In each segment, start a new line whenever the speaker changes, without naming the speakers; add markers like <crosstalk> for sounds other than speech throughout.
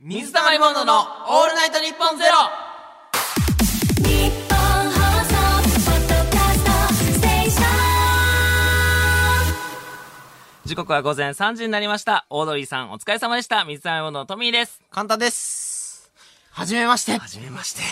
水溜りボンドのオールナイトニッポンゼロ
日本放送ポッドキャストステーション
時刻は午前3時になりました。オードリーさん、お疲れ様でした。水溜りボンドのトミーです。
簡単です。はじめまして。
じめまして。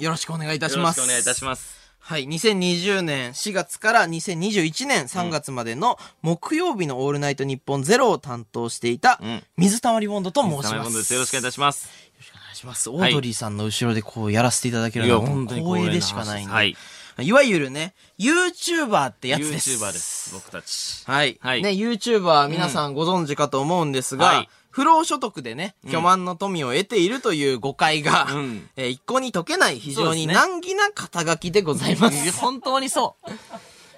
よろしくお願いいたし
よろ
ま
し
す。
くお願いいたします。
はい。2020年4月から2021年3月までの木曜日のオールナイトニッポンゼロを担当していた
ん、
水溜りボンドと申し
水溜り
ま
ボン
す。
ドです。よろしくお願いいたします。
お願いします。オードリーさんの後ろでこうやらせていただけるのは本当に光栄でしかないんで。
はいい。
わゆるね、YouTuber ってやつです。
YouTuber です。僕たち。
はい。
はい
ね、YouTuber 皆さんご存知かと思うんですが、
はい
不労所得でね、巨万の富を得ているという誤解が、
うん
えー一向に解けない非常に
そうですね
難儀な肩書きでございます。
本当にそう。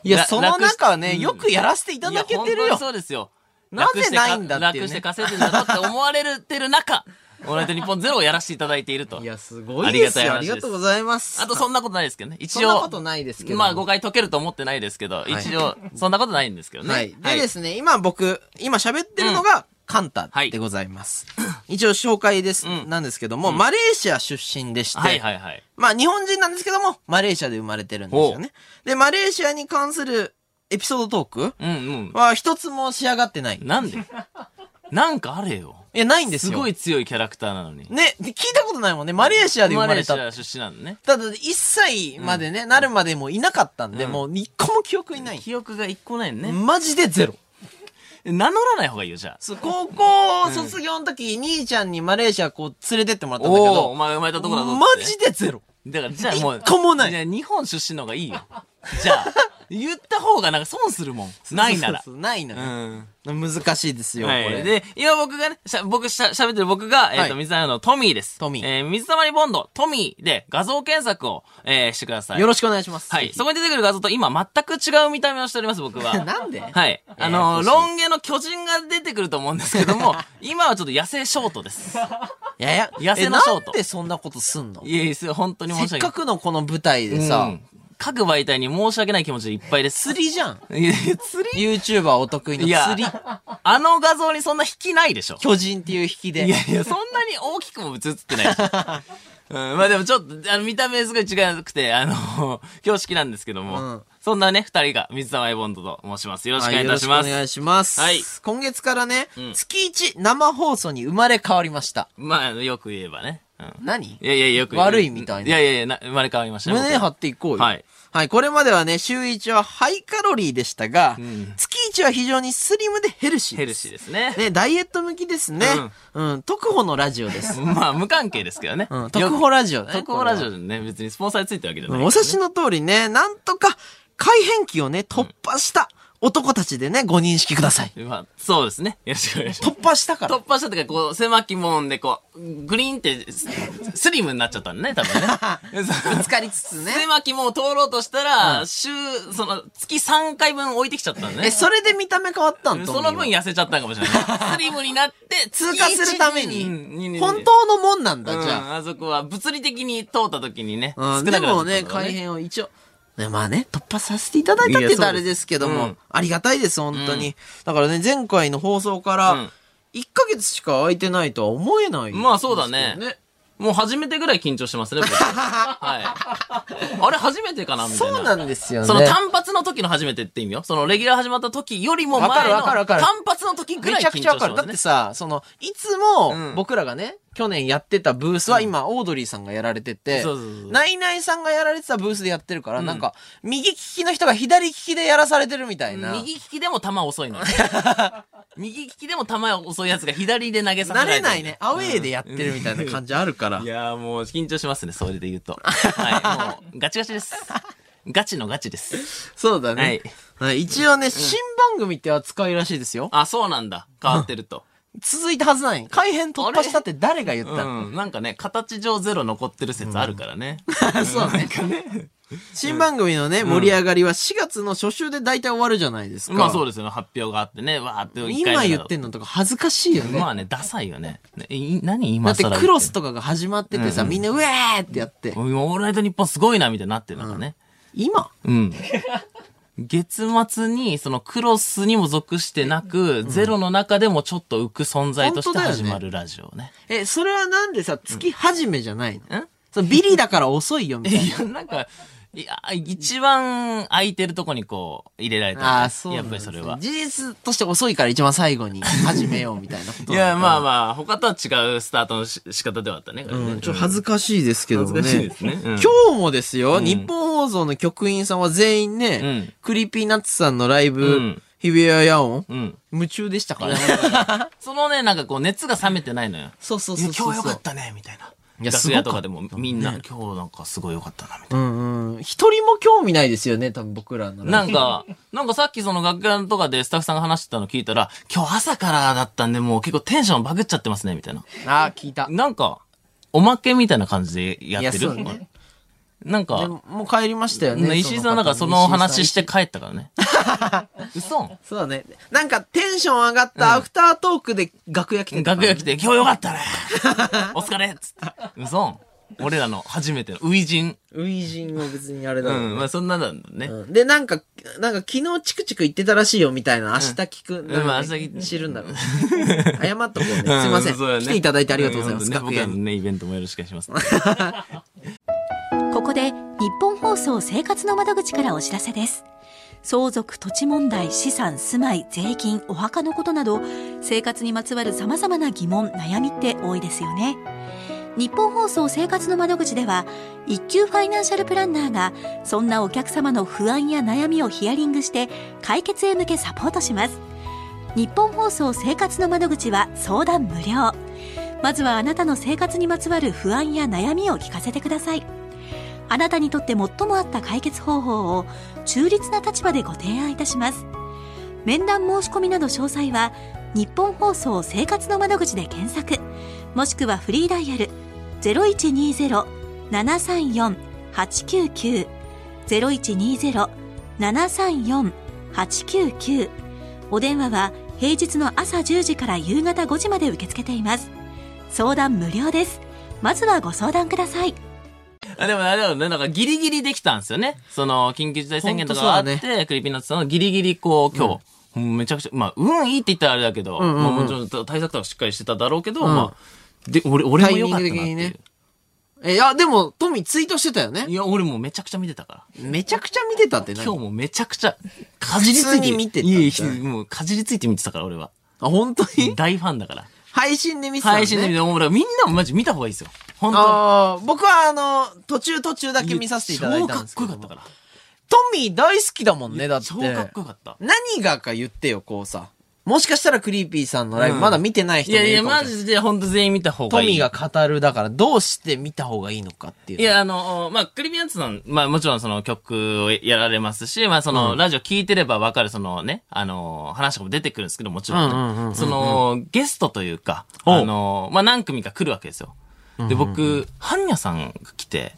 いや、
ら
その中ね、
楽し
よくやらせていただけてる
いや本当
よ
に。そうですよ。
なぜないんだっていうね
楽してか楽して稼いでるだろって思われてる中、オールナイトニッポンゼロをやらせていただいていると
い。や、すごいですよ。あ
あ
り
り
が
が
とうご
たい話です
ざいます。
あとそんなことないですけどね。一
そんなこ
応、
とないですけど。
まあ誤解解けると思ってないですけど、
い
一応、そんなことないんですけどね。
はい。でですね、今僕、今喋ってるのが、カンタでございます。一応紹介です、
うん
なんですけども、マレーシア出身でして、
はいはいはい。
まあ日本人なんですけども、マレーシアで生まれてるんですよね。で、マレーシアに関するエピソードトーク
うんうん。
は一つも仕上がってない。い
なんで
<laughs>
なんかあれよ。
や、ないんです
す
よ。
ご
い。
い強いキャラクターなのに。
ね、で聞いたことないもんね。マレーシアで生まれた。
マレーシア出身なのね。
ただ、1歳までね、なるまでもいなかったんで、
うん
もう一個も記憶にない。
記憶が一個ないのね。
マジでゼロ。
名乗らない方がいいよ、じゃあ。
そう、高校卒業の時、兄ちゃんにマレーシアこう連れてってもらったんだけ
おーお
ど、
前生まれたとこだぞって。
マジでゼロ。
だから、じゃあもう。
一個もない
じゃあ日本出身の方がいいよ。じゃあ、言った方がなんか損するもん。ないな
<laughs>
ら
そう。そうないな
う
ら。
ん。
難しいですよ、こ
はい
れ。
で、今僕がね、しゃ、僕しゃ、喋ってる僕が、えっ、
はい
と、水溜りボンドのトミーです。
トミー
えー、水溜りボンド、トミーで画像検索を、えーしてください。
よろしくお願いします。
は
ぜ
い。
ひ
そこに出てくる画像と今全く違う見た目をしております、僕は。
<laughs> なんで
はい。あ
ややこ
の
しい
ー、ロン毛の巨人が出てくると思うんですけど
<laughs>
も、今はちょっと野生ショートです。
いやいや、
痩せ
え
ましょうと
なんでそんなことすんの
いえいえ、す本当に申し
せっ
訳な
か
い。
くのこの舞台で
さ、
さ、
各媒体に申し訳ない気持ちでいっぱいです。
釣りじゃん。
いやいや釣
YouTuber お得意の
いや
釣り。
あの画像にそんな引きないでしょ。
巨人っていう引きで。
いやいや、そんなに大きくも映っ
<laughs>
てないでしょ。うん、まあでもちょっと、あの、見た目すごい違くて、あの、 <laughs> 標識なんですけども、
うん
そんなね、二人が、水溜りボンドと申します。よろしくお
は
願い
い
い
よろ
た
し
し
くお
ます。
願いします。
はい
今月からね、
ん
月一生放送に生まれ変わりました。
まあ、よく言えばね。うん
何
いやいや、よく
悪いみたいな
やいやいや、な生まれ変わりましたね。
胸張
僕
っていこうよ。
はい。
はい、これまではね、週一はハイカロリーでしたが、
ん
月一は非常にスリムでヘルシー
ヘ
で
ル
す。
シーですね。
ね、ダイエット向きですね。うん、特保のラジオです。
まあ、無関係ですけどね。
うん、特保ラジオね。
特報ラジオでね、別にスポンサーについてるわけじゃない、
お察しの通りね、なんとか改変期をね、突破した男たちでね、ご認識ください。
まあ、そうですね。よろしくお願いします。
突破したから。
突破したというか、こう、狭き門で、こう、グリーンってス、スリムになっちゃったんだね、多 <laughs> 分ね。
<laughs> ぶつかりつつ
<laughs>
ね。
狭き門を通ろうとしたら、週、その、月3回分置いてきちゃったんだ
え、
ね。
それで見た目変わったんと
その分痩せちゃったんかも <laughs> しれない。スリムになって、
通過するために。本
当
当のもんなんだ、
うん
じゃ
あ。そこは物理的に通った時にね。
あ。う
少
ん、で
なくなっちゃ
も
った
ね、
んだろう
改変を一応。ね、まあね、突破させていただいたって言うと
いや
あ
そうです
れですけど
う
も
ん、
ありがたいです、本当に。だからね、前回の放送か
う
ら
ん、
1ヶ月しか空いてないとは思えない。
まあそうだね。もう初めてぐらい緊張してます <laughs> ね、僕。はい。あれ初めてかなみたいな。
そうなんですよね。
その単発の時の初めてって意味よ。そのレギュラー始まった時よりも
わか
前
る
の
わかるわ
単
かる
発の時ぐ
め
らい
ちゃ
緊
く
張
ち
し
ゃ
て
わかる。だっ
ます
て
ね。
さ、その、いつも
うん
僕らがね、去年やってたブースは今、オードリーさんがやられてて
そうそうそ、う
ナイナイさんがやられてたブースでやってるから、
うん
なんか、右利きの人が左利きでやらされてるみたいな。
右利きでも球遅いのよ。 <laughs> 右利きでも球遅いやつが左で投げさせら
慣
れて
れ
る
ないね。アウェーでやってるみたいな感じあるから
い。やーもう緊張しますね、それで言
<laughs>
うと。はい、もうガチガチです。ガチのガチです。
そうだ
はい
ね。はい一応ね、新番組って扱いらしいですよ。
あ、そうなんだ。変わってると。
続いたはずない。改編突破したって誰が言ったの
うん、なんかね、形上ゼロ残ってる説あるからね。
<laughs> そうね。新番組のね、盛り上がりは4月の初週で大体終わるじゃないですか。
まあそうですよね、発表があってね、わーって一
今
回目だと
言ってんのとか恥ずかしいよね。
まあね、ダサいよね。ねい何
だ
今
って
更
クロスとかが始まっててさ、みんなウェーってやって。
<laughs> 言って。もうオールナイトニッポンすごいな、みたいになってるからね。
今
うん。月末に、そのクロスにも属してなく、ゼロの中でもちょっと浮く存在として
本当だよね
始まるラジオね。
え、それはなんでさ、月始めじゃないの、ん、そのビリだから遅いよ、みたいな。
<laughs> いや、なんか、いや、一番空いてるとこにこう、入れられた、
ああ、そうな
やっ
ん
ぱ
で
り
す
そ
ね
れは。
事実として遅いから一番最後に始めようみたいなこと
<laughs> いや、まあまあ、他とは違うスタートのし仕方ではあったね。これ
あ
ね
ちょっと恥ずかしいですけどもね。
恥ずかしいですねうん
今日もですよ、
ん
日本放送の局員さんは全員ね、
うん
クリーピーナッツさんのライブ、
うん
日比谷野音、
うん。
夢中でしたからね。
そのね、なんかこう、熱が冷めてないのよ。
そうそう
い
そ
や
うそう。
今日良かったね、みたいな。
いや
楽屋とかでも
すごかったね
みんな、今日なんかすごい良かったな、みたい
うんうん。一人も興味ないですよね、多分僕らの
<laughs> な。な
ライ
ん
ブ。
か、なんかさっきその楽屋とかでスタッフさんが話してたの聞いたら、今日朝からだったんで、もう結構テンションバグっちゃってますね、みたいな。
ああ、聞いた。
なんか、おまけみたいな感じでやって
いやそう
る、
ね
なん
で
か、
ももう帰りましたよね。
石井
の方
さんなんかその話
石
し。
井さん
て帰ったからね。 <laughs> 嘘
そうだね。なんかテンション上がったアフタートークで楽屋来てた
楽屋来て、今日よかったね <laughs> お疲れっつって。嘘俺らの初めての初陣。
ウイジンは別にあれだ
う
ろうね
ん、まあそんななんだね。
うんで、なんか、なんか昨日チクチク言ってたらしいよみたいな、明日聞く。なんか
まあ明日聞い
知るんだろうね。謝っとこうね。すいません。
うそうだね
来ていただいてありがとうございま
ん
す。
ね
楽
僕
屋
らの
に。
ね、イベントもよろしくお願いします。
ここで日本放送生活の窓口からお知らせです。相続、土地問題、資産、住まい、税金、お墓のことなど、生活にまつわる様々な疑問、悩みって多いですよね。日本放送生活の窓口では、一級ファイナンシャルプランナーが、そんなお客様の不安や悩みをヒアリングして、解決へ向けサポートします。日本放送生活の窓口は相談無料。まずはあなたの生活にまつわる不安や悩みを聞かせてください。あなたにとって最も合った解決方法を中立な立場でご提案いたします。面談申し込みなど詳細は、日本放送生活の窓口で検索、もしくはフリーダイヤル0120-734-899、0120-734-899、お電話は平日の朝10時から夕方5時まで受け付けています。相談無料です。まずはご相談ください。
<laughs> あでもあれだよね、なんかギリギリできたんですよね。その、緊急事態宣言とかがあっ
ほんと
て、クリーピーナッツさんのギリギリこう、今日、うんめちゃくちゃ、まあ、運いいって言ったらあれだけど、
んうんうん
まあもちろん対策とかしっかりしてただろうけど、
うん
まあ、で、俺、俺も良かったなっ
タ
て
イミング
い
的
う。
え、いや、でも、トミーツイートしてたよ
い
ね。
や、俺もうめちゃくちゃ見てたから。
めちゃくちゃ見てたって何
今日もめちゃくちゃ、かじりつい
普通
て。
に見てたん
い
じゃ
や
ない
いや、もうかじりついて見てたから、俺は。
あ、本当に
大ファンだから。
配信で見てたのね。
配信で見て、俺はみんなもマジ見た方がいいですよ。本当
あー僕はあの、途中途中だけ
に。
見させていただいたんですけど。
超かっこよかったか
トミー大好きだもんね、だ
ら。
って。
超かっこよかった。
何がか言ってよ、こうさ。もしかしたらクリーピーさんのライブ、
うん
まだ見てない人
い
もい
や
る
い
か
や、
もしれない。
マジで本当全員見た方が
ト
いい。
ミーが語るだから、どうして見た方がいいのかっていうの。
いや、あの、まあ、クリビアンツさん、まあ、もちろんその曲をやられますし、まあ、その、ラジオ聞いてればわかる、そのね、あの、話とかも出てくるんですけど、もちろんね、
うんうんうんうんうん
その、ゲストというか、
お
あの、まあ、何組か来るわけですよ。で、僕、ハンニャさんが来
<laughs>
て、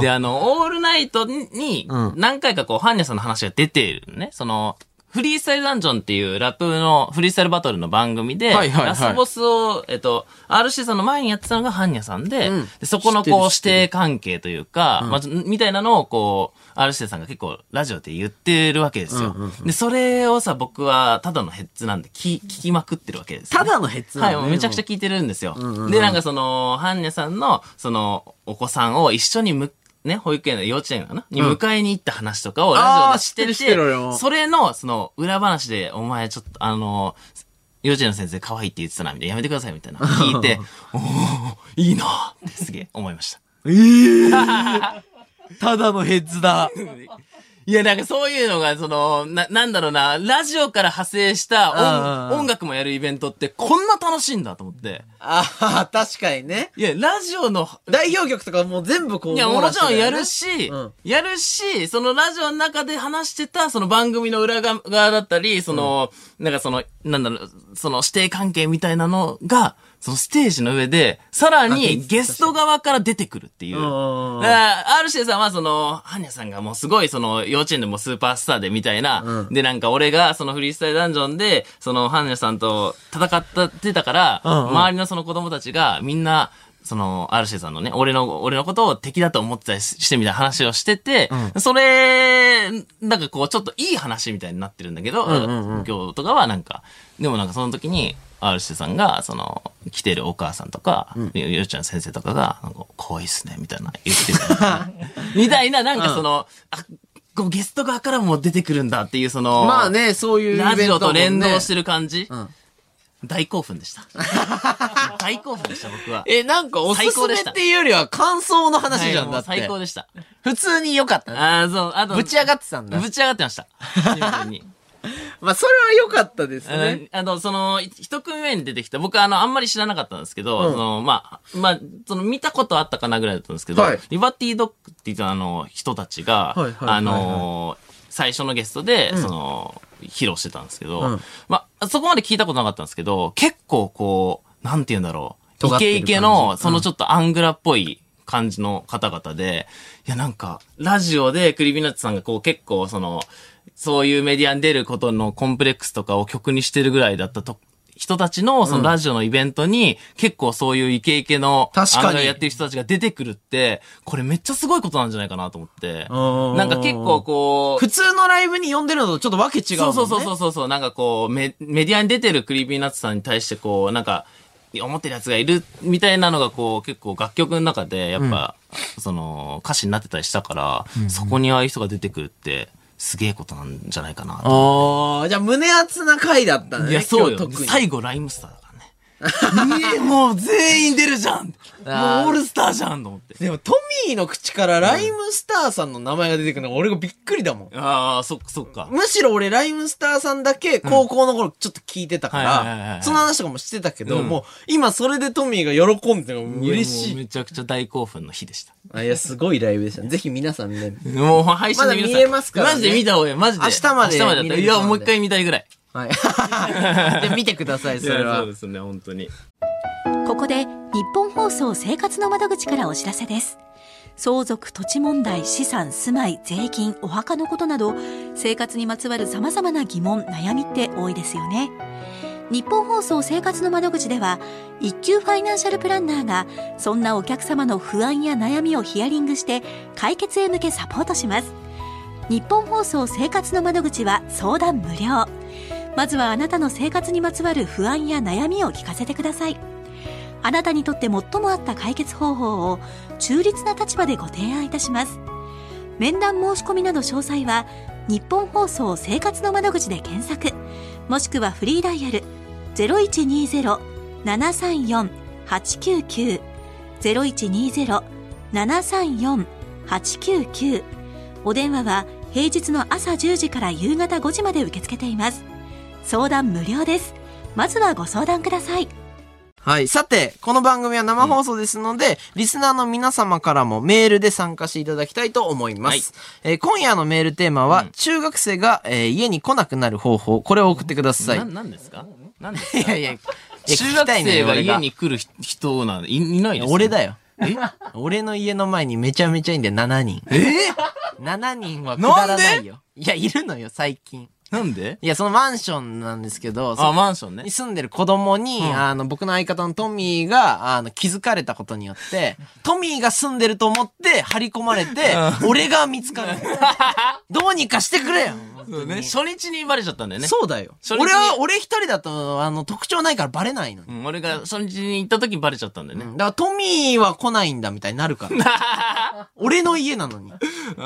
で、あの、オールナイトに、何回かこう、ハンニャさんの話が出ているのね。その、フリースタイルダンジョンっていうラップのフリースタイルバトルの番組
は
で、
いはいはい
ラスボスを、えっと、RC さんの前にやってたのがハンニャさんで、
うん
でそこ
知
の
って
こう
る知
指
ってる
定関係というか、まあ、みたいなのをこう、RC さんが結構ラジオで言ってるわけですよ。で、それをさ、僕はただのヘッズなんで聞聞きまくってるわけですよ
ただのヘッズな
は
のね
い、もうめちゃくちゃ聞いてるんですよ。で、なんかその、ハンニャさんの、その、お子さんを一緒にむ、ね、保育園の幼稚園かなに迎えに行った話とかをラ
あー
ジオで
知
し
って
て
る知ってる俺も
て、それの、その、裏話で、お前ちょっと、あの、幼稚園の先生可愛いって言ってたな、みたいな、やめてください、みたいな、聞いて、おー、いいなってすげえ思いました。
ええただのヘッズだ。
<laughs> いや、なんかそういうのが、その、な、なんだろうな、ラジオから派生した
うんうんう
音
ん
音楽もやるイベントって、こんな楽しいんだと思って。
ああ、確かにね。
いや、ラジオの
代表曲とかもう全部こう、
いや、
網
も
羅
ち
して
ろ
た
ん
よ
や
ね
るし、
うん
やるし、そのラジオの中で話してた、その番組の裏側だったり、その、なんかその、なんだろう、その指定関係みたいなのが、そのステージの上で、さら
あ
にゲスト側から出てくるっていう。
う
だ
んうんうん
から、RC さんはその、ハンニャさんがもうすごいその、幼稚園でもスーパースターでみたいな、
うん
でなんか俺がそのフリースタイルダンジョンで、そのハンニャさんと戦ってたから、
んうん
周りのその子供たちがみんな、その、RC さんのね、俺の、俺のことを敵だと思ってたりしてみたいな話をしてて、それ、なんかこう、ちょっといい話みたいになってるんだけど、今日とかはなんか、でもなんかその時に、RC さんが、その、来てるお母さんとか、ゆゆうちゃん先生とかが、なんか、怖いっすね、みたいな言ってた。みたいな、なんかその、あ、こうゲスト側からも出てくるんだっていう、その、
まあね、そういうイベントだ
ラ
もんね、
ジオと連動して
る。
る感じ、
ん
大興奮
<laughs>
でした。大興奮でした、僕は。
え、なんかおす
最
す
高
め
で
っ
した
ていうよりは感想の話じゃ
はい
ん
も
だ
う
って。
最高でした。
普通に良かったね。
ああ、そう、あと、
ぶち上がってたんだ。
ぶち上がってました。シンプルに
まあ、それは良かったですね。
あの、その、い一組目に出てきた、僕はあの、あんまり知らなかったんですけど、その、まあ、まあ、その、見たことあったかなぐらいだったんですけど、
はい
リバティドッグっていうあの、人たちが、
はいはいはいはい
あのー最初のゲストで、その、披露してたんですけど、
うん
まあ、そこまで聞いたことなかったんですけど、結構こう、なんて言うんだろう、
尖
イ
ってる
ケ
感じ
イケの、そのちょっとアングラっぽい感じの方々で、いやなんか、ラジオでクリビナッツさんがこう結構その、そういうメディアに出ることのコンプレックスとかを曲にしてるぐらいだったと、人たちのそのラジオのイベントに結構そういうイケイケの
確かに
アングラやってる人たちが出てくるって、これめっちゃすごいことなんじゃないかなと思って、
うん
なんか結構こう、
普通のライブに呼んでるのとちょっとわけ違うもんね。
そうそうそうそうそう。なんかこう、メメディアに出てるクリーピーナッツさんに対してこう、なんか、思ってる奴がいるみたいなのがこう、結構楽曲の中で、やっぱ、その、歌詞になってたりしたから、そこにああいう人が出てくるって、すげえことなんじゃないかなと。
ああ、じゃあ胸熱な回だったね。
いや、そうよ
今日特。に
最後、ライムスターだからね。いやもう全員出るじゃんもうオ
あー
ールスターじゃんと思って。
でもトミーの口からライムスターさんの名前が出てくるのが俺がびっくりだもん。
ああ、そっかそっか。
むしろ俺ライムスターさんだけ高校の頃ちょっと聞いてたか
はいはいはいは
ら、
い
その話とかもしてたけど、
うん
もう今それでトミーが喜んでるのが嬉し
やも
い。
うめちゃくちゃ大興奮の日でした。
あいや、すごいライブでしたね。ぜひ皆さんね。
もう配信で
まだ見れますからね
マジで見た方がいい。マジで。
明日まで
明日
見
までだ
れ
った
るそう
い
なん
や、
で
もう一回見たいぐらい。
<laughs> はい。で、見てください、それは。
ですね、本当に。
ここで日本放送生活の窓口からお知らせです。相続、土地問題、資産、住まい、税金、お墓のことなど、生活にまつわる様々な疑問、悩みって多いですよね。日本放送生活の窓口では、一級ファイナンシャルプランナーが、そんなお客様の不安や悩みをヒアリングして、解決へ向けサポートします。日本放送生活の窓口は相談無料。まずはあなたの生活にまつわる不安や悩みを聞かせてください。あなたにとって最も合った解決方法を中立な立場でご提案いたします。面談申し込みなど詳細は、日本放送生活の窓口で検索、もしくはフリーダイヤル0120-734-899、0120-734-899お電話は平日の朝10時から夕方5時まで受け付けています。相談無料です。まずはご相談ください。
はい。さて、この番組は生放送ですので、リスナーの皆様からもメールで参加していただきたいと思います。えー今夜のメールテーマは、中学生が、えー家に来なくなる方法、これを送ってください。
な、なんですかなんですか
いやいや、
中学生は家
聞き
に来る人人なんいいない
たいね。
です
俺だよ。
え
俺の家の前にめちゃめちゃいいんだよ、7人。
え
7人はくだらないよ。いや、いるのよ、最近。
なんで
いや、そのマンションなんですけど、そ
あ、マンションね
に。住んでる子供に、あの、僕の相方のトミーが、あの、気づかれたことによ
<laughs>
って、トミーが住んでると思って、張り込まれて、俺が見つか
<laughs>
る。どうにかしてくれよ。
そうね初日にバレちゃったんだよね。
そうだよ
そ。れに
俺は、俺一人だと、あの、特徴ないからバレないのに。
うん俺が初日に行った時バレちゃったんだよね。
だから、トミーは来ないんだみたいになるから。
<laughs>
俺の家なのに。
うん。そ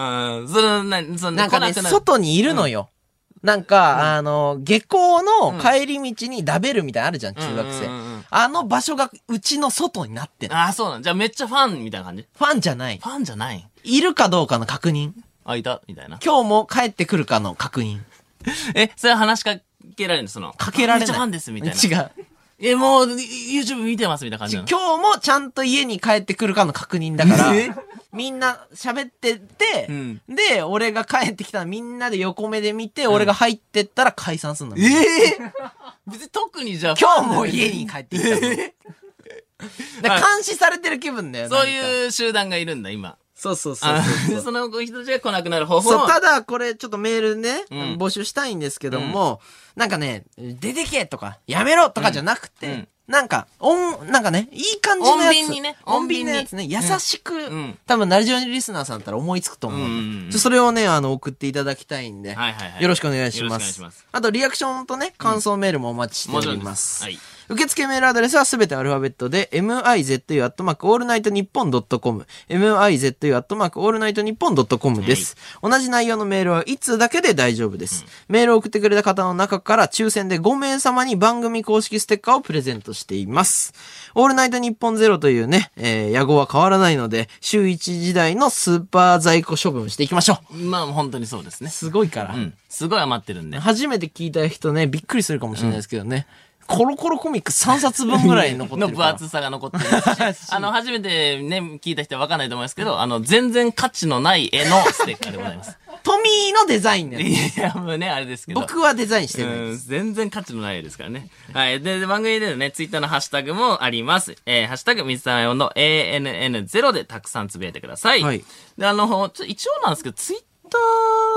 の、な、その、
なんかね、
来なくな
外にいるのよ。なんか、あの、下校の帰り道にダベるみたいなのあるじゃん、中学
うんうんうんう
生
ん。
あの場所がうちの外になってる。
あ、そうなん。じゃあめっちゃファンみたいな感じ
ファンじゃない。
ファンじゃない。
いるかどうかの確認。
あ、いたみたいな。
今日も帰ってくるかの確認。
え、それは話しかけられるのその。
かけられない。
めっちゃファンです、みたいな。
違う。
え、もう、YouTube 見てますみたいな感じなの
今日もちゃんと家に帰ってくるかの確認だから
え、
みんな喋ってて、
うん
で、俺が帰ってきたらみんなで横目で見て、俺が入ってったら解散するの。
ええ <laughs> 別に特にじゃあ、
今日も家に帰ってきたの。だから監視されてる気分だよ
そう
う。
いう集団がいるんだ、今。
そうそうそう
あ <laughs>
そう。
その人たちが来なくなる方法
そう、ただこれちょっとメールね、
うん
募集したいんですけども、なんかね、出てけとか、やめろとかじゃなくて、
うん
なんか、音、なんかね、いい感じのやつ。
穏便にね
穏便なやつね。優しく、
ん
多分、ラジオリスナーさんだったら思いつくと思う。
うんうんうん
ちょそれをね、あの、送っていただきたいんで、
はいはいはい
よろしくお願いし
よろ
ま
しくお願い
す。
します
あと、リアクションとね、感想メールもお待ちしております。
もちろんです
受付メールアドレスはすべてアルファベットで、mizu.allnightnippon.com、mizu.allnightnippon.com です。同じ内容のメールは1通だけで大丈夫です。メールを送ってくれた方の中から抽選で5名様に番組公式ステッカーをプレゼントしています。オールナイトニッポンゼロというね、えー、野号は変わらないので、週1時代のスーパー在庫処分していきましょう。
まあ本当にそうですね。
すごいから。
うん。すごい余ってるんで。
初めて聞いた人ね、びっくりするかもしれないですけどね。コロコロコミック3冊分ぐらい <laughs> 残って
<laughs> の
る
分
から。
厚さが残ってるしあの、初めてね、聞いた人は分かんないと思いますけど、あの、全然価値のない絵のステッカーでござい
<laughs>
ます。
トミーのデザインね。
いや、もうね、あれですけど。
僕はデザインしてないで
うん
す。
全然価値のない絵ですからね。はい。で、で番組でのね、ツイッターのハッシュタグもあります。えー、ハッシュタグ、水溜りボンド ANN0 でたくさんつぶやいてください。
はい
で、あの、ちょ一応なんですけど、ツイッタ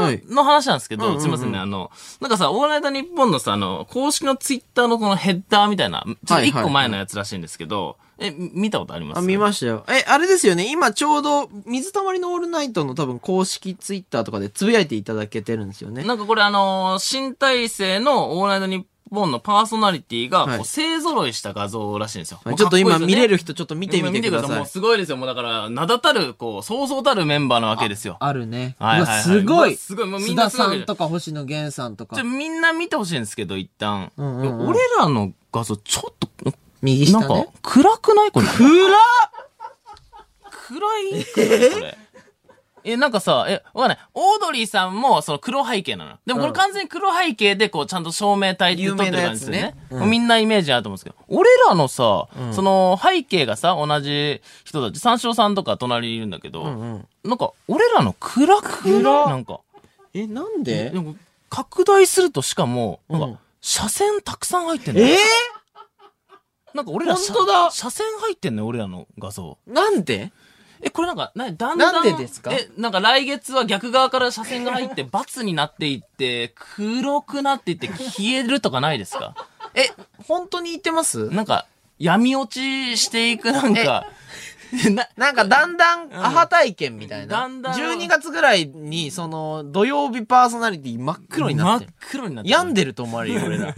ーの話なんですけど、
はいうんうんうん
すいませんね、あの、なんかさ、オールナイトニッポンのさ、あの、公式のツイッターのこのヘッダーみたいな、ちょっと一
はいはいは
個
い
前のやつらしいんですけど、え、み見たことあります
あ、見ましたよ。え、あれですよね。今ちょうど、水溜りのオールナイトの多分公式ツイッターとかでつぶやいていただけてるんですよね。
なんかこれあのー新体制のオールナイトニッポンのパーソナリティが、
はい
こう、勢揃いした画像らしいんですよ。
はいちょっと今
もうか
見
こい
れ
いですよね
る人ちょっと見てみてくだ
もう見
さ
もう
い。
すごいですよ。もうだから、名だたる、こう、そうそうたるメンバーなわけですよ。
あるね。
はいうは
わ
いはい
すご
うわ
い。
すごいもうみん
須
な
田
すご
さ
い
んとか星野源さんと
ちょ
か。
みんな見てほしいんですけど、一旦。
んうんうん
いや俺らの画像、ちょっと、
右
な
下
んか
ね。、
暗くないこれ。
暗っ
暗いくないこれ。え、なんかさ、え、わかんない。オードリーさんも、その黒背景なの。でもこ
う
れ
ん
完全に黒背景で、こう、ちゃんと照明体って撮ってる感じですよ
有名なや
ね
つね。
もうみんなイメージあると思うんですけど、俺らのさ、その背景がさ、同じ人たち、三四郎さんとか隣にいるんだけど、
うん
なんか、俺らの暗くない
暗っ
なんか。
え、なんで
でも拡大するとしかも、なん
うん
か、車線たくさん入ってんの。
え
なんか俺ら車
本当だ
車線入ってんのよ俺らの画像。
ーなんで
え、これなんか、な、だんだん。
なんでですか
え、なんか来月は逆側から車線が入って、× <laughs> になっていって、黒くなっていって消えるとかないですか
え、本当に言ってます
なんか、闇落ちしていくなんか、 <laughs> な、
なんかだんだんアハ体験みたいな。
だんだん
12月ぐらいに、その、土曜日パーソナリティ真っ黒になって
真
る
っ。黒になってる
病んでると思われるよ、
<laughs>
俺ら。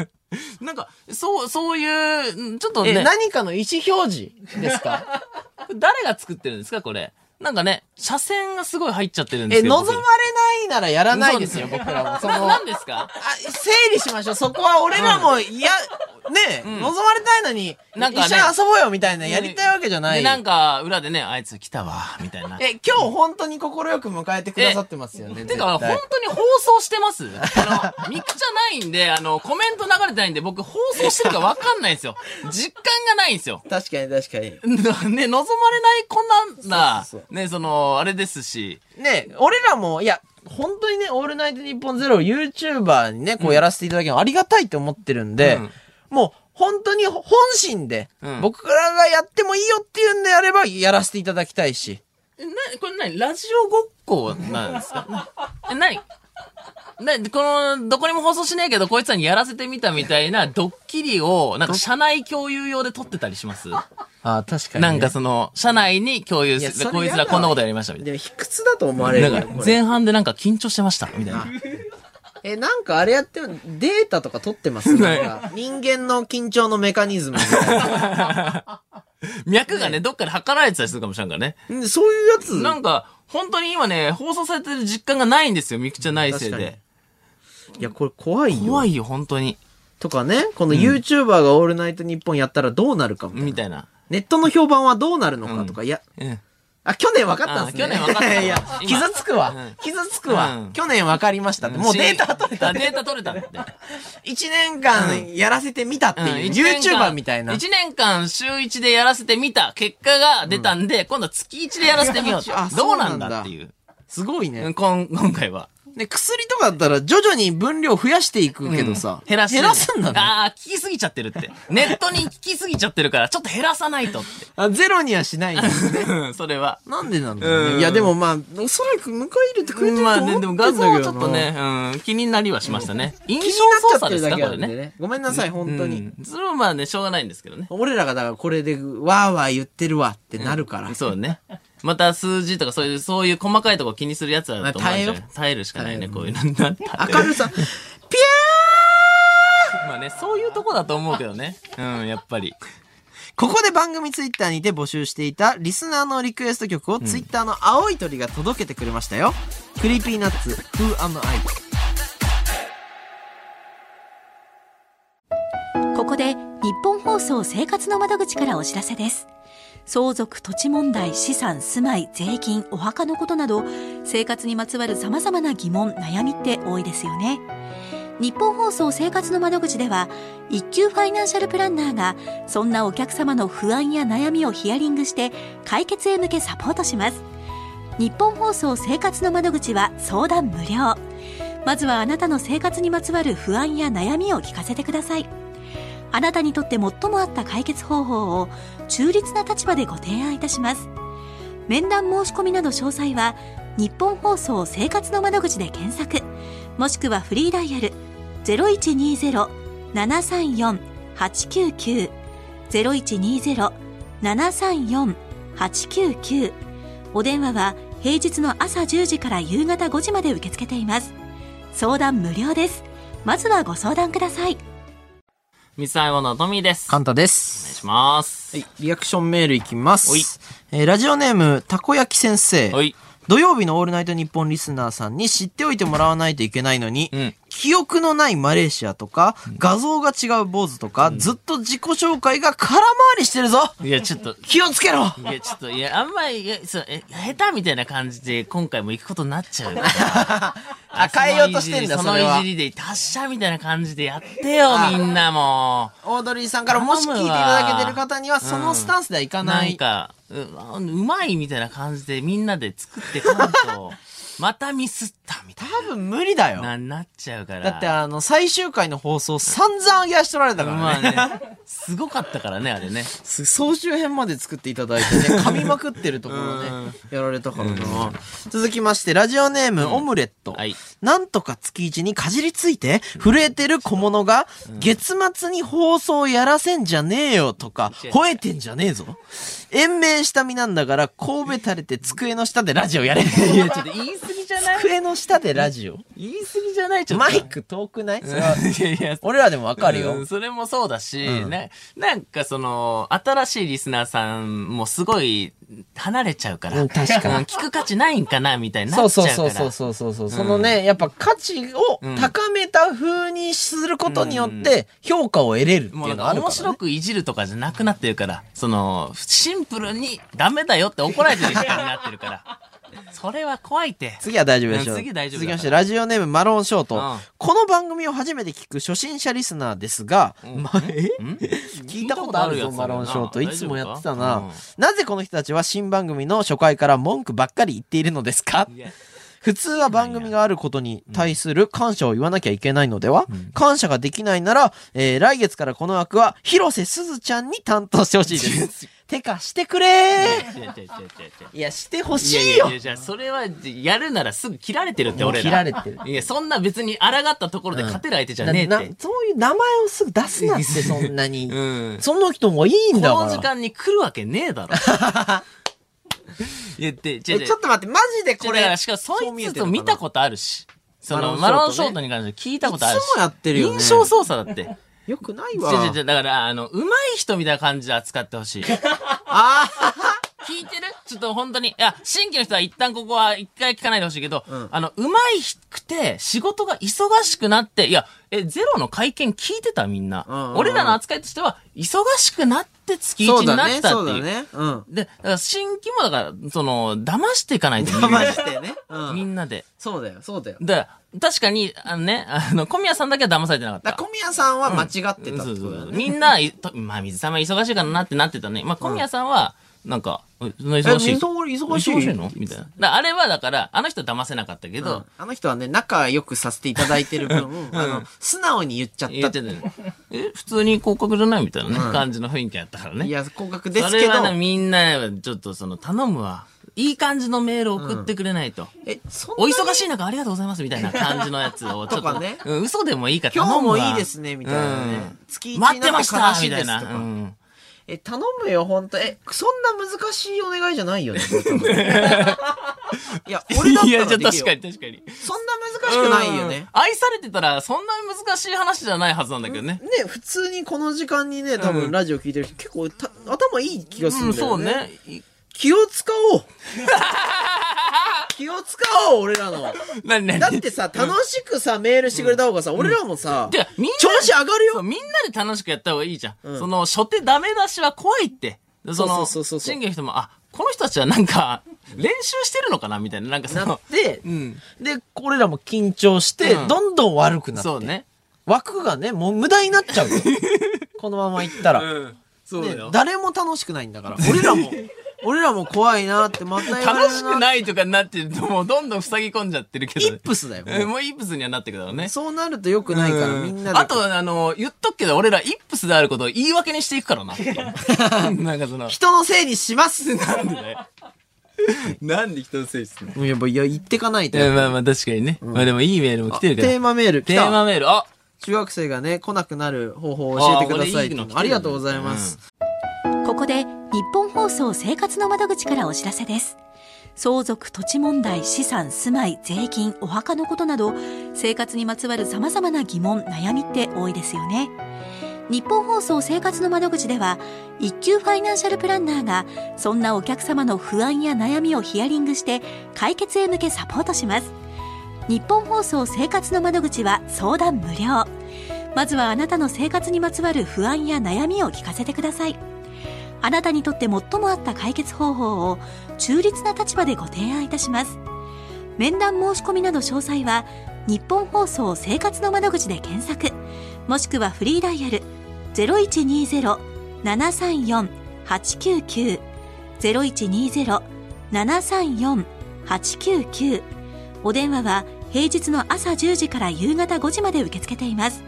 なんか、そう、そういう、んちょっとね。
え、何かの意思表示です
<laughs>
か
これ誰が作ってるんですかこれ。なんかね、車線がすごい入っちゃってるんで
え、
すけど。
望まれないならやらないですよ、
そう
僕らも。そ
僕な
の、あ
<laughs> 何、ですか
整理しましょう。そこは俺らも、いや、ねえ、望まれたいのに、
なんかね
一緒に遊ぼうよみたいなやりたいわけじゃな
で、
い。
なんか、裏でね、あいつ来たわ、みたいな。
え、今日本当に心よく迎えてくださってますよね。
て
絶
か、
対
本当に放送してますあの、ミクじゃないんで、あの、コメント流れてないんで、僕放送してるかわかんないんですよ。実感がないんですよ。 <laughs>
確かに確かに。
ね、望まれないこんな
そうそう、
ね、その、あれですし、
ねえ、俺らも、いや、本当にね、オールナイトニッポンゼロを YouTuber にね、こうやらせていただけるのありがたいと思ってるんで、
うん
もう、本当に本心で、
うん
僕らがやってもいいよっていうんであれば、やらせていただきたいし。
えな、これ何ラジオごっこなんです
<laughs>
かえ、なにな、この、どこにも放送しねえけど、こいつらにやらせてみたみた
<laughs>
いなドッキリを、なんか社内共有用で撮ってたり
<laughs>
します
ああ、確か
なんかその、社内に共有
いや
す
そ
る。
れ
こいつ
や
ら
だ
こんなことやりましたみたいな。
でも、卑屈だと思われるよ
なんか
これ
前半でなんか緊張してましたみたいな。
え、なんかあれやっても、データとか取ってますなんか、人間の緊張のメカニズム
<laughs>
みたいな
脈がね、どっかで測られてたりするかもしれんからね。
うんそういうやつ
なんか、本当に今ね、放送されてる実感がないんですよ、ミクちゃん内政
確か
で。
いや、これ怖いよ。
怖いよ、本当に。
とかね、この YouTuber がオールナイトニッポンやったらどうなるかみたいな
みたいな。
ネットの評判はどうなるのかとか、いや、
うん。
あ、去年分かったんですね。
あ去年分かった
いや、
今
傷つくわ
うん。
傷つくわ。
うん
去年分かりましたって。もうデータ取れた
あ
ね。
データ取れたって。
1年間やらせてみたっていう、YouTuber みたいな。
1年間週1でやらせてみた結果が出たんで、今度は月1でやらせてみようと
あ。
ど
そううな
なんん
だ
だっていう。
すごいうね
ん。こん今回は。
で、薬とかだったら徐々に分量増やしていくけどさ。
減らす。
減らすんだね。
ああ、聞きすぎちゃってるって。ネットに聞きすぎちゃってるから、ちょっと減らさないとっ
あゼロにはしないんだ。
て。 <laughs> うんそれは。
なんでなんだろう
う
ね。
ん
いや、でもまあ、おそらく迎え入れてくれてると
ま
思
あ
ってんだけど
ね、でも
な
画像はちょっとね、うん、気になりはしましたね。印象操作ですか、これ
気に
ね。
ね。ごめんなさい、本当
う
に。
んそれはまあね、しょうがないんですけどね。
俺らがだからこれで、わーわー言ってるわってなるから。
そうね。また数字とかそういう、そういう細かいとこ気にするやつはと思うじゃん
まあ耐えよ
耐えるしかないね、こういうの。なんて
明るさ、ピュー
まあね、そういうとこだと思うけどね。うん、やっぱり。
ここで番組ツイッターにて募集していたリスナーのリクエスト曲をツイッターの青い鳥が届けてくれましたよ。クリーピーナッツ、Who am I?
ここで日本放送生活の窓口からお知らせです。相続、土地問題、資産、住まい、税金、お墓のことなど、生活にまつわる様々な疑問、悩みって多いですよね。日本放送生活の窓口では、一級ファイナンシャルプランナーが、そんなお客様の不安や悩みをヒアリングして、解決へ向けサポートします。日本放送生活の窓口は相談無料。まずはあなたの生活にまつわる不安や悩みを聞かせてください。あなたにとって最も合った解決方法を中立な立場でご提案いたします。面談申し込みなど詳細は、日本放送生活の窓口で検索、もしくはフリーダイヤル0120-734-899、0120-734-899お電話は平日の朝10時から夕方5時まで受け付けています。相談無料です。まずはご相談ください。
ミサイゴのトミーです。お
カ
願
ンタで
い
す。
します。
はい、リアクションメールいきます。
おい
えーラジオネーム、たこ焼き先生。
はい。
土曜日のオールナイトニッポンリスナーさんに知っておいてもらわないといけないのに、
うん
記憶のないマレーシアとか、画像が違う坊主とか、ずっと自己紹介が空回りしてるぞ
いや、ちょっと、
気をつけろ
いや、ちょっと、いや、あんまり、いやそうえ下手みたいな感じで、今回も行くことになっちゃうから。
あ、 <laughs> 変えようとしてんだ、
そ
そ
の
れ
い
は
じ。りで、達者みたいな感じでやってよ、みんなもう。
オードリーさんからもし聞いていただけてる方には、そのスタンスではいかな。
ないんか、ううまいみたいな感じで、みんなで作ってかんと、 <laughs> またミスったみたい
多分無理だよ。
な、なっちゃうから。
だってあの、最終回の放送散々上げ足取られたからね。
まあ <laughs> ね、すごかったからね、あれね。
す総集編まで作っていただいてね、
<laughs>
噛みまくってるところね、やられたからな。続きまして、ラジオネーム、オムレット。
はい
なんとか月一にかじりついて、震えてる小物が、月末に放送やらせんじゃねえよとか、吠えてんじゃねえぞ。延命した身なんだから、神戸垂れて机の下でラジオやれ。
いや、ちょっと言い過ぎじゃない
机の下でラジオ
言い過ぎじゃないちょっと。
マイク遠くないそれはい
やいや、
俺らでもわかる
う
よ
ん。それもそうだし、ね、なんかその、新しいリスナーさんもすごい離れちゃうから。
うん確かに
うん聞く価値ないんかな、みたいにな
そ
っ
う
ちゃ
そうう
から。
そうそうそうそうそう、そのねやっぱ価値を高めた風にすることによって評価を得れるってい
もう
うの
なん
が
か
あるか
面
ら、
白
ね、
くいじるとかじゃなくなってるから、その、シンプルにダメだよって怒られてる時間になってるから。それは怖いって。
次は大丈夫でしょ
うん次大丈夫だ
続き
から
ましてラジオネームマロンショート、
うん
この番組を初めて聞く初心者リスナーですが、まあえ
<laughs>
聞いたことあるぞ
聞いたことあるやつだ
マロンショート
ない
つもやってた
大丈
な
夫か
なぜこの人たちは新番組の初回から文句ばっかり言っているのですか
いや
普通は番組があることに対する感謝を言わなきゃいけないのでは、感謝ができないなら、えー来月からこの枠は広瀬すずちゃんに担当してほしいです。
<laughs>
てか、してくれー
違う違う違う違う違う
いや、してほ
い
し
や
い
いや
よ
いや、じゃあそれは、やるならすぐ切られてるって、
もう
俺ら。
切られてる
いや、そんな別に抗ったところで勝てる相手じゃねえっ
な
て。
そういう名前をすぐ出す
<laughs>
なって、そんなに。
うん。
その人もいいんだ
こ
か
の時
ら。
間に来るわけね
<laughs>
えだろ。言って、ち
えちょっと待って、マジでこ
これ、だから
れ。
しかも
そう
そい
見え
つ
てる
と
のかな
見たことあるし。その、
マ
マ
ロ
ロ
ン
ン
シ
シ
ョ
ョ
ートね
ートに関して聞いたことあるし。
いつもやってるよね
印象操作だって。
よくない
ちょ
わ。
ちょちょだから、あの、上手い人みたいな感じで扱ってほしい。
あ
聞いてるちょっと本当に。いや、新規の人は一旦ここは一回聞かないでほしいけど、
ん
あの、上手くて、仕事が忙しくなって、いや、え、ゼロの会見聞いてたみんな。
うんうんうん
俺らの扱いとしては、忙しくなって月
ー
一
そう
に
だ
な
ね、
った
そ
っ
う
てい
だ
う。
ね。うん。
で、だから新規もだから、その、騙していかないと。
ましてね。う
み
ん。
んなで。
そうだよ、そうだよ。
で、確かに、あのね、あの、小宮さんだけは騙されてなかっ
だ
た。
から小宮さんは間違ってたっ
そう
てこ
そ
と
う
だ
そう
ね。
みんな、いとまあ、水様忙しいからなってなってたね。まあ、小宮さんは、なんか、うそんな忙しい
え、
忙しい。
忙しい
忙しいのみたいな。だからあれはだから、あの人騙せなかったけど、
あの人はね、仲良くさせていただいてる分、あの、素直に言っちゃっ
言
た
ってたよねえ、普通に広角じゃないみたいなね、感じの雰囲気やったからね。
いや、高額です
そ
け
れ
ど
は、ね、みんな、ちょっとその、頼むわ。いい感じのメール送ってくれないと。
え、そん
お
なに
忙しい中ありがとうございますみたいな感じのやつを、ちょっ
とかね
うん嘘でもいいから
今日
頼むわ
もいいですねみたいなね
うん
月一になっ
待
て
ってました
悲しい
み
で
た
すと
い
か
な。うん
え、頼むよ、ほんと。え、そんな難しいお願いじゃないよね。
<laughs>
いや、俺だっ
い
たら
や、じゃ
で
あ
きるよ。
確かに確かに。
そんな難しくないよ
うん
ね。
愛されてたら、そんな難しい話じゃないはずなんだけどね。
ね、普通にこの時間にね、多
う
分
ん
ラジオ聞いてる人結構た頭いい気がする
うんん、
だよね。
そうね。い
気を使お
<laughs>
う気を使おう俺らの。
なにな
<laughs>
に
だってさ、楽しくさ、メールしてくれた方がさ、俺らもさ
てか、みんな
調子上がる
そう
よ
みんなで楽しくやった方がいいじゃん。
ん
その、初手ダメ出しは怖いって。でそ
そうそうそう
の、
そうそう
審議の人も、あ、この人たちはなんか、練習してるのかなみたいな、なんかそ
なっ
の、
て、
うん。
で、俺らも緊張して、
うん
どんどん悪くなって。
そうね。
枠がね、もう無駄になっちゃう <laughs> よこのまま行ったら。
ん。そうだ
ね
よ。
誰も楽しくないんだから。俺ら <laughs> も、俺らも怖いなって、また言われる
楽しくないとかになってると、もうどんどん塞ぎ込んじゃってるけど、
イップスだよもう
うんもうイップスにはなってくだろうね。
そうなると良くないから、
うん
みんなで。
あと、あの、言っとくけど、俺らイップスであることを言い訳にしていく
<laughs>
からな。なんかその、
人のせいにします
なんでね。なんで人のせいですね。
やっぱ、いや、言ってかないと。
えまあまあ確かにね。まあでもいいメールも来てる
テ
から。
ーマメール来
テーマ
た。
メール、あ
中学生がね、来なくなる方法を教えてくださいっていうの
あーこれいいの来てるね
ありがとうございます。
ここで日本放送生活の窓口からお知らせです。相続、土地問題、資産、住まい、税金、お墓のことなど、生活にまつわる様々な疑問、悩みって多いですよね。日本放送生活の窓口では、一級ファイナンシャルプランナーが、そんなお客様の不安や悩みをヒアリングして、解決へ向けサポートします。日本放送生活の窓口は相談無料。まずはあなたの生活にまつわる不安や悩みを聞かせてください。あなたにとって最も合った解決方法を中立な立場でご提案いたします。面談申し込みなど詳細は、日本放送生活の窓口で検索、もしくはフリーダイヤル0120-734-899、0120-734-899お電話は平日の朝10時から夕方5時まで受け付けています。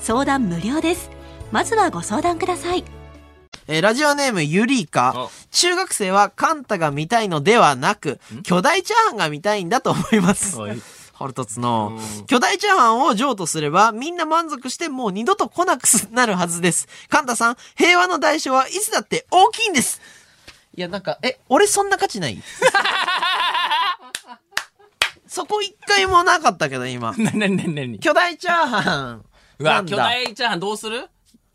相談無料です。まずはご相談ください。
えーラジオネームゆりか。中学生はカンタが見たいのではなく、巨大チャーハンが見たいんだと思います。
はい
腹立つな
うん
巨大チャーハンを譲渡すれば、みんな満足してもう二度と来なくなるはずです。カンタさん、平和の代償はいつだって大きいんですいや、なんか、え、俺そんな価値ない
<laughs>
そこ一回もなかったけど、今。
なになになになに
巨大チャーハン。
う
な
わ、
んだ
巨大チャーハンどうする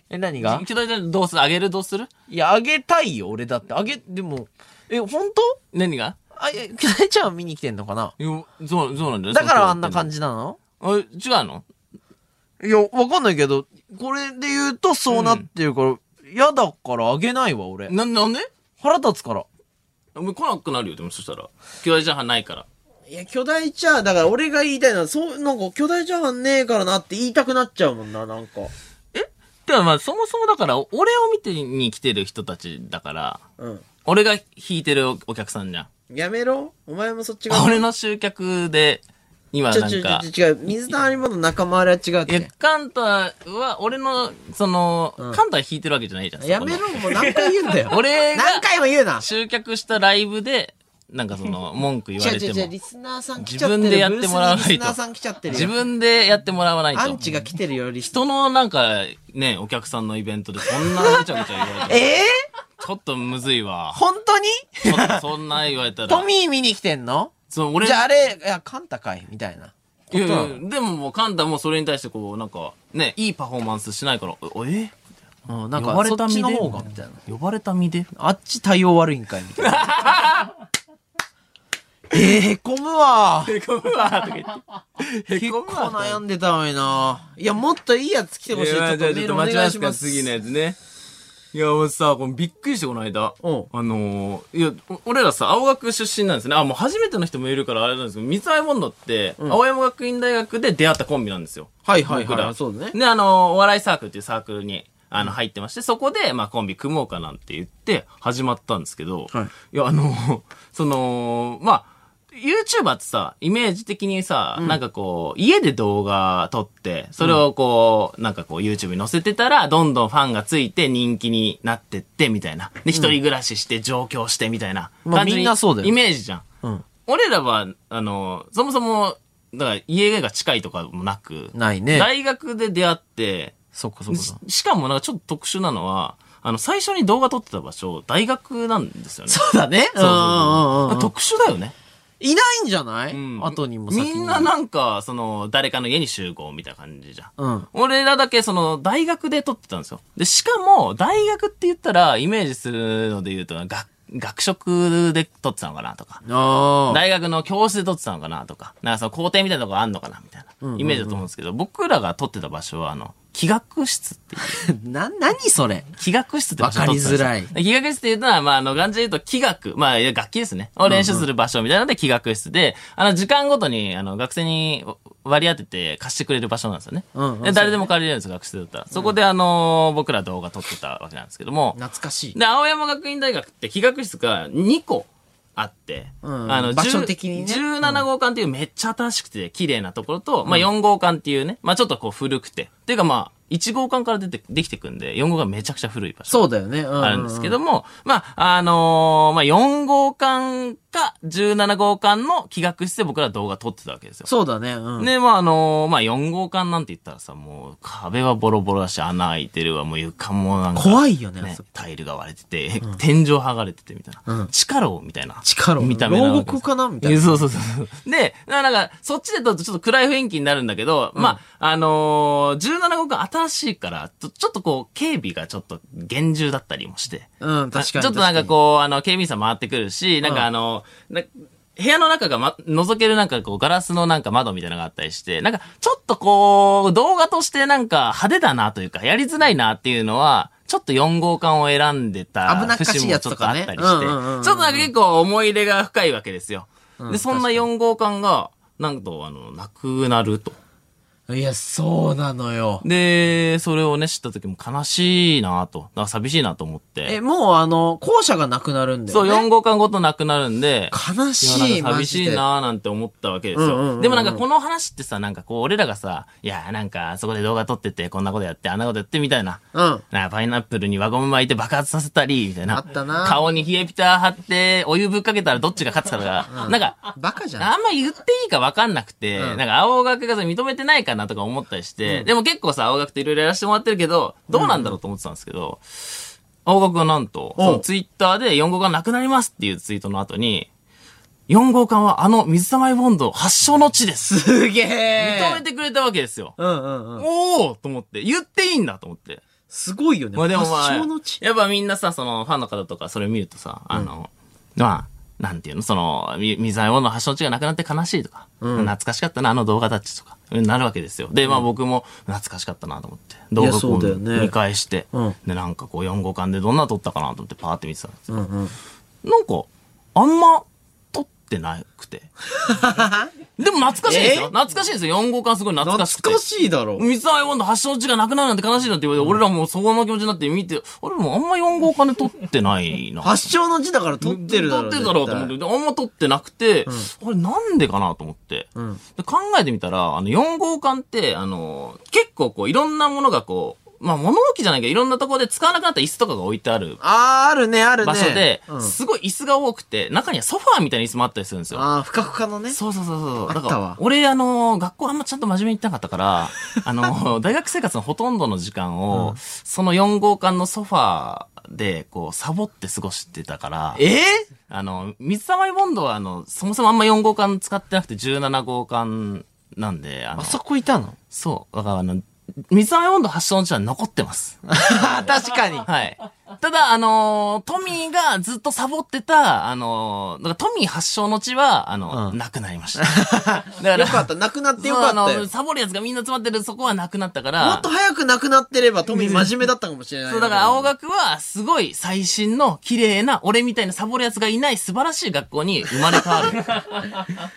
え、何が
巨大チャーハンどうするあげるどうする
いや、あげたいよ、俺だって。あげ、でも、え、本当
何が
あ、いや巨大チャーハン見に来てんのかない
やそう、そうなんだよ。
だからあんな感
じ。
じなの
あ違うの
いや、わかんないけど、これで言うとそうなってるから、嫌、だからあげないわ、俺。
な、なんで
腹立つから。
お前来なくなるよ、でもそしたら。巨大チャーハンないから。
いや、巨大チャー、だから俺が言いたいのは、そう、なんか巨大チャーハンねえからなって言いたくなっちゃうもんな、なんか。
でもまあ、そもそもだから、俺を見てに来てる人たちだから、
うん。
俺が弾いてるお客さんじゃん。
やめろお前もそっち側。
俺の集客で、今
ち
な
ょ、ち
ん
ょ、
か、
ちょ、違う。水溜りボンドの仲間あれは違うっ
いや
て。、
カンタは、俺の、その、
うん
カンタは弾いてるわけじゃないじゃん。
や
そこ
め
の。
ろもう何回言うんだよ
俺が
何回も言うな
集客したライブで、なんかその、文句言わ
違う
れ
違う違
て
う、
も
リ、スナーさん来ちゃってる。
自分でやってもらわない
ブース
と
にリスナーさん来ちゃってるよ。
自分でやってもらわないと。
アンチが来てるよ、リスナー。
人のなんか、ね、お客さんのイベントでそんなぐちゃぐちゃ言われて、
<laughs> ええ
ちょっとむずいわ。 <laughs>
本当に
ちょっとそんな言われた
ト
ら。
ミー見に来てんの
そう、俺、
じゃああれ、いや、カンタかいみたいな。
いやいやでももうカンタもそれに対してこう、なんか、ね、いいパフォーマンスしないから、おえ
うん、なん
呼ば
か、
れ
そ
た
っち
身で
の方が、みたいな。
呼ばれた身で
あっち対応悪いんかいみたいな。 <laughs> えー、へこむわ。
へこむわとか言って。
結構悩んでたのにな。いや、もっといいやつ来てほしい。ちょっとメールお願いします。
次のやつね。いや、俺さ、このびっくりして、この間。
うん
あのー、いや、お俺らさ、青学出身なんですね。あ、もう初めての人もいるからあれなんですけど、三沢モンドって、青山学院大学で出会ったコンビなんですよ。
はいはい
僕
は
ら
い。そうだね。
で、あのー、お笑いサークルっていうサークルにあの、入ってまして、そこで、まあ、コンビ組もうかなんて言って、始まったんですけど、
はい
い、や、あの、 <laughs> その、まあ、YouTuber ってさ、イメージ的にさ、なんかこう、家で動画撮って、それをこう、なんかこう YouTube に載せてたら、どんどんファンがついて人気になってって、みたいな。で、一人暮らしして上京して、みたいな
まあ
感じに。
みんなそうだよ
イメージじゃん。
うん
俺らは、あの、そもそも、だから家が近いとかもなく、
ないね
大学で出会って、
そっかそっか
し
そっか。
しかもなんかちょっと特殊なのは、あの、最初に動画撮ってた場所、大学なんですよね。
そうだね。うんうんうんうん
特殊だよね。
いないんじゃない
うん
後にも先
み
にも
んななんか、その、誰かの家に集合みたいな感じじゃん。
うん。
俺らだけその大学で撮ってたんですよ。で、しかも大学って言ったらイメージするので言うと、学、学食で撮ってたのかなとか、
ああ。
大学の教室で撮ってたのかなとか、なんかその校庭みたいなとこあんのかなみたいなイメージだと思うんですけど、僕らが撮ってた場所はあの、気学室っていう
な、なにそれ
気学室って場所を取ってたんですよ
わかりづ
で気学室っていうのは、まあ、あの、感じで言うと気学、まあ、いや楽器ですね。を練習する場所みたいなので気学室で、あの、時間ごとに、あの、学生に割り当てて貸してくれる場所なんですよね。
うんうん
で誰でも借りれるんですよ、学生だったら。そこで、あの、僕ら動画撮ってたわけなんですけども。
懐かしい。
で、青山学院大学って気学室が2個あって、
うん
あの、
場所
10
的にね
17号館っていうめっちゃ新しくて綺麗なところと、まあ4号館っていうね、まあちょっとこう古くて、っていうかまあ1号館から出て、できてくんで、4号館めちゃくちゃ古い場所。
そうだよね。あ
あるんですけども、まあ、あのーまあ、4号館か17号館の気学室で僕ら動画撮ってたわけですよ。
そうだね。うん。
で、まあ、あのーまあ、4号館なんて言ったらさ、もう、壁はボロボロだし、穴開いてるわ、もう床もなんか。
怖いよねあ
ね
そこ。
タイルが割れてて、天井剥がれててみたい
うん
な。地下牢みたいな。
力を。
見た目なわけ
牢
です
獄かなみたいな。
そうそうそう。で、ななんか、そっちで撮るとちょっと暗い雰囲気になるんだけど、まあ、あのー、17号館新しいから、ちょちょっとこう、警備がちょっと厳重だったりもして。
うん、確かに。
ちょっとなんか
う。
こう、あの、警備員さん回ってくるし、なんかあの、な部屋の中が、ま、覗けるなんかこう、ガラスのなんか窓みたいなのがあったりして、なんか、ちょっとこう、動画としてなんか派手だなというか、やりづらいなっていうのは、ちょっと4号館を選んでた
危なっかしい
節も
や
ち
つ
ょっ
と
とあ
か
っ
ね
たりして、ち
うんうんうんう
ょ
ん
っとなんか結構思い入れが深いわけですよ。
うん
で、そんな4号館が、なんと、あの、なくなると。
いや、そうなのよ。
で、それをね、知った時も悲しいなと、なんか寂しいなと思って。
え、もうあの、校舎がなくなるんだ
そ
よ
う、
ね。
4号館ごとなくなるんで、
悲し
い
い、
やなんか
マ
寂
ジ
しい
で。
なーなんて思ったわけです
うんうんうんう
よ。
ん
でもなんかこの話ってさ、なんかこう、俺らがさ、いやーなんか、そこで動画撮ってて、こんなことやって、あんなことやってみたいな。
うん。
なあパイナップルに輪ゴム巻いて爆発させたり、みたいな。
あったな
顔に冷えピタ貼って、お湯ぶっかけたらどっちが勝つかとか、なんか、
バカじゃん。
あんま言っていいか分かんなくて、
うん
なんか青学がそれ認めてないかなとか思ったりして、でも結構さ、青学っていろいろやらせてもらってるけど、どうなんだろうと思ってたんですけど、青学がなんと、
おう
そのツイッターで4号館なくなりますっていうツイートの後に、4号館はあの水溜りボンド発祥の地です。
すげ
認め
え。
てくれたわけですよ。
うんうんうん。
おおと思って、言っていいんだと思って。
すごいよね。
まあでもま
発
あ
祥の地、
やっぱみんなさ、そのファンの方とかそれ見るとさ、あの、まあ、なんていうの、その、み水溜りボンドの発祥の地がなくなって悲しいとか、懐かしかったな、あの動画たちとか、なるわけですよ。で、まあ僕も懐かしかったなと思って、動画
そ
を
うだよね
見返して、
うん
で、なんかこう4号館でどんなの撮ったかなと思ってパーって見てたんですよ。
うんうん。
なんか、あんま撮ってな
<laughs>
くて。でも懐かしいですよ。
え
懐かしいですよ。4号館すごい懐
懐
かしくて。
かしいだろ。
水溜りボンド発祥の地がなくなるなんて悲しいなって言われて、俺らもうそこの気持ちになって見て、あれもうあんま4号館で撮ってないな。
発祥の地だから撮ってるだろ。
撮ってるだろうと思って、であんま撮ってなくて、あれなんでかなと思って。
ん
で考えてみたら、あの4号館って、あの、結構こういろんなものがこう、まあ物置じゃないけどいろんなところで使わなくなった椅子とかが置いてある
あー、あるね、あるね。
場所で、
うん
すごい椅子が多くて、中にはソファーみたいな椅子もあったりするんですよ。
ああ、ふかふかのね。
そうそうそうそう。
あったわ
だから俺、あのー、学校あんまちゃんと真面目に行ってなかっ
<laughs>
たから、あのー、大学生活のほとんどの時間を、その4号館のソファーで、こう、サボって過ごしてたから、
えー
あの、水溜りボンドは、あの、そもそもあんま4号館使ってなくて17号館なんで、あの、
あそこいたの
そう、だからあの、水溜りボンド発祥の地は残ってます。
<laughs> 確かに。
はい。ただ、あのートミーがずっとサボってた、あのーだからトミー発祥の地は、あの、
うん
なくなりました。
<laughs>
だから、
よかった、なくなってよかった
そうあ
よ
の、。サボるやつがみんな詰まってる、そこはなくなったから。
もっと早くなくなってれば、トミー
<laughs>
真面目だったかもしれない。
そう、だから青学は、すごい最新の、綺麗な、俺みたいなサボるやつがいない素晴らしい学校に生まれ変わ
<laughs>
る。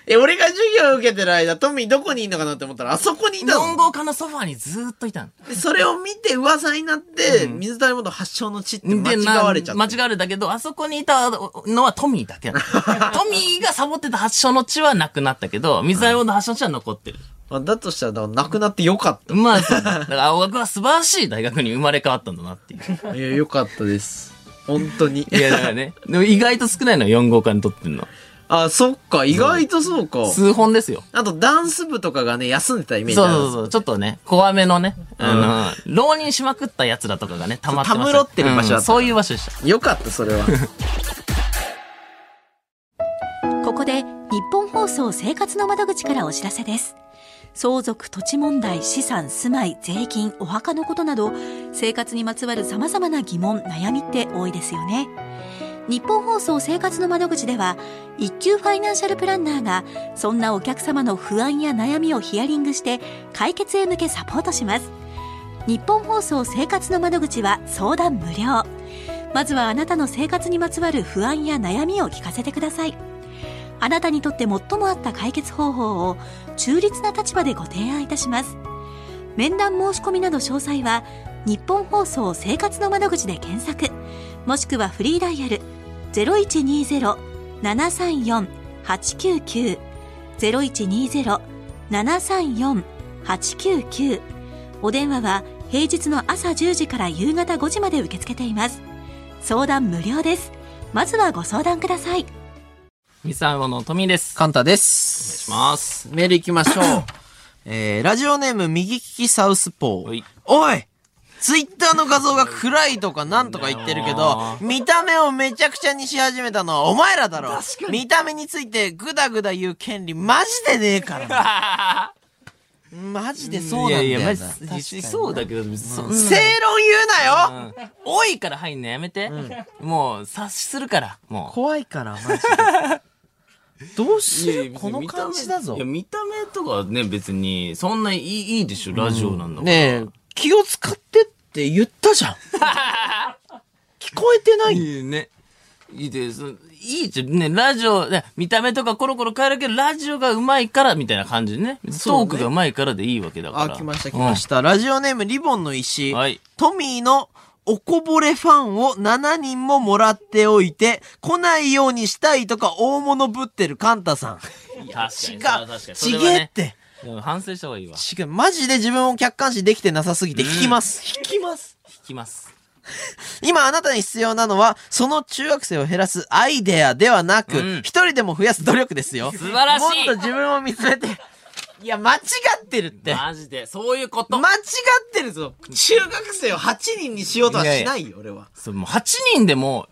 え、俺が授業を受けてる間、トミーどこにいんのかなって思ったら、あそこにいた
4
の。
号館のソファーにずーっといたの。
でそれを見て噂になって、水谷元発祥の地って間違われちゃっ
な
た。
間違われたけど、あそこにいたのはトミ
<laughs>
ーだけなの。トミーがサボってた発祥の地はなくなったけど、水用の発祥の地は残ってる。
あだとしたら、だからなくなってよかっ
まあ、そうだだから青学は素晴らしい大学に生まれ変わったんだなっていう。
た。いや、よかったです。本当に。
いや、だからね。でも意外と少ないの、4号館にとってんの。
あ、そっか、意外とそうか。
数本ですよ。
あと、ダンス部とかがね、休んでたイメージ
そう
ある
そうそう。ちょっとね、怖めのね、あの、浪人しまくった奴らとかがね、溜まってまし
た
た。
むろってる場所だった
うんそういう場所でした。
よかった、それは。
ここで日本放送生活の窓口からお知らせです。相続、土地問題、資産、住まい、税金、お墓のことなど、生活にまつわる様々な疑問、悩みって多いですよね。日本放送生活の窓口では、一級ファイナンシャルプランナーが、そんなお客様の不安や悩みをヒアリングして、解決へ向けサポートします。日本放送生活の窓口は相談無料。まずはあなたの生活にまつわる不安や悩みを聞かせてください。あなたにとって最も合った解決方法を中立な立場でご提案いたします面談申し込みなど詳細は日本放送生活の窓口で検索もしくはフリーダイヤル0120-734-899 0120-734-899お電話は平日の朝10時から夕方5時まで受け付けています相談無料ですまずはご相談ください
ミサオのトミーです。
カンタです。
お願いします。
メール行きま
<coughs>
しょう。えー、ラジオネーム右利きサウスポ
はい
ー。おいツイッターの画像が暗いとかなんとか言ってるけど、見た目をめちゃくちゃにし始めたのはお前らだろ見た目についてグダグダ言う権利マジでねえからな。
<laughs>
マジでそうなんだよな。
いやいや、マジ
確かに
実そうだけど、そんな
正論言うなよ、
多いから入んのやめて。もう、察しするから、も
怖いから、マ
<laughs>
ジで。どう
う。
しようこの感じだぞ
いや、。見た目とかね、別に、そんないい、いいでしょ、ラジオなんだから。
ねえ、気を使ってって言った
<laughs>
じゃん。聞こえてない
いいね。いいです。いいじゃん。ね、ラジオ、ね見た目とかコロコロ変えるけど、ラジオがうまいから、みたいな感じでね。ト
そうね
ークがうまいからでいいわけだか
あ、
ら。
来ました来ました。ラジオネームリボンの石。
はい
トミーのおこぼれファンを7人ももらっておいて、来ないようにしたいとか大物ぶってるカンタさん。
うん。 <laughs> 確かに。
が
確かに。、そ
ち
れは
げえっ
ね。
て。
うん反省した方がいいわ。
違う、マジで自分を客観視できてなさすぎて引きます。引きます。
聞きます。
今あなたに必要なのは、その中学生を減らすアイデアではなく、一、
うん
人でも増やす努力ですよ。
素晴らしい
もっと自分を見つめて。いや、間違ってるって。
マジで、そういうこと。
間違ってるぞ。中学生を8人にしようとはしないよ、俺は。
そう、もう8人でも、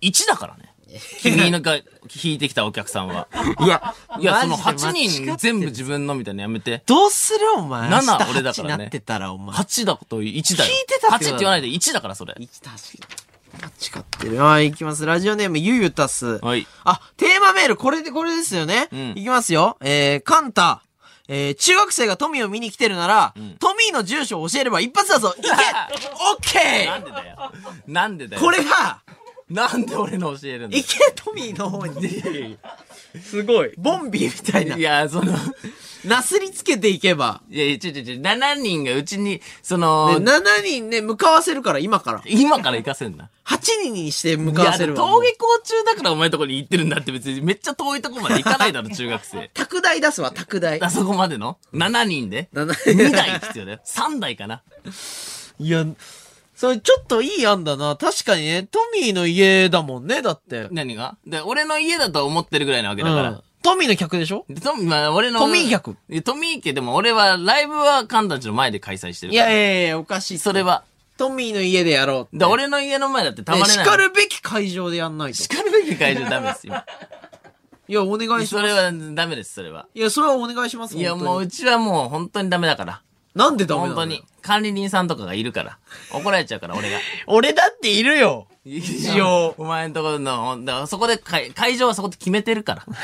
1だ <laughs> からね。君のが引いてきたお客さんは。
い <laughs> や、
いや、その
マジで
8人全部自分のみたいなのやめて。
どうするお前。明
7
日
俺だから
8
ね
になってたら、お前。
8だと1だよ。
聞いてたってことだ
8って言わないで1だから、それ。
1た間違ってる。はい、いきます。ラジオネーム、ゆゆたす。
はい。
あ、テーマメール、これで、これですよね。
うん
いきますよ。えー、カンタ。えー、中学生がトミーを見に来てるなら、トミーの住所を教えれば一発だぞ <laughs> いけオッケ
なんでだよ。なんでだ
ー
よ。
これが、
なんで俺の教えるんだ
い
よ。
けトミーの方に。 <laughs> すごい。ボンビーみたいない
や、その、 <laughs>
なすりつけていけば。
いや、いやちょちょちょ、7人がうちに、そ
ね
の、
7人ね、向かわせるから、今から。
今から行かせんな。
8人にして向
い
か
や、
わせ
登
る
下
わ。もう
校中だからお前のとこに行ってるんだって別にめっちゃ遠いとこまで行かない
<laughs>
だろ、中学生。
拓大出すわ、拓大。
あそこまでの ?7 人で
7
2台必要だよ。3台かな。
いや、それちょっといい案だな。確かにね、トミーの家だもんね、だって。
何がで、俺の家だと思ってるぐらいなわけだから。
うんトミーの客でしょ
でトミー、まあ、俺の。
トミー客
いやトミー家でも俺は、ライブはカンタンチの前で開催してる
い
から。
やいやいや、おかしい。
それ。は。
トミーの家でやろうって。
で、俺の家の前だってたま
ね、
らない。
しかるべき会場でやんないと。
叱るべき会場ダメですよ。
いや、 <laughs> お願いし
そ
ま
れ
す。
はダメです、それは。
いや、それはお願いします。
いや、
本当に
もううちはもう本当にダメだから。
なんでダメなの
本当に。管理人さんとかがいるから。怒られちゃうから、俺が。
俺だっているよ。一応。
<laughs> お前んとこの、だからそこで会、会場はそこで決めてるから。
<laughs>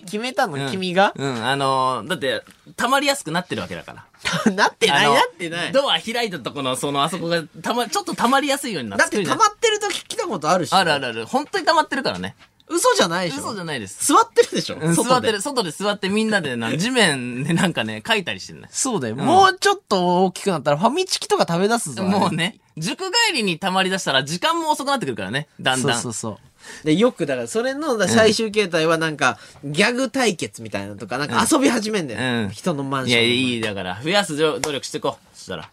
決めたの、
うん
<laughs> 君が
うん、あのーだって、溜まりやすくなってるわけだか
<laughs>
ら。
なってな
あ
い、
の
なってない。だ
ドア開いたとこの、その、あそこが、たま、ちょっと溜まりやすいようになって
って
るじ
溜
ゃん
まってるとき来たことあるし。
あるあるある。本当に溜まってるからね。
嘘じゃないでしょ。
嘘じゃ
ない。
ないです。
座ってるでしょ
うん座
外
っ
で
てる、外で座ってみんなでな、地面でなんかね、書いたりしてるね。
そうだよ、もうちょっと大きくなったらファミチキとか食べ出すぞ。
もうね、塾帰りに溜まり出したら時間も遅くなってくるからね、
あ
だ
れ。
ん
そう
だん。
そうそう。で、よく、だから、それのだ最終形態はなんか、ギャグ対決みたいなのとか、なんか遊び始めんだよ。
うん
人のマン
い
ショ
や、
ンの。
いい、だから、増やす努努力してこう。そしたら。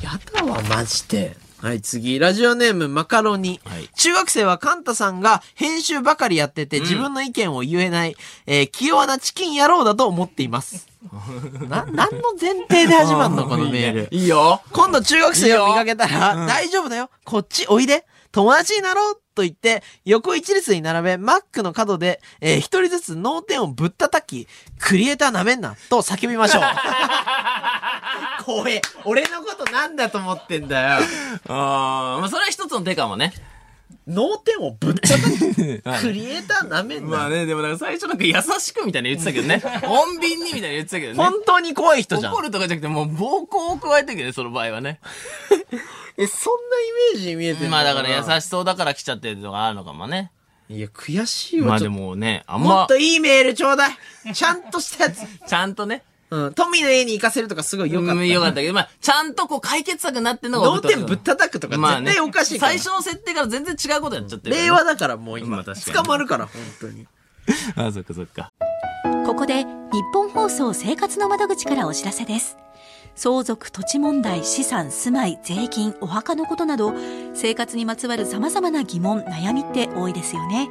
やだわ、マジで。はい、次。ラジオネーム、マカロニ。
はい
中学生はカンタさんが編集ばかりやってて自分の意見を言えない、えー、器用なチキン野郎だと思ってい
<laughs>
ます。な、何の前提で始まんのこのメール。
いいよ。
今度中学生を見かけたら、大丈夫だよ、こっちおいで、友達になろうと言って、横一列に並べ、マックの角で、えー一人ずつ脳天をぶったたき、クリエイターなめんな、と叫びま <laughs> しょう。怖え。俺のことなんだと思ってんだよ。
あーまあ、それは一つの手かもね。
<laughs> 脳天をぶったたき、 <laughs> クリエイターなめんな。
まあね、でもなんか最初なんか優しくみたいな言ってたけどね。 <laughs> 穏便にみたいな言ってたけどね
本。当に怖い人じゃん
怒。るとかじゃなくて、もう暴行を加えてるけどね、その場合はね。
え、そんなイメージに見えてる
まあだから優しそうだから来ちゃってるのがあるのかもね。
い。いや、悔しいわ。
まあ
ち
で
ょっと
もね、あん
もっ
ま
と、いいメールちょうだい。ちゃんとしたやつ。
ちゃんとね、
うん。富の家に行かせるとかすごい良かった。
うんよかったけど、まあ、ちゃんとこう解決策になってんのが
脳
僕としては
天ぶったたくとか
まあ
絶
ね
対おかしいから。
最初の設定から全然違うことやっちゃってる、
令和だからもう
ま
今。
あ確かに
捕まるから、本当に。
あ、そっかそっか。
ここで日本放送生活の窓口からお知らせです。相続、土地問題、資産、住まい、税金、お墓のことなど、生活にまつわる様々な疑問、悩みって多いですよね。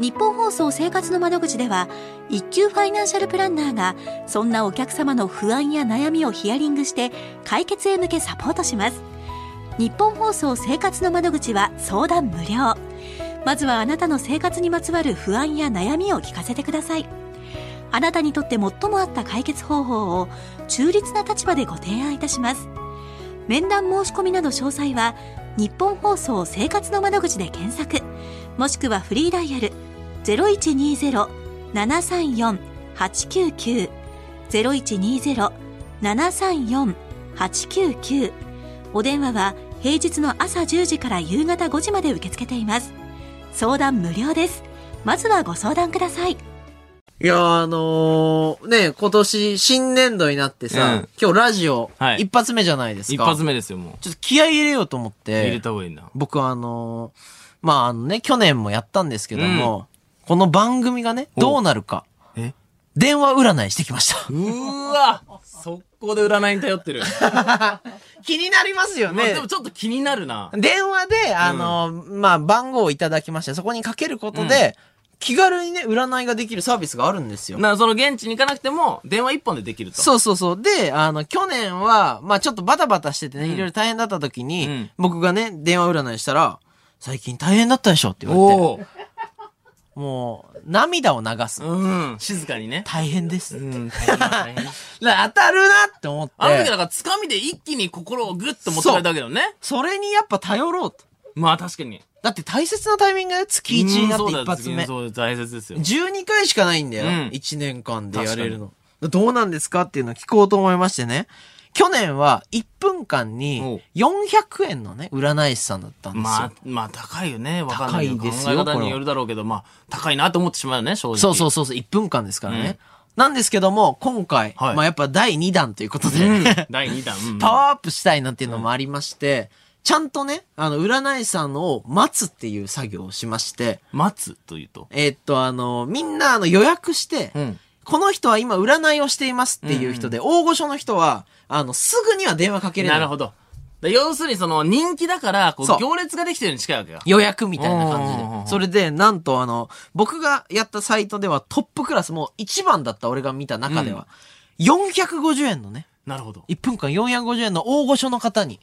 日本放送生活の窓口では、一級ファイナンシャルプランナーが、そんなお客様の不安や悩みをヒアリングして、解決へ向けサポートします。日本放送生活の窓口は相談無料。まずはあなたの生活にまつわる不安や悩みを聞かせてください。あなたにとって最も合った解決方法を中立な立場でご提案いたします。面談申し込みなど詳細は、日本放送生活の窓口で検索、もしくはフリーダイヤル0120-734-899、0120-734-899、お電話は平日の朝10時から夕方5時まで受け付けています。相談無料です。まずはご相談ください。
いやー、あのー、ね、今年新年度になってさ、
うん
今日ラジオ、
はい
一発目じゃないです
一
か。
発目ですよ、も
ちょっと気合い入れようと思っ
う。
て。
入れた方がいいな。
僕はあのーまああのね、去年もやったんですけども、この番組がね、
お
どうなるか、
え
電話占いしてきま
<laughs>
した。
うーわ速攻で占いに頼って <laughs> る。
気になりますよ
まあでもちょっと気になるな。
電話で、あのーまあ番号をいただきまして、そこにかけることで、気軽にね、占いができるサービスがあるんですよ。
な、その現地に行かなくても、電話一本でできると。
そうそうそう。で、あの、去年は、まあちょっとバタバタしててね、いろいろ大変だった時に、
うん
僕がね、電話占いしたら、最近大変だったでしょって言われて、
おー
もう、涙を流す。
うん。静かにね。
大変です。
うん、大 <laughs> 変だ大変だ
な <laughs> 当たるなって思って。
あの時だから、掴みで一気に心をグッと持ってかれたけどね。
それにやっぱ頼ろうと。
まあ確かに。
だって大切なタイミングだよ。月1になって
うんそうだ
一発目。
そう、大切ですよ。
12回しかないんだよ。
うん
1年間でやれるの。どうなんですかっていうのを聞こうと思いましてね。去年は1分間に400円のね、占い師さんだったんですよ。
まあ、まあ高いよね。わかんないけど
高いです
考
よこ
え
れ
方
は
によるだろうけど、まあ、高いなと思ってしまうよね、正直。。
そうそううそうそう、1分間ですからね。なんですけども、今回、
はい
まあやっぱ第2弾ということで、
<laughs> 第2弾。う
<laughs>
ん
パワーアップしたいなっていうのもありまして、ちゃんとね、あの、占い師さんを待つっていう作業をしまして、
待つというと。
えーっと、あの、みんなあの予約して、
ん
この人は今占いをしていますっていう人で、大御所の人は、あの、すぐには電話かけれない。
なるほど。だ要するに、その、人気だから、こ
そう
う、行列ができてるに近いわけよ。
予約みたいな感じ
おーおーお
で。
ー
それで、なんとあの、僕がやったサイトではトップクラス、もう一番だった俺が見た中では、450円のね、
なるほど。
1分間450円の大御所の方に、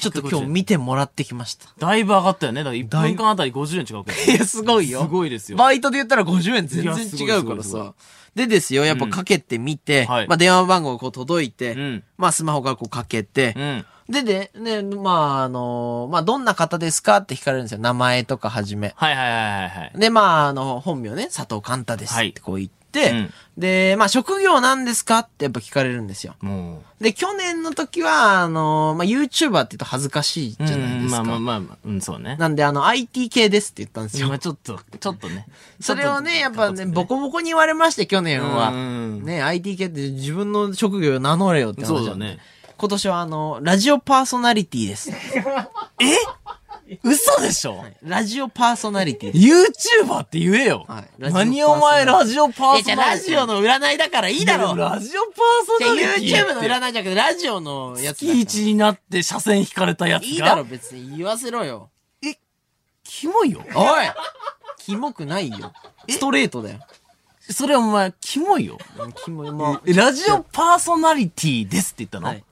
ちょっと今日見てもらってきました。
だいぶ上がったよね。だから1
だい
分間あたり50円違うけどね。
いや、すごいよ。
すごいですよ。
バイトで言ったら50円全
いやすごい
然違うから
すごいすご
さ。でですよ、やっぱかけてみて、
んはい
まあ電話番号がこう届いて、
うん
まあスマホがこうかけて
う、ん。
でで、ね、まああのーまあどんな方ですかって聞かれるんですよ。名前とかはじめ。
はいはいはいはいはい。
で、まああの、本名ね、佐藤寛太です
はい
ってこう言って、
うん
で、まあ職業なんですかってやっぱ聞かれるんですよ。
も
で、去年の時は、あのーまあ YouTuber って言うと恥ずかしいじ
う。
ゃないですか。
うんまあまあまあ、うん、そうね。
なんで、あの、IT 系ですって言ったんですよ。
今ちょっと、ちょっとね。
それをね、やっぱね、ボ
僕
コボコに言われまして、去年
う
は。
ん
ね、IT 系って自分の職業を名乗れよって話
そうだね。
今年はあの、ラジオパーソナリティです。
嘘でしょ、
ラジオパーソナリティです。
?YouTuber って言えよ。
はい
何お前ラジオパー
いや、じ
ソ
ゃあ
ナ
ラ
リティ
ジオの占いだからいいだろう。
ラジオパー
じゃあ
ソナリティって。
YouTube の占いじゃなくて、ラジオのやつだ
月
から。
一になって車線引かれたやつが。
いいだろ、別に言わせろよ。
キモいよ。
お
<laughs>
いキモくないよ。ストレートだよ。
それお前、キモ
<laughs>
いよ。
キモい、ま
えラジオパーソナリティですって言ったの、
はい。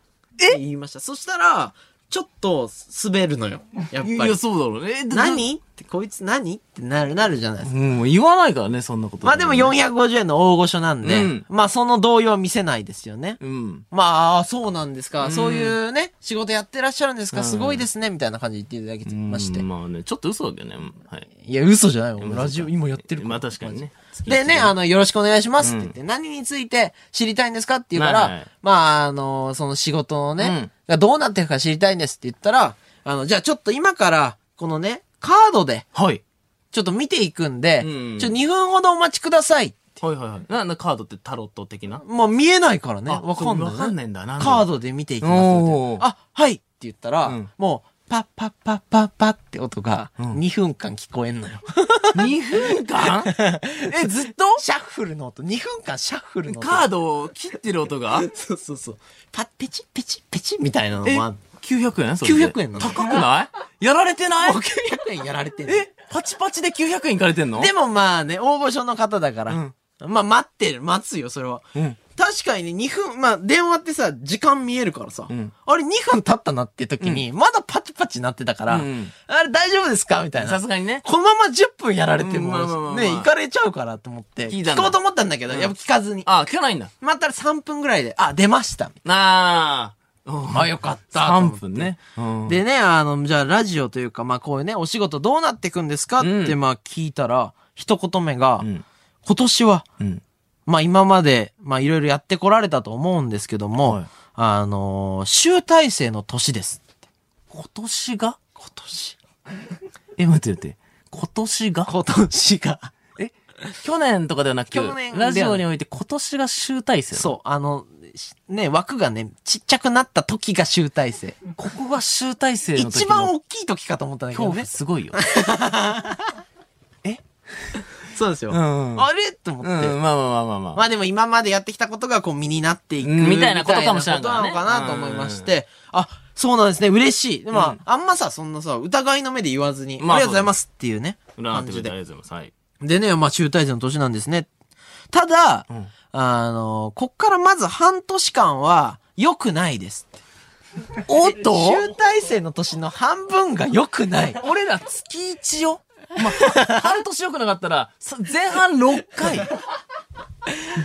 え言いました。そしたら、ちょっと滑るのよ。やっ
い
ぱり
や、。そうだろうね。え
何って、こいつ何ってなる、なるじゃないですか。
うん、言わないからね、そんなこと。
まあでも450円の大御所なんで、
うん
まあその動揺は見せないですよね。
うん。
まあ、そうなんですか、
うん
そういうね、仕事やってらっしゃるんですか、すごいですね。みたいな感じで言っていただきまして。
うんまあね、ちょっと嘘だけどね。うんはい。
いや、嘘じゃないよ。ラジオ今やってるから。
まあ確かにね。
でね、あの、よろしくお願いしますって言って、
う
何について知りたいんですかって言うから、
はいはい
まあ、あの、その仕事のね、がどうなってるか知りたいんですって言ったら、あの、じゃあちょっと今から、このね、カードで、
はい。
ちょっと見ていくんで、
うん
ちょっと2分ほどお待ちください。
はいはいはい。な、な、カードってタロット
<laughs>
的な
まあ見えないからね。
あ
わかんない、
わかんないんだなんで
カードで見ていきますよ
お
って
ー
あ、はいって言ったら、
うん
もう、パッパッパッパッパッって音が、
ん
2分間聞こえんのよ。
?2 分間え、ずっと
<laughs> シャッフルの音、2分間シャッフルの音。
<laughs> カードを切ってる音が
そうそうそう。パッ、ペチペチペチみたいなの
え
もあんの
?900 円それで。
900円なの
高く
<laughs>
ないやられてない
もう900円や <laughs> られてんの
えパチパチで900円いかれてんの
でもまあね、大御所の方だから。まあ待ってる、待つよ、それは。
うん
確かにね、2分、まあ電話ってさ、時間見えるからさ、
ん
あれ2分経ったなって時に、まだパチパチなってたから、
うん
あれ大丈夫ですかみたいな。
さすがにね。
このまま10分やられても、
うんまあまあまあまあ
ね、行かれちゃうからと思って、
聞いた
聞
んだ
こうと思ったんだけど、やっぱ聞かずに。
あ、聞かないんだ。
また3分ぐらいで、あ、出ました。
なあ。
あ、よかった。
3分ね。うん
でね、あの、じゃあラジオというか、まあこういうね、お仕事どうなってくんですかって、
うん
まあ聞いたら、一言目が、
ん
今年は、
うん。
まあ今まで、まあいろいろやってこられたと思うんですけども、
はい
あのー集大成の年です。
今年が
今年。
え、待って待って。今年が
今年が。
え去年とかではなく、
去年ではない
ラジオにおいて今年が集大成なの
そう、あの、しね、枠がね、ちっちゃくなった時が集大成。
ここが集大成の時の
一番大きい時かと思ったんだけ
恐
ど
怖
ね。
すごいよ。
そうですよ。
ん
あれと思
う
っ
ん、
て。
まあまあまあまあ
ま
まあ。
あでも今までやってきたことがこう身になっていく
うんみたいなことかもしれんからね
みたいなことなのかなと思いまして、あ、そうなんですね、嬉しい。でも、まああんまさ、そんなさ、疑いの目で言わずに、
まあ
ありがとうございますっていうね、
占っ
感
てく
じ
れてあり
で。
がとうございます。はい。
でね、まあ集大成の年なんですね。ただ、あの、こっからまず半年間は良くないですって。
おっ
集大成の年の半分が良くない。
俺ら月一よ。まあ、半年よくなかったら、さ前半6回。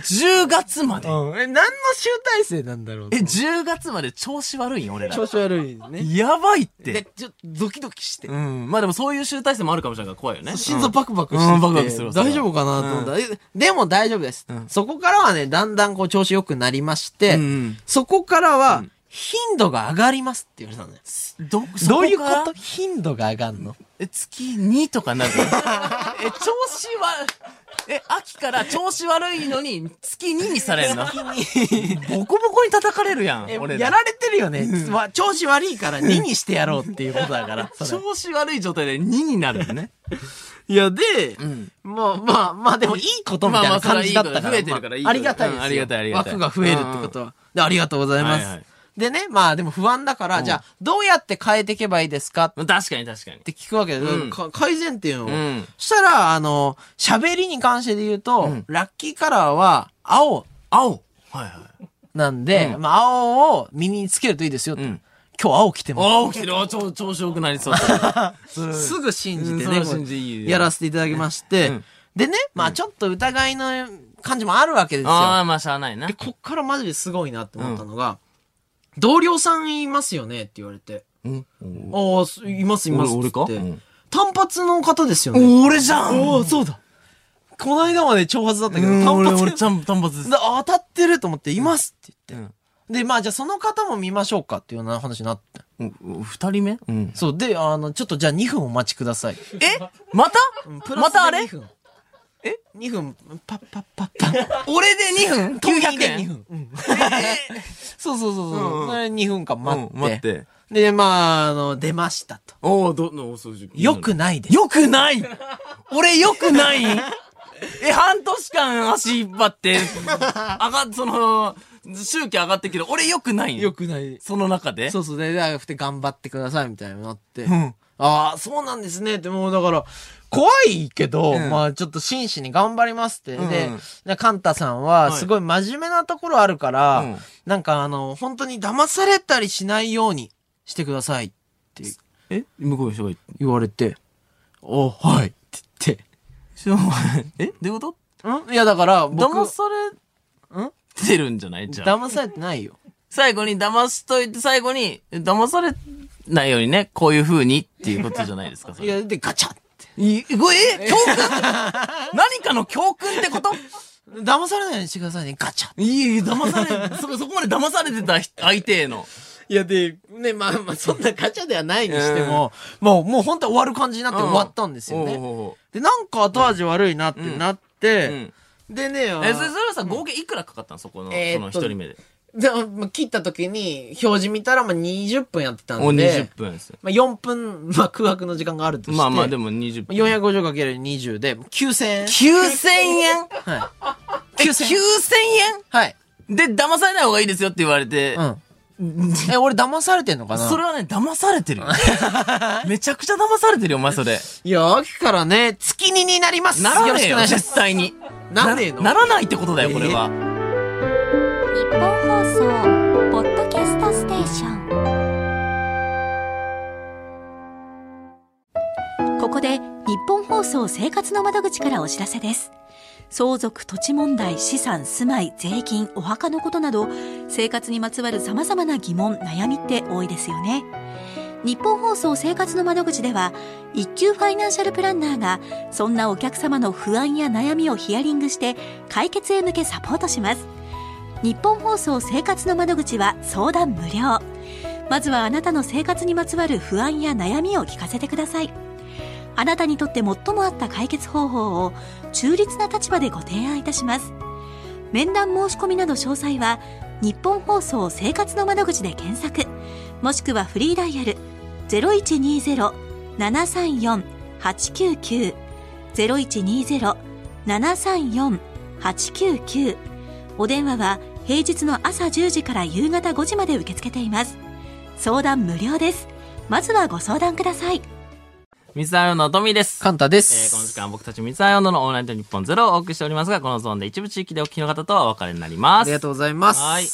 10月まで。
え、何の集大成なんだろう
え、10月まで調子悪いん俺ら。
子悪いね。
やばいって。
で、ちょっとドキドキして
う。ん。まあでもそういう集大成もあるかもしれないから怖いよね。
心臓パクパクして
うんパクパク
き
す
て、
る
大丈夫かなと思ったら、えでも大丈夫です、そこからはね、だんだんこう調子良くなりまして、
うんうん
そこからは、頻度が上がりますって言われたのね。
うんど、そ
どういうこ
から
と頻度が上がんの
え、月2とかなる <laughs> え、調子は、え、秋から調子悪いのに、月2にされるのボコボコに叩かれるやん、
え
俺
やられてるよね、わ調子悪いから2にしてやろうっていうことだ
<laughs>
から。それ
調子悪い状態で2になるのね。
いや、で、
ん
まあまあまあでもいいことみたいな
まあまあそれ
感
はい
じ
い
だ
こ
っ
と
たから。
増えてるからいいこ
まあ
と
ありがたいですよ。
うんありがたいありがたい
枠が増えるってことは。で、ありがとうございます。
はいはい
でね、まあでも不安だから、じゃあどうやって変えていけばいいですかっ
まあ確かに確かに
っ。て聞くわけで、
うん
か改善点を。
うん
したら、あの、喋りに関してで言うと、
ん
ラッキーカラーは青
青はいはい。
なんで、まあ、青を身につけるといいですよと、
うん
今日青来てます。
ああ、起きてる。あー調調子良くなりそう。
すぐ信じて
うん
ね、
それは信じいいよ
やらせていただきまして、
うん
でね、まあちょっと疑いの感じもあるわけですよ。
ああ、まあ、しゃあないな
で、。こっからマジですごいなって思ったのが、同僚さんいますよねって言われて、
うん。
ああ、すいますいますっつ
俺
って。
俺かうん
単発の方ですよね。
俺じゃん
おお、そうだ。この間まで長髪だったけど、
うん
単
俺、
発
俺、ちゃん、単発です。
だ当たってると思って、いますって言っ
うん
て。で、まあじゃあその方も見ましょうかっていうような話になって。
うん二人目うん。
そう、で、あの、ちょっとじゃあ2分お待ちください。
えまたまたあれ
え ?2 分、パッパッパッパッ。
俺で2分 ?900
2
円
分。うん <laughs> そうそうそうそう。それ2分間待っ
うん待ってて。
で、まあ、あの、出ましたと。
おおど、の、そうそう
よくないです。
よくない俺よくないえ、半年間足引っ張って、上が、その、周期上がってきてる俺よくない
くない。
その中で
そうそう。で、だから、頑張ってくださいみたいになって。
ん
ああ、そうなんですね。って、もうだから、怖いけど、
うん
まあちょっと真摯に頑張りますって。
うん
で、でカンタさんは、
はい
すごい真面目なところあるから、
うん
なんかあの、本当に騙されたりしないようにしてくださいって
え向こうの人が言って。
言われて、おはいって言って。
知らないえどういうこと
んいや、だから、僕、
騙
騙
され、
ん
てるんじゃないじゃあ。
されてないよ。
最後に騙しといて、最後に、え騙されないようにね、こういう風にっていうことじゃないですか、そ
い
れ。
や、で、ガチャって。
いごえ教訓 <laughs> 何かの教訓ってこと
騙されないようにしてくださいね、ガチャ
いい、騙され、そこ、そこまで騙されてた相手への。
いや、で、ね、まあまあ、そんなガチャではないにしても、もう、もう本当は終わる感じになって終わったんですよ
おう
ね。
おうおう
で、なんか後味悪いなってなって、でね、あ
え、それそれはさ、合計いくらかかったのそこの、
えー
その
っと
一人目で。
でまあ切った時に、表示見たら、まあ20分やってた
お、
んで
20、分ですよ。
まあ4分、 <laughs> まあ空白の時間があるとして、
まあまあ、でも20分。
450×20 で、9000円。
9000円
はい。
え
9000
9000
円。はい。
円で、騙されない方がいいですよって言われて、
うん。
<laughs>
え、俺騙されてんのかな
それはね、騙されて
<laughs>
るよ。めちゃくちゃ騙されてるよ、お前それ。
いや、秋からね、月にになります。
なら
よろし
ねえ
くお
よ
願、いしま
実
す。
際に。
なんねえの
ならないってことだよ、これは。
日本放送ポッドキャストステーション
ここで日本放送生活の窓口からお知らせです。相続、土地問題、資産、住まい、税金、お墓のことなど、生活にまつわる様々な疑問、悩みって多いですよね。日本放送生活の窓口では、一級ファイナンシャルプランナーが、そんなお客様の不安や悩みをヒアリングして、解決へ向けサポートします。日本放送生活の窓口は相談無料。まずはあなたの生活にまつわる不安や悩みを聞かせてください。あなたにとって最も合った解決方法を中立な立場でご提案いたします。面談申し込みなど詳細は、日本放送生活の窓口で検索、もしくはフリーダイヤル0120-734-899、0120-734-899、お電話は平日の朝10時から夕方5時まで受け付けています。相談無料です。まずはご相談ください。
ミサヨのトミーです。
カンタで
えーこの時
す。
間僕たち三沢ののオールナイトニッポンゼロをお送りしておりますが、このゾーンで一部地域でお聞きの方とはお別れになります。
ありがとうございます。
はい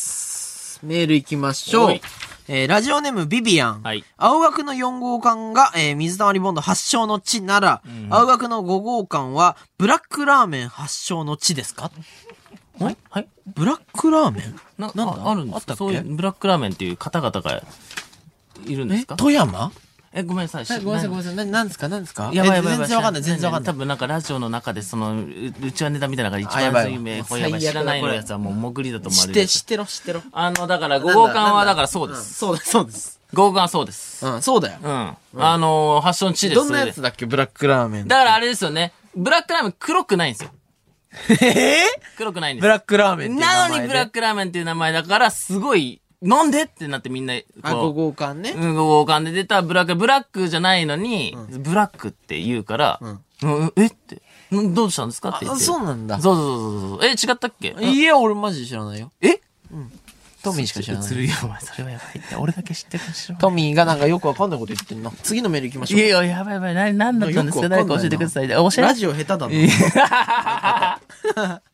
メール行きましょ
お
う
い。
えーラジオネームビビアン。
はい
青学の4号館が、えー水溜りボンド発祥の地なら、青学の5号館はブラックラーメン発祥の地ですか
はいはい
ブラックラーメン
な
なん
あ
だ
あるんです
あった
か
っけ
そういうブラックラーメンっていう方々がいるんで
え
すか
富山
えごめんなさい。
えごめんなさい、ごめんなさい。な何ですか何ですか
やばいやばいや
え
ばい。
全然わかんない、全然わかん
多
ない。
分なんかラジオの中でその、ううちはネタみたいなのが一
あやば
番
い
有名。
もう
これやば
最
い知
悪だ
らない
こ
の
れ
やつはもう潜りだと思
知
われ
っ
る
て、
やつ。
知ってろ、知ってろ。
あの、だから5号館
なん
は
だ
だからそうです。
そうだ、そうです。
5号館はそうです。
うん、そうだよ
う。ん。あのー、発祥の地です。
どんなやつだっけブラックラーメン。
だからあれですよね。ブラックラーメン黒くないんですよ。
え
黒くないん
ー
です
ブラックラーメンっていう名
な
前で。
のにブラックラーメンっていう名前だから、すごい、なんでってなってみんな、
あ、5
こ
号館ね。
う、うん、五感で出たブラック、ブラックじゃないのに、ブラックって言うから、うんえって、んどうしたんですかって言
あ、
って。
そうなんだ。
そうそうそうそうそう。え、違ったっけ
いや、俺マジで知らないよ。
え
トミーしか知らな
映
い。
るよ、お前。それはやばいって。俺だけ知ってるかもしれない。
トミーがなんかよくわかんないこと言ってんな。次のメール行きましょ。
いうやいや、やばいやばい。な、なんだったんですか
よくわかんな
誰
いな
か教えてください。教え
ラ
て。
ジオ下手だな。 <laughs>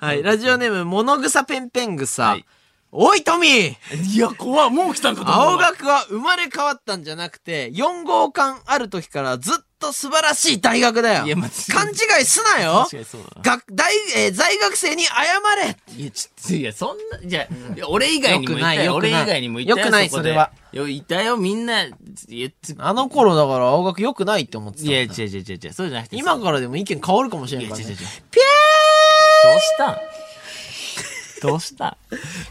はい、ラジオネーム、物草ペンペン草。
はい
おい、トミー
いや、怖い。もう来たんかと思う
青
わ
学は生まれ変わったんじゃなくて、4号館ある時からずっと素晴らしい大学だよ。
いやまあ
勘違いすなよ
確かにそうだな
学大、えー在学生に謝れ
いや、ち <laughs> ょいや、そんな、じゃあいや俺以外にも
よく
い
な
た
い
よ。
よく
俺以
ない
外にもいたよ。
よくない
こで
それは。
よ、いたよ、みんな、言って、
あの頃だから青学良くないって思ってた
い
もん
や、
な。
違う違う違う違う、そうじゃなくて。
今からでも意見変わるかもしれ
い
ん
や、
か
違う
ら、
違う違う。
ね。
ピどうしたんどうしたん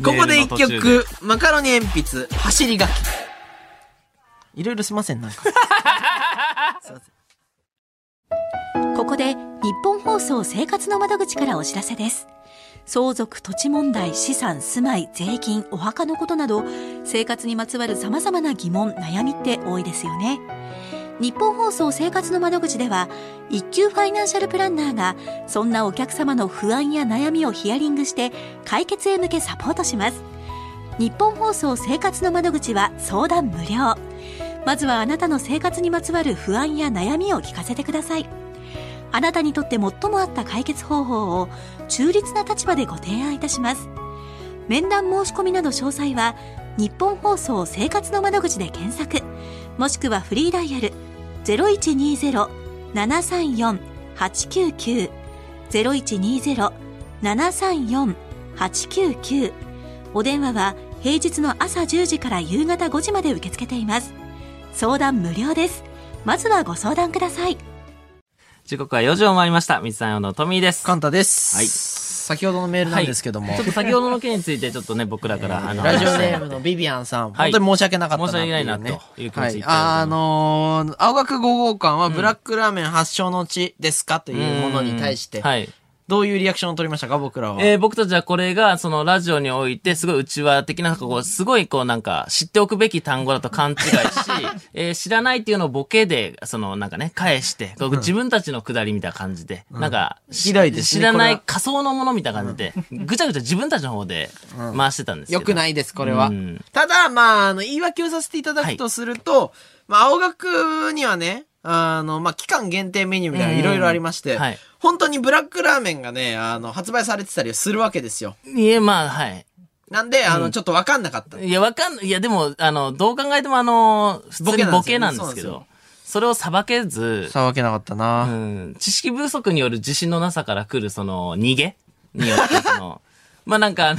ここで一。
<laughs> メールの途中
曲、マカロニ鉛筆、走り書き。いろいろすいません、 <laughs> なんか。
ここで日本放送生活の窓口からお知らせです。相続、土地問題、資産、住まい、税金、お墓のことなど、生活にまつわる様々な疑問、悩みって多いですよね。日本放送生活の窓口では、一級ファイナンシャルプランナーが、そんなお客様の不安や悩みをヒアリングして、解決へ向けサポートします。日本放送生活の窓口は相談無料。まずはあなたの生活にまつわる不安や悩みを聞かせてください。あなたにとって最も合った解決方法を中立な立場でご提案いたします面談申し込みなど詳細は日本放送生活の窓口で検索もしくはフリーダイヤル0120-734-899 0120-734-899お電話は平日の朝10時から夕方5時まで受け付けています相談無料ですまずはご相談ください
時刻は4時を回りました。水産用のトミーです。
カンタです。
はい
先ほどのメールなんですけども。
はいちょっと先ほどの件について、ちょっとね、僕らから、あの、
ラジオネームのビビアンさん、
はい
本当に申し訳なかったなっていう、ね。
申し訳ないなという気持ちでいっぱいでございます
はい。あのー青学5号館はブラックラーメン発祥の地ですかと
う
い
ん
うものに対して、
はい。
どういうリアクションを取りましたか、僕らは。 <laughs>
えー僕たちはこれが、そのラジオにおいて、すごい内輪的な、こう、すごいこうなんか、知っておくべき単語だと勘違いし、 <laughs> えー知らないっていうのをボケで、そのなんかね、返して、こう自分たちのくだりみたいな感じで、なんか、し
以来ですね
知らな
これはい
仮想のものみたいな感じで、ぐちゃぐちゃ自分たちの方で回してたんですけど。。
よくないいです、これは
うん。
ただ、まあ、あの、言い訳をさせていただくとすると、まあ、青学にはね、あの、まあ、期間限定メニューみたいなのいろいろありまして、
うんはい
本当にブラックラーメンがね、あの、発売されてたりするわけですよ。
いえ、まあ、はい。
なんで、あの、ちょっとわかんなかった。
いや、わかんない。いや、でも、あの、どう考えても、あの、普通にボ
ボケ
ケ
な
なんん
ですよね
ですけ
そうなん
ど、それをさばけず、
わけなかったな
うん知識不足による自信のなさから来る、その、逃げによって、そ
<laughs>
の、まあなんかあの、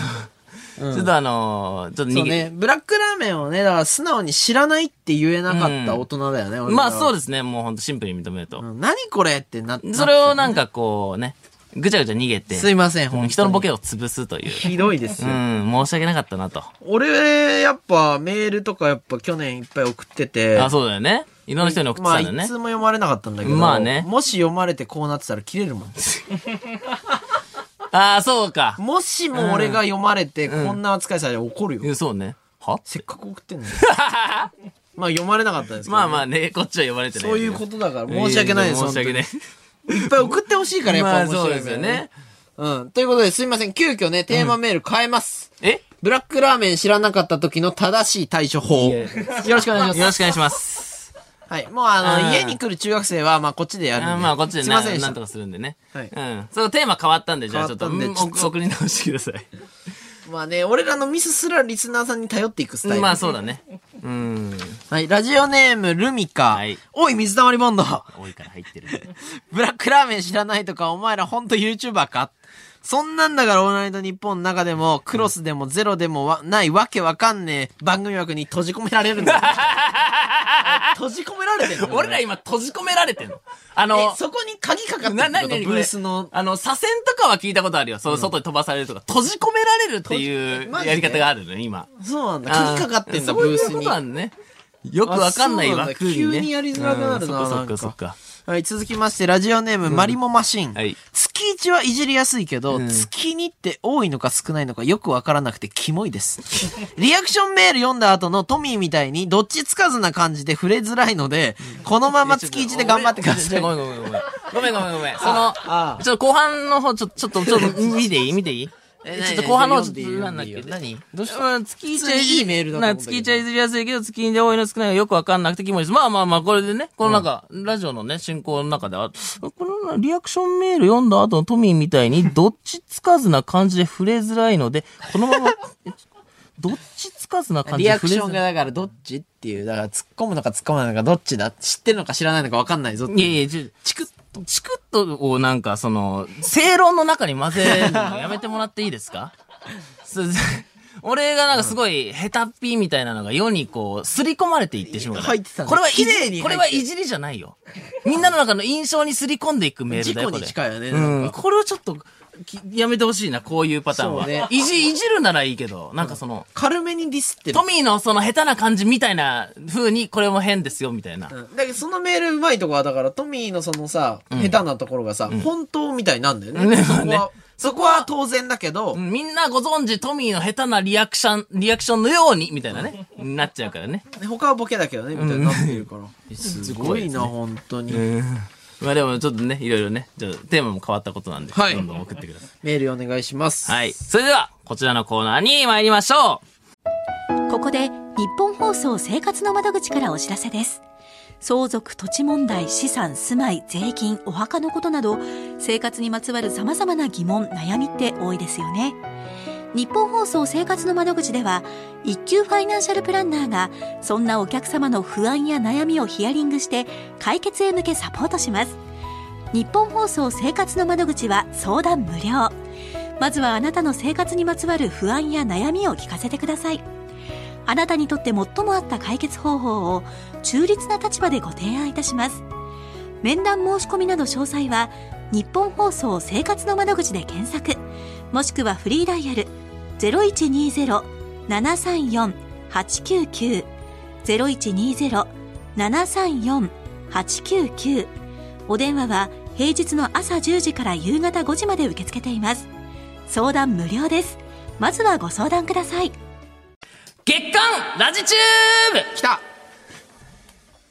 ちょっとあの、ちょっと
そう
逃げ、
ね、ブラックラーメンをね、だから素直に知らないって言えなかった大人だよね、俺ら
まあそう
で
ですね、もうほんとシンプルに認めると。
何これってなって。
それをなんかこうね、ぐちゃぐちゃ逃げて、
すいません、
う
本当
ん
に
人のボケを潰すという。
ひどいです
う
よ。
ん、申し訳なかったなと。
俺、やっぱメールとかやっぱ去年いっぱい送ってて。
あ、そうだよね。いろんな人に送って
ま
た
あ、
ん
い
だよね
つ。も読まれなかったんだけど。
まあね
もし読まれてこうなってたら切れるもん。
ああ、そうか。
もしも俺が読まれてこんな扱いされたら怒るよ。
うんそうね。は
せっかく送ってんの
<laughs>
に。まあ、読まれなかったんですけど、
まあま
あ。
あね、こっちは呼ばれてない。
そういうことだから申し訳ないです。
やや申し訳ない。
本当にいっぱい送ってほしいからやっ
ま
ぱ
あ
面白
そ
いうよ
ですよね。
うん。ということで、すいません。急遽ね、テーマメール変えます。
え
ブラックラーメン知らなかった時の正しい対処法。よろしくお願いし
よ
ま
ろ
す。
しくお願いします。
はい。もう、あ
う
の、
ん
家に来る中学生は、まあ、こっちでやるんで。
あまあ、こっちで
いま
な
せんでし
な
た
んと。かするんでね。
はい
うん。そのテーマ変わったんで、じゃあちょっと、
変わったんで
うん
ちょっと
お送り直してください。
まあね、俺らのミスすらリスナーさんに頼っていくスタイル。
まあ、そうだね。うん。
はい。ラジオネーム、ルミカ。
はい
おい、水溜りボンド。 <laughs>
多いから入ってる。
ブラックラーメン知らないとか、お前らほんと YouTuber かそんなんだから、オールナイト日本の中でも、クロスでもゼロでもわないわけわかんねえ番組枠に閉じ込められるんだ
<laughs>
よ。閉じ込められてんの
<laughs> 俺ら今閉じ込められてんの。あ
え
の、
そこに鍵かかってる
な、
っ
な、
てこ
な
と
に
ブースの。
あの、左遷とかは聞いたことあるよ。そう、外に飛ばされるとか。閉じ込められるってい
閉
う
じマジで
やり方があるのね、今。
そうなんだ。鍵かかってんだ、
あ
ブース
そういうこ
に
と。なんだね。よくわかんない
あそうなんだ
枠にね。
急にやりづらくなるな
うんそっ
なんか
かそっかそっか。
はい、続きまして、ラジオネーム、マリモマシン。
はい
月1はいじりやすいけど、
ん
月2って多いのか少ないのかよくわからなくてキモいです。 <laughs> リアクションメール読んだ後のトミーみたいにどっちつかずな感じで触れづらいので、このまま月1で頑張ってください。
ごめんごめんごめん。ごめんごめんごめん。その
あ、
ちょっと後半の方、ちょ、ちょっと、ちょ
<laughs>
っと、見ていい見ていい
え
ちょっと後半の方、ち
何
ょっと、
何
なんだっ
いいよいい
け
よ何
どうしたうん、月一
普通にいいメールだと思うんだけど
月一は譲りやすいけど、月二で多いの少ないのがよくわかんなくて気持ちです。まあまあまあ、これでね、このなんか、ラジオのね、進行の中では、このリアクションメール読んだ後のトミーみたいに、どっちつかずな感じで触れづらいので、このまま、どっちつかずな感じ
<laughs> リアクション
触
が
れ
だからどっちっていう、だから突っ込むのか突っ込まないのかどっちだ知ってるのか知らないのか分かんないぞって
ずいやいや、ちょチクッと、チクッとをなんか、その、正論の中に混ぜるのやめてもらっていいですか <laughs> す俺がなんかすごい、下手っぴみたいなのが世にこう、すり込まれていってしまうから。
入ってたね
これはいじ
綺麗に入って
これはいじりじゃないよ。みんなの中の印象にすり込んでいくメール
事
だよ、
故
こ
に
れ。
近いよね。
う
なん
ん、
か
これをちょっときやめてほしいな、こういうパターンは。
そうね
いじ、いじるならいいけど、なんかその、
軽めにディスってる
ト。ミーのその下手な感じみたいな風に、これも変ですよ、みたいな。
うんだけどそのメールうまいとこはだからトミーのそのさ、下手なところがさ、本当みたいになんだよね。
ね
そこ
まあ
は、そこは当然だけど、
うんみんなご存知、トミーの下手なリアクション、リアクションのように、みたいなね、なっちゃうからね。
他はボケだけどね、みたいになってる
<laughs>
から。すごいな、
す
本当に。
まあでもちょっとね、いろいろね、ちょっとテーマも変わったことなんで、
はい
どんどん送ってくださ
メールお願いします。
い。はい。それでは、こちらのコーナーに参りましょう
ここで日本放送生活の窓口からお知らせです。相続、土地問題、資産、住まい、税金、お墓のことなど、生活にまつわる様々な疑問、悩みって多いですよね。日本放送生活の窓口では、一級ファイナンシャルプランナーが、そんなお客様の不安や悩みをヒアリングして、解決へ向けサポートします。日本放送生活の窓口は相談無料。まずはあなたの生活にまつわる不安や悩みを聞かせてください。あなたにとって最も合った解決方法を中立な立場でご提案いたします面談申し込みなど詳細は日本放送生活の窓口で検索もしくはフリーダイヤル0120-734-899 0120-734-899お電話は平日の朝10時から夕方5時まで受け付けています相談無料ですまずはご相談ください
月刊ラジチュー
来た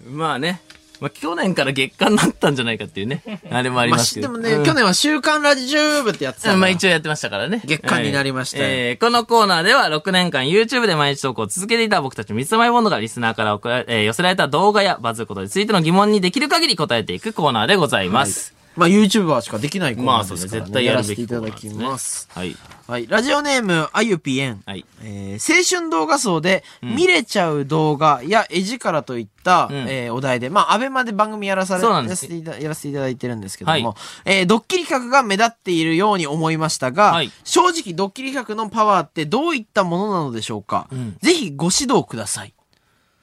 ブまあね、まあ去年から月刊になったんじゃないかっていうね、あれもあり
まあ、
ます
し
け
で
ど。
もね、去年は週刊ラジチューブってやってた
うん
だ
んまあ一応やってましたからね。
月間になりましたよ
はいえーこのコーナーでは6年間 YouTube で毎日投稿を続けていた僕たち三つマイボンドがリスナーから送ら、えー寄せられた動画やバズることについての疑問にできる限り答えていくコーナーでございます。
まあ、YouTuber しかできないコー
ま
ナー
あそう
で
ですす
から、ね
ね。絶対や
やら
る
せて
べき
い
コー
た
ナ
だ
ーです
き
ね
ます。
はい。
はい。ラジオネーム、あゆぴえん。
はい
えー青春動画層で、見れちゃう動画や絵力といった、えーお題で、まあ、アベマで番組やらされ
そうな
や
んで
ら
す
せていたやらせていただいてるんですけども、
はい
えードッキリ企画が目立っているように思いましたが、
はい
正直ドッキリ企画のパワーってどういったものなのでしょうか、
ん
ぜひご指導ください。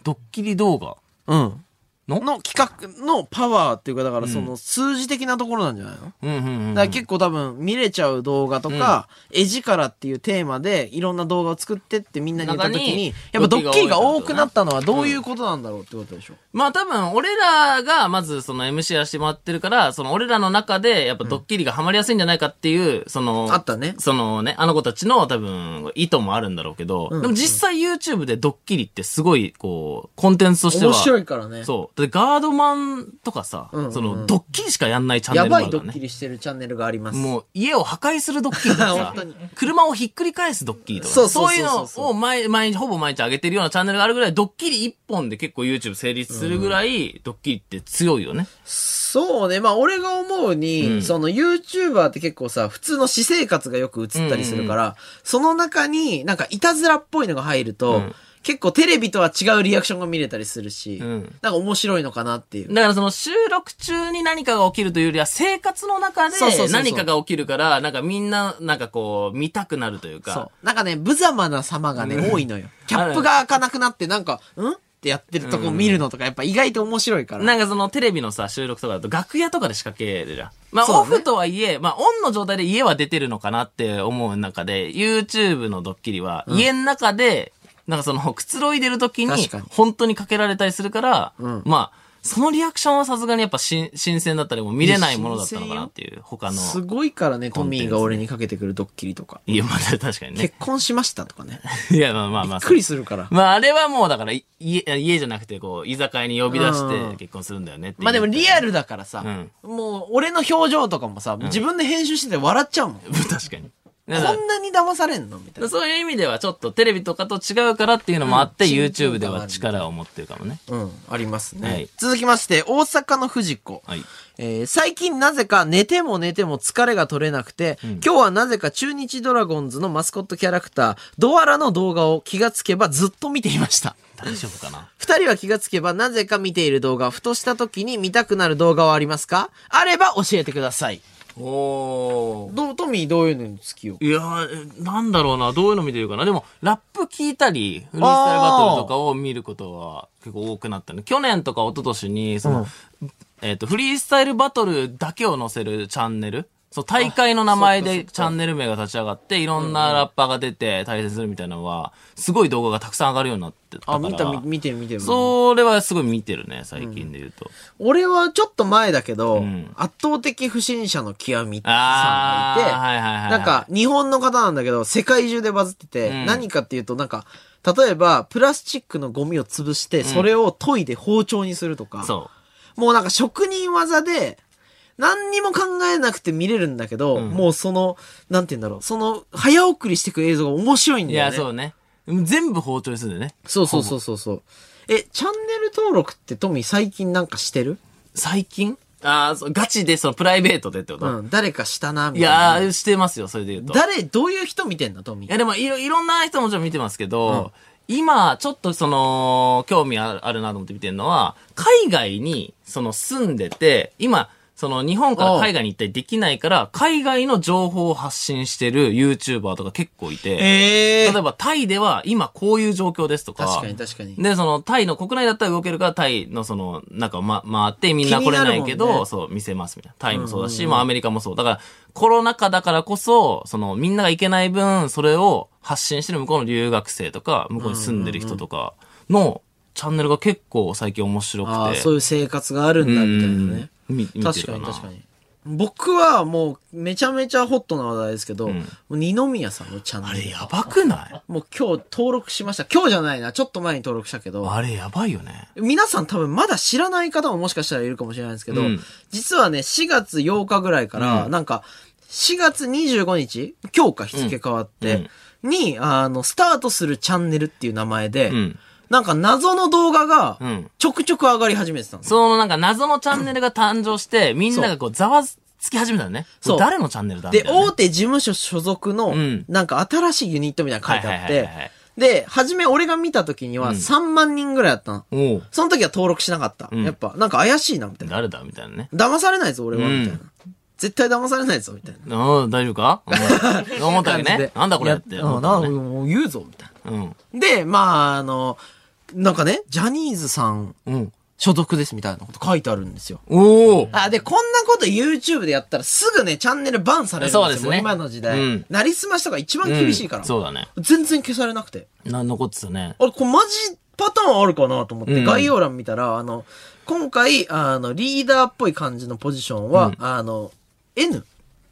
ドッキリ動画
うん。
の
の企画のパワーっていうか、だからその数字的なところなんじゃないの、
うんうんうん。
だから結構多分見れちゃう動画とか、絵力っていうテーマでいろんな動画を作ってってみんなに言った時に、やっぱドッキリが多くなったのはどういうことなんだろうってことでしょ。
まあ多分、俺らが、まずその MC やらせてもらってるから、その俺らの中で、やっぱドッキリがハマりやすいんじゃないかっていう、その、
あったね
そのね、あの子たちの多分、意図もあるんだろうけど、
ん
でも実際 YouTube でドッキリってすごい、こう、コンテンツとしては。
面白いからね。
そう。で、ガードマンとかさ、
うんうんうん
その、ドッキリしかやんないチャンネ
や
ルもあ
ば
る
いド
から
ッキ
ね。
リしてるチャンネルがあります。
もう、家を破壊するドッキリとかさ
<laughs> 本当に、
車をひっくり返すドッキリとか
そう
さ、
そうそう
い
そうう
のを毎、毎日、ほぼ毎日上げてるようなチャンネルがあるぐらい、ドッキリ一本で結構 YouTube 成立するぐらい、ドッキリって強いよね。
そうね。まあ、俺が思うに、
うん
その YouTuber って結構さ、普通の私生活がよく映ったりするから、その中になんかいたずらっぽいのが入ると、
うん
結構テレビとは違うリアクションが見れたりするし、
うん
なんか面白いのかなっていう。
だからその収録中に何かが起きるというよりは生活の中で
そうそうそうそう
何かが起きるから、なんかみんな、なんかこう、見たくなるという
そ
か
う。。なんかね、無様な様がね、多いの
<laughs>
よ。キャップが開かなくなって、なんか、んってやってるとこ見るのとか、やっぱ意外と面白いから。
なんかそのテレビのさ、収録とかだと楽屋とかで仕掛けるじゃん。まあ、
そうね
オフとはいえ、まあオンの状態で家は出てるのかなって思う中で、YouTube のドッキリは、家の中で、なんかその、くつろいでる時に
確かに、
本当にかけられたりするから、
ん
まあ、そのリアクションはさすがにやっぱ新新鮮だったり、もう見れないものだったのかなっていう、他の。
すごいからね、トミーが俺にかけてくるドッキリとか。
いや、まあ確かにね。
結婚しましたとかね。
いや、まあま <laughs> あま
びっ
あ。
くりするから。
まああれはもうだから、い家、家じゃなくてこう、居酒屋に呼び出し
うん
て結婚するんだよねっていう
まあでもリアルだからさ、
うん
もう俺の表情とかもさ、自分で編集してて笑っちゃうもん。
<laughs> 確かに。
こんなに騙されんのみたいな。
そういう意味ではちょっとテレビとかと違うからっていうのもあって、
うん
YouTube では力を持ってるかもね。
うん、ありますね。
はい
続きまして、大阪の藤子。
はい。
えー最近なぜか寝ても寝ても疲れが取れなくて、
ん
今日はなぜか中日ドラゴンズのマスコットキャラクター、ドアラの動画を気がつけばずっと見ていました。 <laughs>
大丈夫かな
二人は気がつけばなぜか見ている動画、ふとした時に見たくなる動画はありますかあれば教えてください。
おー。
どう、トミーどういうのに好きよ。
いやー、えなんだろうな、どういうの見てるかな。でも、ラップ聞いたり、フリースタイルバトルとかを見ることは結構多くなったね。去年とか一昨年に、その、えっ、と、フリースタイルバトルだけを載せるチャンネルそう、大会の名前でチャンネル名が立ち上がって、いろんなラッパーが出て対戦するみたいなのは、すごい動画がたくさん上がるようになってたから。
あ、見た、見見てる見てる。
それはすごい見てるね、最近で言うと。
俺はちょっと前だけど、
ん
圧倒的不審者の極みさん
あ
が
ー
いて、
はいはいはいはい
なんか日本の方なんだけど、世界中でバズってて、
うん
何かっていうとなんか、例えばプラスチックのゴミを潰して、それを研いで包丁にするとか、
そ
もうなんか職人技で、何にも考えなくて見れるんだけど、
ん
もうその、なんて言うんだろう、その、早送りしてく映像が面白いんだ
う。い
よね。
や、そうね。全部包丁にするんだよね。
そうそうそうそうそう。え、チャンネル登録ってトミー最近なんかしてる
最近ああ、そうガチで、その、プライベートでってこと、
うん、誰かしたな、み
い
たいな。
やー、してますよ、それで言うと。い
誰、どういう人見てんだ、トミー。
や、でも、いろ、いろんな人もちろん見てますけど、今、ちょっとその、興味あるあるなと思って見てるのは、海外に、その、住んでて、今、その、日本から海外に行ったりできないから、海外の情報を発信してる YouTuber とか結構いて、
え
例えば、タイでは、今、こういう状況ですとか、
確かに確かに。
で、その、タイの国内だったら動けるから、タイのその、なんか、ま、回って、みんな来れないけ
気になるも
ど、
んね
そう、見せますみたいな。タイもそうだし、まあ、アメリカもそう。だから、コロナ禍だからこそ、その、みんなが行けない分、それを発信してる向こうの留学生とか、向こうに住んでる人とかの、チャンネルが結構最近面白くて。
ああ、そういう生活があるんだ、みたいなね。
うんみ見てる
確かに確かに。僕はもう、めちゃめちゃホットな話題ですけど、
ん
もう二宮さんのチャンネ
あ
ル。
れ、やばくない
もう今日登録しました。今日じゃないな、ちょっと前に登録したけど、
あれ、やばいよね。
皆さん多分まだ知らない方ももしかしたらいるかもしれないんですけど、
うん
実はね、4月8日ぐらいから、
うん
なんか、4月25日今日か日付変わって、に、あの、スタートするチャンネルっていう名前で、
うん。
なんか謎の動画が
うん、
ちょくちょく上がり始めてたんです。
その、なんか、謎のチャンネルが誕生して、みんながこう、ざわつき始めたのね。
そう
誰のチャンネルだみ
で、
たいなね
大手事務所所属の
うん、
なんか新しいユニットみたいなの書いてあっ
はいはい
て
はいはい、
で、初め俺が見た時には
うん
3万人ぐらいだったの。
おう
その時は登録しなかった。
うん
やっぱ、なんか怪しいな、みたいな。
誰だみたいなね。
騙されないぞ、俺は、
うん
みたいな。絶対騙されないぞ、みたいな。
うん、大丈夫
<laughs>
かうん思ったわけ
感じ
ね
で。
なんだこれって
いやう
思っ
ん
た
な
わ
ん
け
か
ね。
もう言うぞ、みたい
うん。
な。で、まあ、あの、なんかね、ジャニーズさん
うん。
所属ですみたいなこと書いてあるんですよ。
おお
あ、で、こんなこと YouTube でやったらすぐね、チャンネルバンされるんですよ。
そうですね
も今の時代。
うん
なりすましとか一番厳しいから。
そうだね。
全然消されなくて。
な、残ってたね。
あれ、これマジパターンあるかなと思って、
うん
概要欄見たら、あの、今回、あの、リーダーっぽい感じのポジションは、あの、N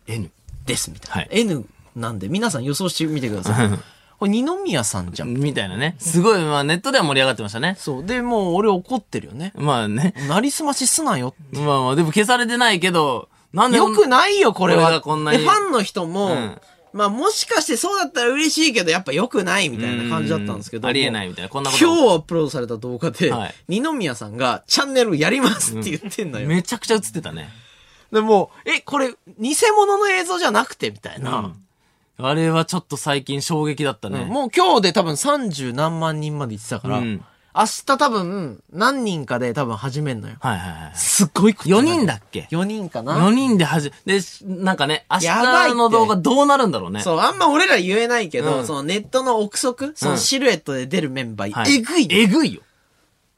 N。
ですみたいな。
はい
N なんで、皆さん予想してみてください。これ二宮さんじゃん。
みたいなね。すごい、まあネットでは盛り上がってましたね。
そう。で、もう俺怒ってるよね。
まあね。
なりすましすなよ。
まあまあ、でも消されてないけど、なんでこ
よ
ん
くないよ、これは。
これがこんなに
でファンの人も、
ん
まあもしかしてそうだったら嬉しいけど、やっぱ良くないみたいな感じだったんですけど。
うんありえないみたいなこんなこと
今日アップロードされた動画で、
はい
二宮さんがチャンネルやりますって言ってんのよ。
めちゃくちゃ映ってたね。
でもう、え、これ、偽物の映像じゃなくてみたいな。
あれはちょっと最近衝撃だった
うん
ね。
もう今日で多分30何万人まで行ってたから、
うん
明日多分何人かで多分始めんのよ。
はいはいはい。
すっごいことに
4
なる。
人だっけ
?4 人かな。
?4 人で始め、で、なんかね、明
やばいっ
日
て
の動画どうなるんだろうね。
そう、あんま俺ら言えないけど、
うん
そのネットの憶測、そのシルエットで出るメンバー、
はい
えぐい、
えぐいよ。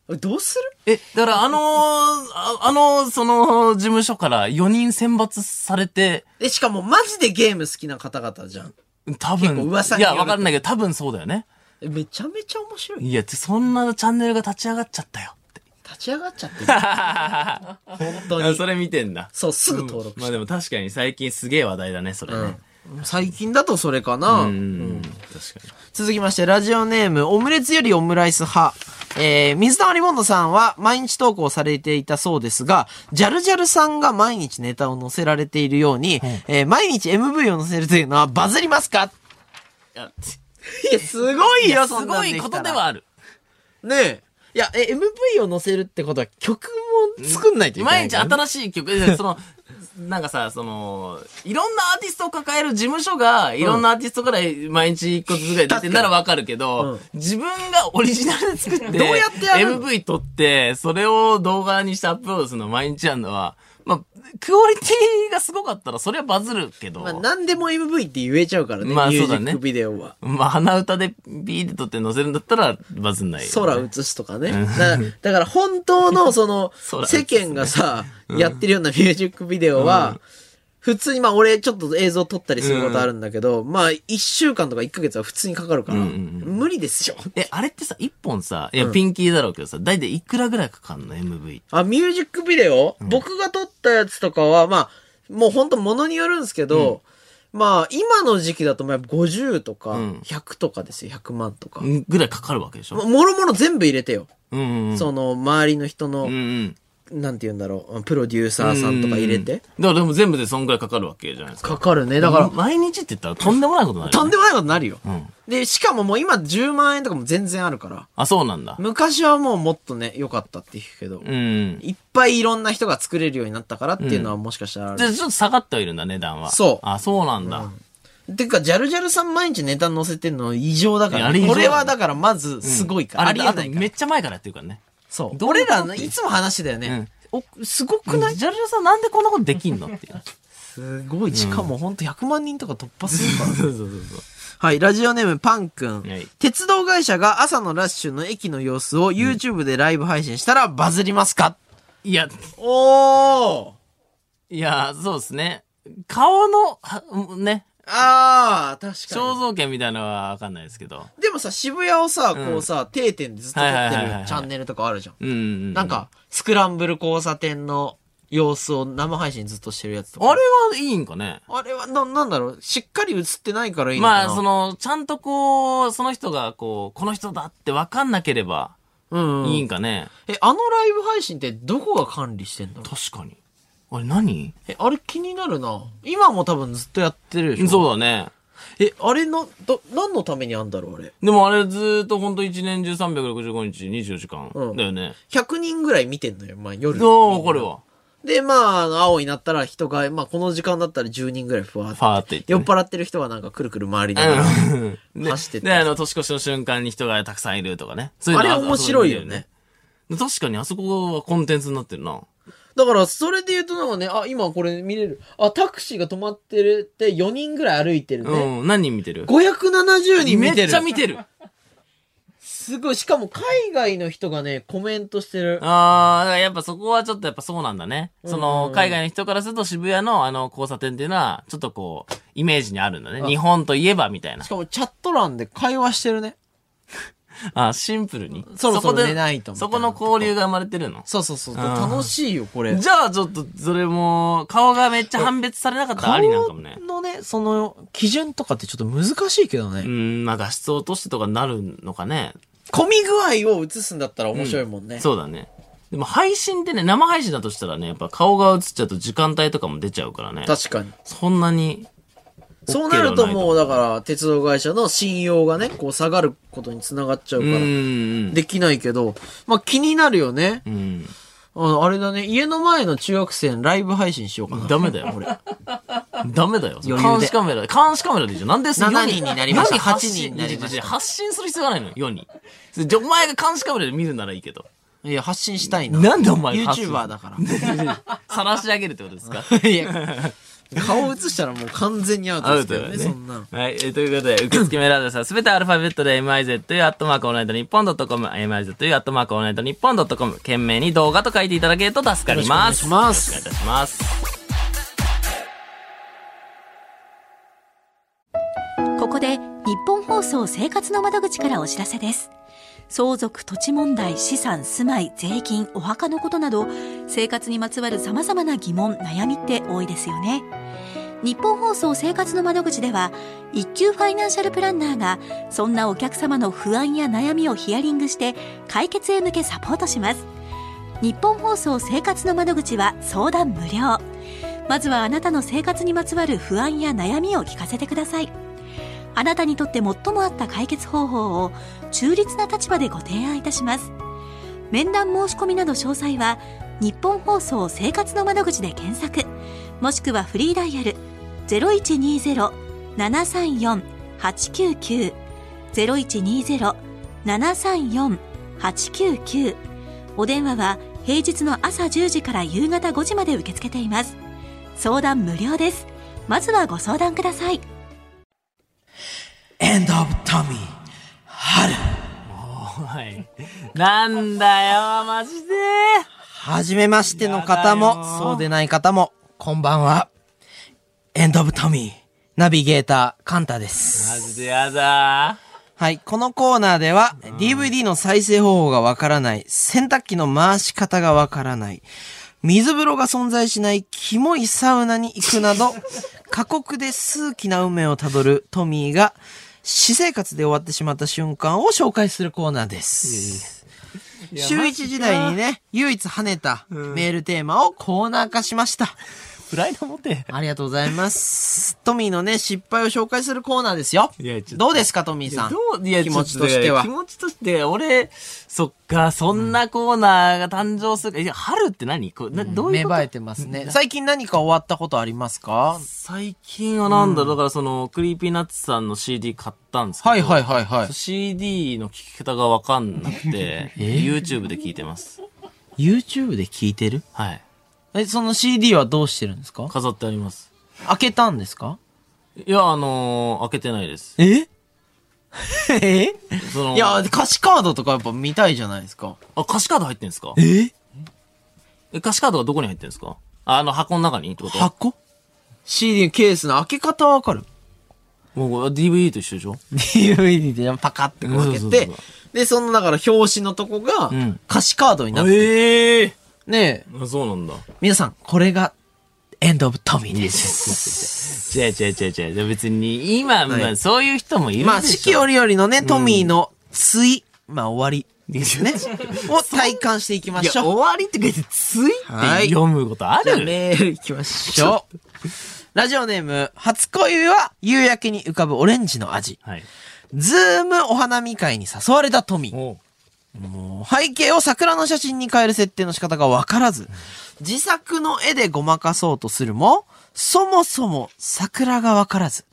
俺どうする
え、だからあのーあ、あのーその、事務所から4人選抜されて、
え、しかもマジでゲーム好きな方々じゃん。
多分、
結構噂
い
によ
や、
ると
わかんないけど、多分そうだよね。
えめちゃめちゃ面白い。
いや、そんなチャンネルが立ち上がっちゃったよって。
立ち上がっちゃって
<laughs>
る。本当に。
れ見てんだ。
そう、すぐ登録
ま
し
あでも確かに最近すげえ話題だね、それ
た。
ね。
うん最近だとそれかな。
うん。確か
続きまして、ラジオネーム、オムレツよりオムライス派。えー、水溜りボンドさんは毎日投稿されていたそうですが、ジャルジャルさんが毎日ネタを載せられているように、えー毎日 MV を載せるというのはバズりますか
いや
いや、すごいよ、
すごいことではあ
る。
る。
ねえ。いや、え、MV を載せるってことは曲も作んないといけない、
毎日新しい曲、でそ
<laughs>
の、なんかさ、その、いろんなアーティストを抱える事務所が、いろんなアーティストから毎日一個ずつぐらい出てんならわかるけど、自分がオリジナルで作って、
どうやってやるの
?MV 撮って、それを動画にしてアップロードするの毎日やるのは、まあ、クオリティがすごかったら、それはバズるけど、
まあ、何でも MV って言えちゃうからね、
まあ
ミュージ
そうだ
ッ
ね
クビデオは。
まあ、鼻歌でビーって撮って載せるんだったら、バズんないよ、
空映すとかね。だから、だから本当
<laughs>
のその
空、映す
世
ね
間がさ、やってるようなミュージックビデオは、普通に、まあ俺ちょっと映像撮ったりすることあるんだけど、まあ一週間とか一ヶ月は普通にかかるから、
うんうん
無理ですよ。
え、あれってさ、一本さ、いや、ピンキーだろうけどさ、大体いくらぐらいかかんの ?MV って。
あ、ミュージックビデオ、僕が撮ったやつとかは、まあ、もうほんと物によるんですけど、まあ今の時期だとまあ50とか
うん
100とかですよ、100万とか。
ぐらいかかるわけでしょ
ももろもろ全部入れてよ。
うんうんうん。
その周りの人の、
うんうん。
なんて言うんだろう、プロデューサーさんとか入れて。
うんうんうん。だからでも全部でそんぐらいかかるわけじゃないですか。
かかるね。だから、
毎日って言ったらとんでもないことになるよね。
とんでもないことになるよ。
うん。
で、しかももう今10万円とかも全然あるから。
あ、そうなんだ。
昔はもうもっとね、良かったって聞くけど、
うん。
いっぱいいろんな人が作れるようになったからっていうのはもしかしたらある。
じゃあちょっと下がってはいるんだ、値段は。
そう
あ、そうなんだ。
てか、ジャルジャルさん毎日ネタ載せてんの異常だか
いやあ
ら、
れ異常
ね、これはだからまずすごいから、
あ
あ
れ
り
あ
え
と
ないか
め
ら
っ。ちゃ前からやってるからね。
そう。
どうい
俺
うこと
らのいつも話だよね。お、すご
う
く
ん。
な
ジ
い
ャルジャルさんなんでこんなことできんのって
<laughs>
いう。
すごい。しかもほんと100万人とか突破するから。
そうそうそうそう。
<laughs> はい、ラジオネームパンくん。
はい
鉄道会社が朝のラッシュの駅の様子を YouTube でライブ配信したらバズりますか、
いや、
おー
いや、そうですね。顔の、はね、
あー、確か
肖
に。
像権みたいなのはわかんないですけど。
でもさ、渋谷をさ、こうさ、定点でずっと撮
はい
っ
は
て
いはいはい
るチャンネルとかあるじゃん。
うん、うん。
なんか、スクランブル交差点の様子を生配信ずっとしてるやつとか。
あれはいいんかね
あれは、な、なんだろう、しっかり映ってないからいいのか
ま
な。
あ、その、ちゃんとこう、その人がこう、この人だって分かんなければ、
うん、うん。
いいんかね、
え、あのライブ配信ってどこが管理してんだろう
確かに。あれ何
え、あれ気になるな。今も多分ずっとやってるでしょ
そうだね。
え、あれの、ど、何のためにあんだろう、あれ。
でもあれずーっとほんと一年中365日24時間
うん
だよね。
100人ぐらい見てんのよ、まあ夜。
どうこれは。
で、まあ、あの青になったら人が、まあこの時間だったら10人ぐらいふわーっ
フ
て。
ァーって言って、
酔っ
ね。
払ってる人はなんかくるくる回りながら。
うん。
<laughs> 走ってっ
で、
た
であの、年越しの瞬間に人がたくさんいるとかね。そういうの
あれ面白いよね。
確かにあそこはコンテンツになってるな。
だから、それで言うとなんかね、あ、今これ見れる。あ、タクシーが止まってるって4人ぐらい歩いてるね。
うん。何人見てる
570人見てる。
めっちゃ見てる。
すごい。しかも海外の人がね、コメントしてる。
<laughs> ああ、だからやっぱそこはちょっとやっぱそうなんだね。そ
うんうん
の
う、ん
海外の人からすると渋谷のあの交差点っていうのは、ちょっとこう、イメージにあるんだね。
あ
日本といえばみたいな
し。かもチャット欄で会話してるね。
あシンプルに。
そろそろ
こで
寝ないとみたい
そ
な
この交流が生まれてるの。
そうそうそう。
あー
楽しいよ、これ。
じゃあちょっと、それも、顔がめっちゃ判別されなかったらありなんかもね
顔。のね、その、基準とかってちょっと難しいけどね。
うん、まあ画質を落としてとかなるのかね。
混み具合を映すんだったら面白いもんね。
そうだね。でも配信ってね、生配信だとしたらね、やっぱ顔が映っちゃうと時間帯とかも出ちゃうからね。
確かに。
そんなに。
そうなるともう、だ
だ
から、鉄道会社の信用がね、こう下がることにつながっちゃう
う
か
んう
ら、
ん。
できないけど、まあ気になるよね。
うん。
あのあれだね、家の前の中学生のライブ配信しようかな。
<laughs> ダメだよ、これ。ダメだよ。
余裕で
監視カメラ、監視カメラでいいじゃん。なんで
7人になりました
8
8人になりました
発信する必要がないのよ、世に。じゃ、お前が監視カメラで見るならいいけど。
いや、発信したいな。
なんでお前が発信
?YouTuber だか
晒し上げるってことですか
<laughs> ら。いや、顔映したらもう完全にアウトですけどね、そんな。
はい、えーということで、受付メールアドレスはすべてアルファベットで miz というアットマークオールナイトニッポンドットコム、miz というアットマークオールナイトニッポンドットコム、懸命に動画と書いていただけると助かります。
よろしくお願いします
よろしくお願いいたします。
ここで日本放送生活の窓口からお知らせです。相続、土地問題、資産、住まい、税金、お墓のことなど、生活にまつわる様々な疑問、悩みって多いですよね。日本放送生活の窓口では一級ファイナンシャルプランナーがそんなお客様の不安や悩みをヒアリングして解決へ向けサポートします日本放送生活の窓口は相談無料まずはあなたの生活にまつわる不安や悩みを聞かせてくださいあなたにとって最も合った解決方法を中立な立場でご提案いたします面談申し込みなど詳細は日本放送生活の窓口で検索もしくはフリーダイヤル0120-734-899 0120-734-899お電話は平日の朝10時から夕方5時まで受け付けています相談無料ですまずはご相談ください
End of Tommy 春
はい。なんだよ、マジで。
はじめましての方
やだ
も
よ
そうでない方もこんばんは End of Tommy ナビゲーターカンタです
マジでやだ。
はい。このコーナーでは、DVD の再生方法がわからない、洗濯機の回し方がわからない、水風呂が存在しないキモいサウナに行くな
<laughs>
ど、過酷で数奇な運命をたどるトミーが、私生活で終わってしまった瞬間を紹介するコーナーです。週1時代にね、唯一跳ねたメールテーマをコーナー化しました。
プライド持て。
ありがとうございます。トミーのね、失敗を紹介するコーナーですよ
いやちょっ。と
どうですか、トミーさん。
どういや
気持ちとしては
ょっとね気持ちとして、俺、そっか、そんなコーナーが誕生するか。いや、春って何こうなどうい
芽
うこと
生えてますね。最近何か終わったことありますか
最近はなんだ、だからその、クリーピーナッツさんの CD 買ったんですけど。
はいはいはいはい。
CD の聴き方がわかんな
<laughs>
くて、YouTube で聴いてます。
YouTube で聞いてる
はい。
え、その CD はどうしてるんですか
飾ってあります。
開けたんですか
いや、あのー、開けてないです。
<laughs> ええ
その、
いや、歌詞カードとかやっぱ見たいじゃないですか。
あ、歌詞カード入ってんですか
え
え、歌詞カードはどこに入ってんですかああの箱の中にってこと
箱 ?CD ケースの開け方わ <laughs> かる
もうこれ DVD と一緒でしょ
?DVD でパカってこう開けて、
そうそうそう
で、そのだから表紙のとこが
ん
歌詞カードになって、
ええ
ねえ、
あそうなんだ。
皆さん、これが、エンドオブトミーです。
違う違う違う違う。じゃあ別に、今、
はい
まあそういう人もいるでしょ。
まあ、四季折々のね、トミーのつい、まあ、終わりです
<laughs>
ね。を体感していきま
いや、
し
終
ょう。
わりって書いて、つい
は
っ
い
て読むことあ
じゃあ、
る
メールいきましょう。ラジオネーム、初恋は夕焼けに浮かぶオレンジの味。
はい。
ズームお花見会に誘われたトミー。
お
背景を桜の写真に変える設定の仕方がわからず、自作の絵でごまかそうとするも、そもそも桜がわからず、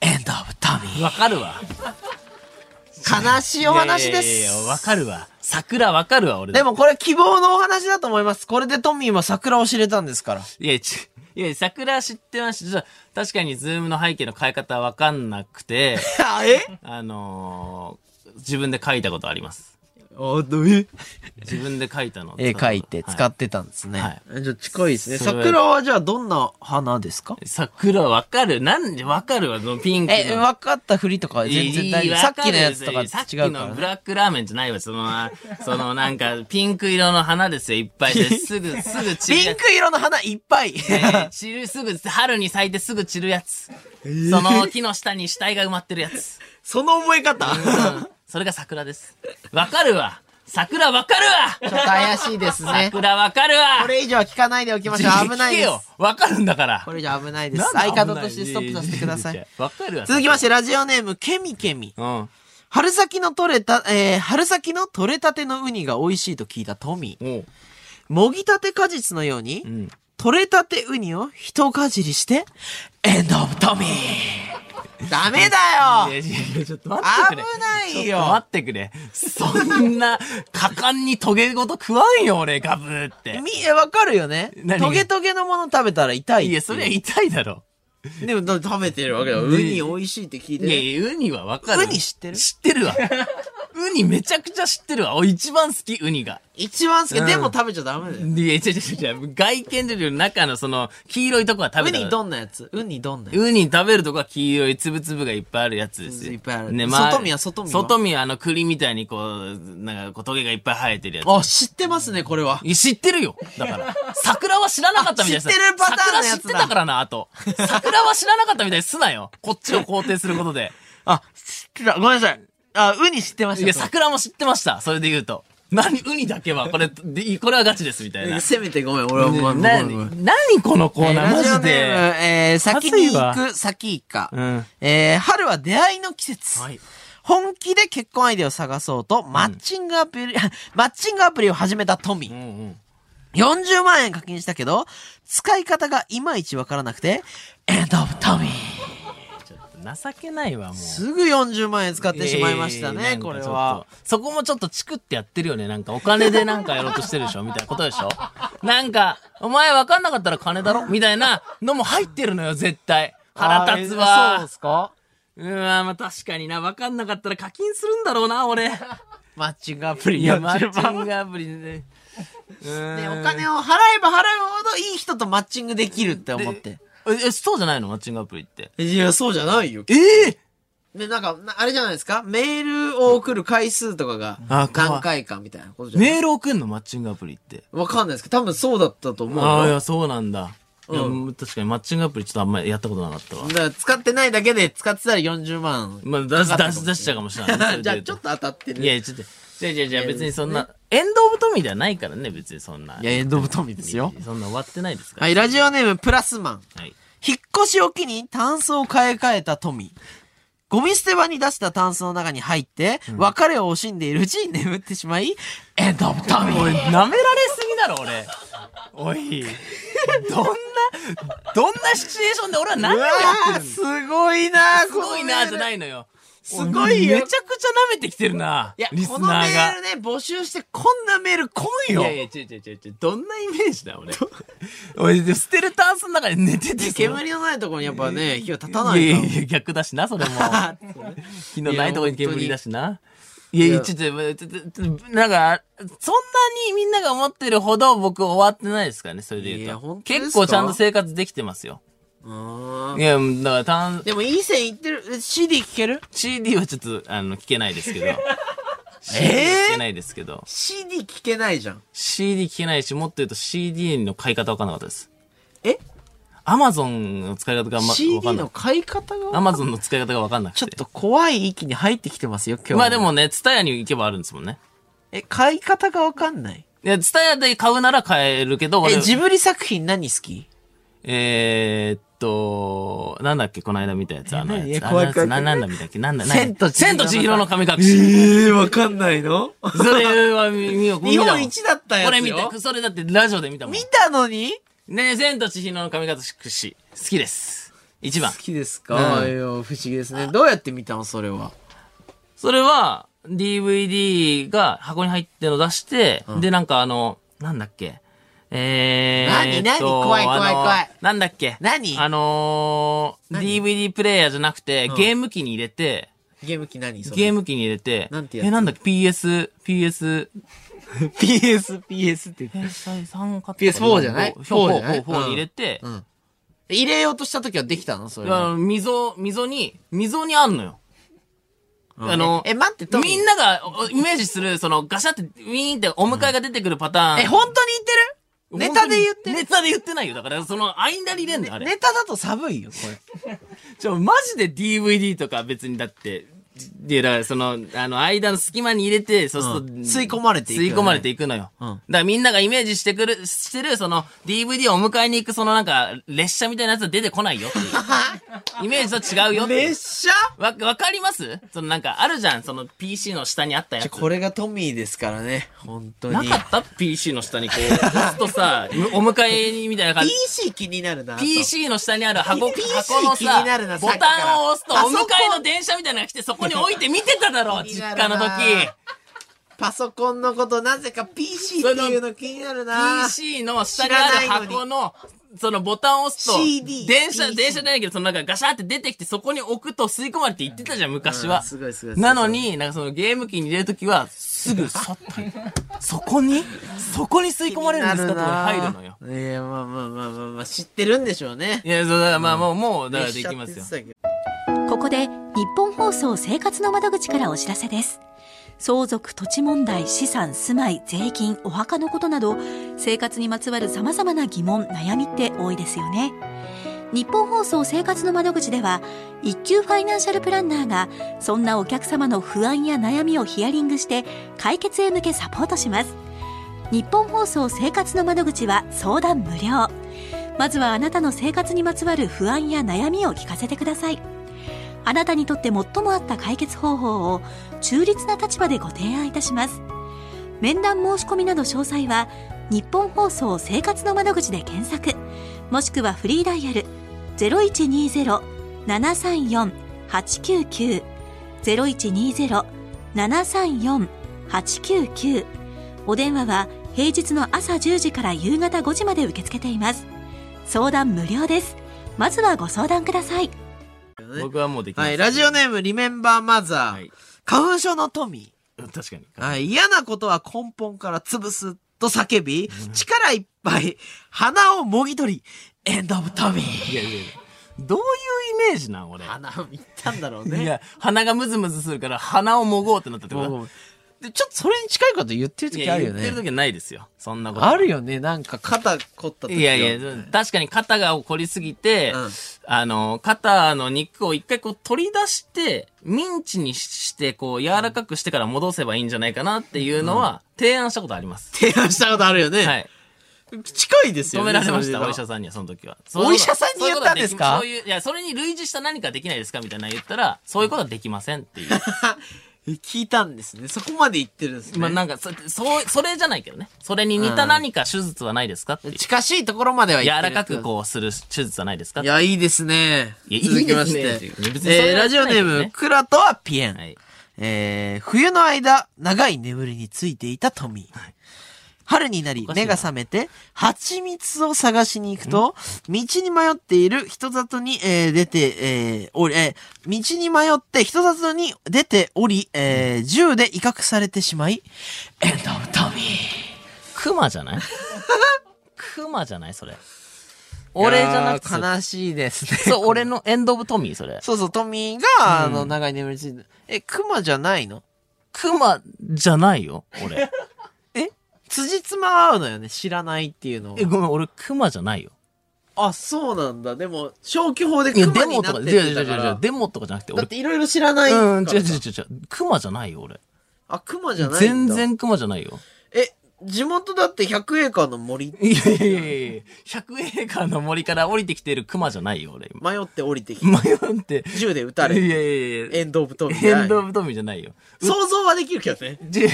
エンドオブトミー。
わかるわ。
悲しいお話です。
いやいやいやわかるわ。桜わかるわ、俺だ
で。もこれ希望のお話だと思います。これでトミーは桜を知れたんですから。
いや、ち、いや、桜知ってました。確かにズームの背景の変え方わかんな
<laughs>
くて、
あ、 <laughs> え
あのー、自分で書いたことあります。
あ、どういう
自分で書いたの。
絵描いて使
は
ってたんですね。
はい
えじゃあ近いですね。
それ
桜はじゃあどんな花ですか
い桜わかるなんでわかるわ、そのピンクの。
え、分かったふりとかは全然大丈
いい
夫。
わ
さっ
か
き
る
のやつとか
さっ
と
き
違うか
の
ら
ブ
ね。
ラックラーメンじゃないわ、その、 <laughs> あそのなんか、ピンク色の花ですよ、いっぱいで。
<laughs>
すぐ、すぐ散る
ピ
や
ン
つ。
ク色の花いっぱい。
えー散る、すぐ、春に咲いてすぐ散るやつ。その木の下に死体が埋まってるやつ。
<laughs> その覚え方
うんそれが桜です。わかるわ桜わかる
<laughs> ちょっ
わ
と怪しいですね。
桜わかるわ
これ以上は聞かないでおきましょう。危ない
聞け
です
よ。わかるんだから
これ以上危ないです
なん。で
相方としてストップさせてくださ
や
い。
ややわかるわ。
続きまして、ラジオネーム、ケミケミ。
うん。
春先の取れた、えー、春先の取れたてのウニが美味しいと聞いたトミー。
おう。
もぎたて果実のように、
ん
取れたてウニを一かじりして、エンドオブトミー。
<laughs>
ダメだよ
いやいやいやちょっと待ってくれ。
危ないよ
ちょっと待ってくれ。そんな、果敢にトゲごと食わんよ、俺、ガブーって。
み、え、わかるよね
何
トゲトゲのもの食べたら痛いってう。
いや、それは痛いだろ。
でもだ食べてるわけだよ。ウニ美味しいって聞いて
い
ね。
やいや、ウニはわかる。
ウニ知ってる
知ってるわ。ウニめちゃくちゃ知ってるわ。お一番好き、ウニが。
一番好き、
うん
でも食べちゃダメだよ。
いや、違う違う違う。外見でより中のその、黄色いとこは食
ウ
べた
ニどんなやつウニどんなや
ウニ食べるとこは黄色い粒々がいっぱいあるやつですよ。
いっぱいある外見は外見は
外見はあの栗みたいにこう、なんかこうトゲがいっぱい生えてるやつ
つ。あ、知ってますね、これは。
いや知ってるよ。だから。桜は知らなかったみたい
あ知ってるパターンのやつだ
桜知ってたからな、あと。桜は知らなかったみたいにすなよ。こっちを肯定することで。
あ、知ってた。ごめんなさい。あ、ウニ知ってま
いや、桜も知ってました。それで言うと。何、ウニだけは、これ、でこれはガチです、みたいな。
せめてごめん、俺はもう。
な
ごめんごめん
何このコーナー、マジ
えー
で。
ラジオネームえー先に行く、先行か。
うん
えー春は出会いの季節。
はい
本気で結婚相手を探そうと、マッチングアプリ、 <laughs> マッチングアプリを始めたトミ
う
ー。
んうん。
40万円課金したけど、使い方がいまいちわからなくて、エンドオブトミー。
情けないわ、もう。
すぐ40万円使ってしまいました
えーな
ね、
んか
これ
ちょっと
は。。
そこもちょっとチクってやってるよね。なんかお金でなんかやろうとしてるでしょみたいなことで <laughs> しょなんか、お前分かんなかったら金だろみたいなのも入ってるのよ、絶対。腹立つ
あーそう
わ
で。すか
うわまあ確かにな。分かんなかったら課金するんだろうな、俺。
マッチングアプリ
いや、
40
マッチ
万
ングアプリでね。
ね、
ね
お金を払えば払うほどいい人とマッチングできるって思って。
え、そうじゃないのマッチングアプリって。
いや、そうじゃないよ。
ええ
ね、なんか、なあれじゃないですかメールを送る回数とかが
あかわ
何回かみたいなことじゃない
メール送んのマッチングアプリって。
わかんないですけど、多分そうだったと思う
ああ、い
よ。
や、そうなんだ。いや
う
確かにマッチングアプリちょっとあんまりやったことなかったわ
だ。から使ってないだけで使ってたら40万。
まあ、出し、出し、出しちゃうかもしれな
<laughs> 。
い
じゃあちょっと当たってる。
いや、ちょっと、じゃじゃじゃ別にそんな、エンドオブトミーではないからね、別にそんな。
いや、エンドブトミですよ。
そんな終わってないですから。
はい、ラジオネームプラスマン。
はい。
引っ越しを機にタンスを買い替えたトミー。ゴミ捨て場に出したタンスの中に入って、別れを惜しんでいるうちに眠ってしまい、エンドオブトミ
おい、
ー。
舐められすぎだろ、俺。おい。どんな、どんなシチュエーションで俺は何をやってるのす
すごいなす。
ごいなじゃないいのよ。す
ごいよ
めちゃくちゃ舐めてきてるな。
いや、
リス
こ
ナ
のメ
ー
ー
が
ル。ね、募集してこんなメール来ん
い
よ。
やいや、違う違う違う違う。どんなイメージだ、俺。俺、捨てるタンスの中で寝ててその
煙のないところにやっぱね、火は立たないい
や
から。
いや、逆だしな、
<laughs>
それも。火のないとこに煙だしな。い
や
や
い
い
や
や、ちょっと、ちょっとちょっとなんか、そんなにみんなが思ってるほど僕終わってないですからね、それで
い
言
や
う
本
と。
当ですか
結構ちゃんと生活できてますよ。
うーん
いや、だからたん、
でもいい線いってる。え CD 聴ける
CD はちょっと、あの、聞けないで
<laughs>
すけど。え聞けないですけど。
?CD 聴けないじゃん。
CD 聞けないし、もっと言うと CD の買い方わかんなかったです。
え
?Amazon の使い方があんま、わか
CD
んない
の。買い方が
Amazon の使い方がわかんなくて。
ちょっと怖い域に入ってきてますよ、今日。
まあでも。ね、ツタヤに行けばあるんですもんね。
え、買い方がわかんない。
いや、ツタヤで買うなら買えるけど、
え、
俺、
ジブリ作品何好き
えーっと、なんだっけ、この間見たやつ、あの
何
やつ。あの
怖い
やつ
怖い
な、なんだ見たっけ、なんだ、なんだ
千と千尋
千と千尋の神隠
え
し。
ー、わかんないの
それは見見よ
<laughs>
う、
日
見たわ
本一だったやつよ。
これ見た、それだってラジオで見たもん
見。たのに
ねえ、千と千尋の神隠し、好きです。一番
好。きですか、
うん
いや不思議ですね。どうやって見たのそれは。
それは、DVD が箱に入ってるの出して、
うん
で、なんかあの、なんだっけ。えー、
何何
えっと
怖い怖い
あの
怖い
なんだっけ
何
あのー、
何
DVD プレイヤーじゃなくて
ん、
ゲーム機に入れて、
ゲーム機何それ
ゲーム機に入れて、
なんてやつ
え、なんだっけ ?PS、PS、
PS、PS って言って。
PS3 か
PS4 じゃない4じゃない
?4 に入れて
う、ん。入れようとした時はできたのそれ
あ
は。
の溝、溝に、溝にあんのよ。あの、
え、待って、トミー
みんながおイメージする、その、ガシャって、ウィーンってお迎えが出てくるパターン。
え、本当に言ってるネタで言ってる
ネタで言ってないよ。だから、その、間に入れんだよ、あれ。
ネタだと寒いよ、これ。
ちょ、マジで DVD とか別にだって、で、だからその、あの、間の隙間に入れて、そうすると、
うん吸い込まれていくよね
吸い込まれていくのよ。
うん
だからみんながイメージしてくる、してる、その、DVD をお迎えに行く、そのなんか、列車みたいなやつは出てこないよっ
<laughs>
ていう。イメージと違うよっていう。
列車
わ、わかりますそのなんか、あるじゃん、その PC の下にあったやつ。
これがトミーですからね、本当
な
に
か。った ?PC の下にこう、押すとさ、お迎えにみたいな感じ。
PC 気になるな。あと
PC の下にある箱、
PC
箱の
気に
さ
なるな、
ボタンを押すと、
さっき
お
から
迎えの電車みたいなのが来て、そこに置いて見てただろ
<laughs>
う、
気に
実
なる
家
な
の時。
パソコンのことなぜか PC っていうの気になるな
PC の下にある箱の、そのボタンを押すと、
CD
電車、
PC
電車じゃないけど、そのなんかガシャって出てきて、そこに置くと吸い込まれて言ってたじゃん、昔
う
は
ん。すごいすごいすごい
なのに、なんかそのゲーム機に入れるときは、すぐそっと、そ
<laughs>
こにそこに吸い込まれるんですかとか入るのよ。
いや、まあまあまあまあまあ、知ってるんでしょうね。
いや、そうだからまあもう、もう、だからできますよ。
よ。
ここで日本放送生活の窓口からお知らせです。相続、土地問題、資産、住まい、税金、お墓のことなど、生活にまつわる様々な疑問、悩みって多いですよね。日本放送生活の窓口では、一級ファイナンシャルプランナーが、そんなお客様の不安や悩みをヒアリングして、解決へ向けサポートします。日本放送生活の窓口は相談無料。まずはあなたの生活にまつわる不安や悩みを聞かせてください。あなたにとって最も合った解決方法を中立な立場でご提案いたします。面談申し込みなど詳細は、日本放送生活の窓口で検索、もしくはフリーダイヤル0120-734-899、0120-734-899、お電話は平日の朝10時から夕方5時まで受け付けています。相談無料です。まずはご相談ください。
僕はもうできます。
はい、ラジオネーム、リメンバーマザー。
はい
花粉症の富。
確かに。
はい、嫌なことは根本から潰すと叫び、力いっぱい、鼻をもぎ取り、エンドオブトミー。
いやいやいやどういうイメージなん俺。
鼻を見たんだろう
い
ね。
や、鼻がムズムズするから鼻をもごうってなったってこと
もうでちょっとそれに近いこと言ってる
い
時
や
あるよ
言って
ね
る。時はないですよ。そんなこと。
あるよね、なんか肩凝った時
いやいや、確かに肩が凝りすぎて、
うん
あの、肩の肉を一回こう取り出して、ミンチにして、こう柔らかくしてから戻せばいいんじゃないかなっていうのは、提案したことあります。
<laughs> 提案したことあるよね。
はい。
近いですよ
止
ね。
められまし
そ
た、
れ
お医者さんには、その時は。
お医者さんに言ったんですか
そういうことはできそういう、いや、それに類似した何かできないですかみたいな言ったら、そういうことはできませんっていう。
え聞いたんですね。そこまで言ってるんですね。
まあなんかそ、そう、それじゃないけどね。それに似た何か手術はないですかっていう。
近しいところまでは
柔
言って
ら
る
かくこうする手術はないですか
い
っていう
や、いいですね。
いや
続きまし
いい
て
ですね別。にそ
え
れ
ー
は
ラジオネー
ないけど
ム、
ね
クラとはピエン。
はい。
えー冬の間、長い眠りについていたトミー。春になり
お、かしいな
目が覚めて、蜂蜜を探しに行くと、道に迷っている人里に、えー出て、えーおり、えー道に迷って人里に出ており、えー銃で威嚇されてしまい、エンドオブトミー。
熊じゃない熊じゃないそれ。俺じゃなく
いや
て、
ー悲しいですね。
そう、俺のエンド・オブ・トミー、それ。
<laughs> そうそう、トミーが、あの、長い眠りについて、え、熊じゃないの
熊じゃないよ、俺。
辻褄合うのよね、知らないっていうの
え、ごめん、俺熊じゃないよ。
あ、そうなんだ。でも、消去法で
いや、
熊
デ
に
モ
な
と
っ
か、
て
違う
って
違
た
う
か
違う
ら。
デモとかじゃなくて、
だっ
俺、
ていろいろ知らないから
うん、違う違う違う違う。熊じゃないよ、俺。
あ、熊じゃないん
全
だ。。
然熊じゃないよ。
え、地元だって100エーカーの森、
いやいやいやいや100エーカーの森から降りてきてる熊じゃないよ、俺、今。
迷って降りてきて、
迷って。
銃で撃
い
た
やい <laughs>
れ、
やいや
エンドオブトミー
エンド・オ
が。
ブ・トミーじゃないよ。
想像はできるけどね。
じ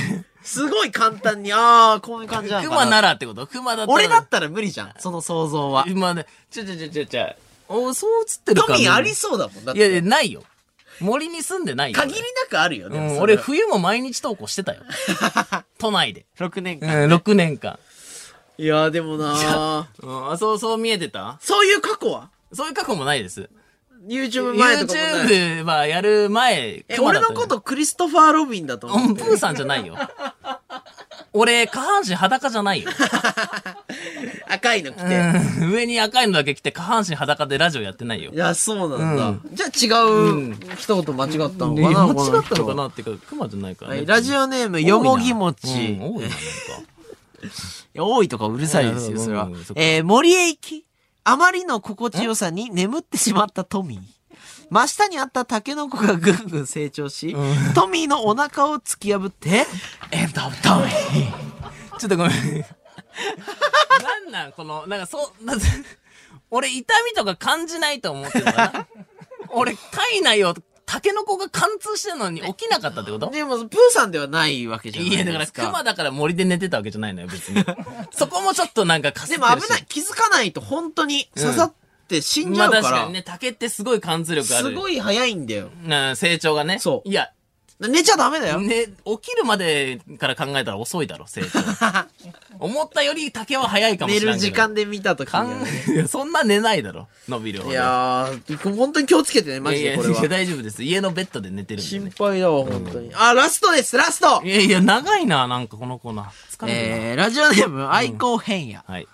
すごい簡単に、あー、こういう感じなの
熊
か
な
な。
らってこと熊だったら。
俺だったら無理じゃん、その想像は。
まあね、ちょちょちょちょちょ。お、そう映ってる
ト
かな
ミーありそうだもん。だっ
いやい
て
や、ないよ。森に住んでないよ。
限りなくあるよ
俺
ね。
う
そ
ん、
れ
俺
は
冬も毎日投稿して
<laughs>
たよ。都内で。
6年
う
間。
ん、6年間。
いやーでもなー
うん、あそう、そう見えてた
そういう過去は
そういう過去もないです。
?YouTube 前とかもない。
YouTube はやる前、
え、
熊だ
俺
った
のことクリストファー・ロビンだと
う
思
ん、
って
プ
る。
ーさんじゃないよ。俺、下半身裸じゃないよ。
赤いの着て。
うん、 <laughs> 上に赤いのだけ着て下半身裸でラジオやってないよ。
いや、そうなんだ。じゃあ違う、一言間違ったのか
ね
な、
間
こ人
違ったのかなっていうか、熊じゃないから
は
ね。
い、ラジオネーム、
多いな、
よもぎもち。い
うん多いな、なんか。
や多いとかうるさいですよ、それは
うんうんうんそっ。か
えー、森へ行き。あまりの心地よさに眠ってしまったトミー。真下にあったタケノコがぐんぐん成長し、トミーのお腹を突き破って、エンドオブトミー。
<laughs> ちょっとごめん。なんなんこの、なんかそう、なぜ、俺痛みとか感じないと思って
<laughs>
るから。俺、体内を、タケノコが貫通してるのに起きなかったってこと
でも、プーさんではないわけじゃない
い
ですか。
や、だから、熊だから森で寝てたわけじゃないのよ、別に。
<laughs>
そこもちょっとなんかかすっ
で
て
も
るし
危ない。。気づかないと本当に刺さって死んじゃ
まあ
うか
確
ら。
かにね、竹ってすごい貫通力ある。
すごい早いんだよ。
な成長がね。
そう
いや、
寝ちゃダメだよ。
ね、起きるまでから考えたら遅いだろ、成長。
<laughs>
思ったより竹は早いかもし
寝
れな
る
い。
時間で見たとき
考えいや <laughs> そんな寝ないだろ、伸びるほ
い
ど
やー、本当に気をつけてね、マジ
い
で
やい
こ
や
れ
いや
は。
大丈夫です。家のベッドで寝てるんで、
心
ね。
配だわ、本当に。あ、ラストです、ラスト
いやいや、長いな、なんかこのコーナー。疲れてるな。
えー、ラジオネーム、愛好変や。
はい。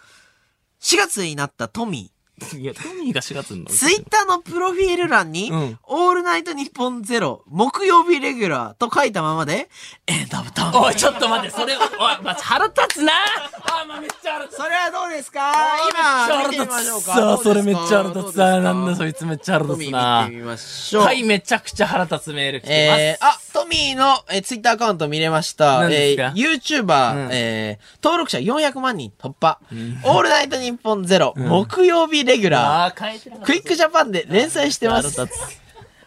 4月になったトミー。
いや、トミーが4月になる
ツイッターのプロフィール欄に、
うん
オールナイトニッポンゼロ、木曜日レギュラーと書いたままで、エンタブトン。
おい、ちょっと待って、それ、おい、まあ、腹立つなあ、まあ、めっちゃ腹立つ。
それはどうですか
め
今、
っ
見
ち
て
ゃ
みましょうか。
さあ、それめっちゃ腹立つさ。なんだそ
い
いつめっちゃ腹
ト
立
ミー
つな
見てみましょう。
はい、めちゃくちゃ腹立つメール来てます。
えー、あ、トミーの、えー、ツイッターアカウント見れました。
何です
えー
か、
YouTuber、
うん
えー、登録者400万人突破。オールナイトニッポンゼロ、木曜日レギュラー、
あー、変えてなかった
クイックジャパンで連載してます。
腹立つ。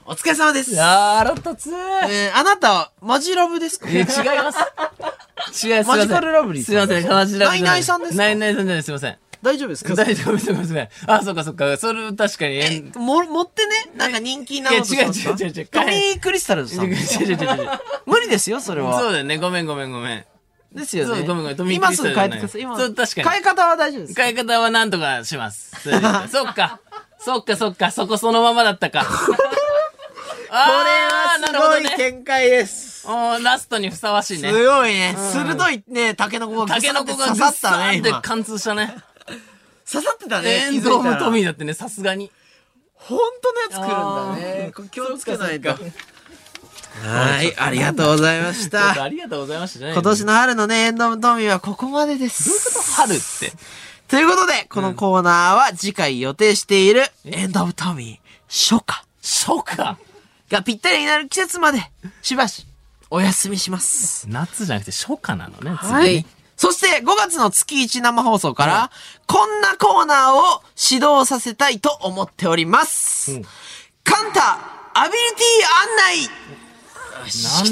お疲れ様です。
あー、腹立つ。え
えー、あなた、マジラブですか
違います。違います。
マジカルラブリー
すいません、悲しいラブリーじゃ
ナイナイさんですか
ナイナイさんじゃない、すいません。
大丈夫ですか
大丈夫です、ごめんなさい。あ、そっかそっか。それ、確かに。
えも、持ってね、なんか人気なのと
いや違う
そうですか
違う違う違う
トミークリスタルズさん。
違う違う違う違う
無理ですよ、それ
そう
は。
だよね。ごめんごめんごめん。
ですよ
そ
ね。
うごめんごめんトミー
今
クリ
す
スタ
ぐ
ルズ
変
じ
え
ゃ
て
ない
ください。今
そう確かに
変え方は大丈夫です。
使い方はなんとかします。それで <laughs> そっか。そっかそっか。そこそのままだ <laughs> ったか。
こ
あ
れは
ー
すごい
ね。
見解です。
おーラストにふさわしいね。
すごいね。鋭いね、タケノコが
タ
ぐ
ケ
さっ
ノ
て
コが
刺さ
ぐっ
った
さ
ね、
ーって
今。
貫通したね。
刺さってたね、
エンゾームトミ
ー。
ーだってね、さすがに。
本当のやつ来るんだね。これ気をつけないと。
そっか
はい、ありがとうございまし
ちょっと
た。
ありがとうございましたね。
今年の
の
春のね、エンドムトミーはここまでです。
春って。
ということで、このコーナーは次回予定しているエンドオブトミー初夏
初夏。
がぴったりになる季節までしばしお休みします。
夏じゃなくて初夏なのね。次ね
はい。。そして5月の月1生放送から、こんなコーナーを始動させたいと思っております。
うん
カンタアビリティ案内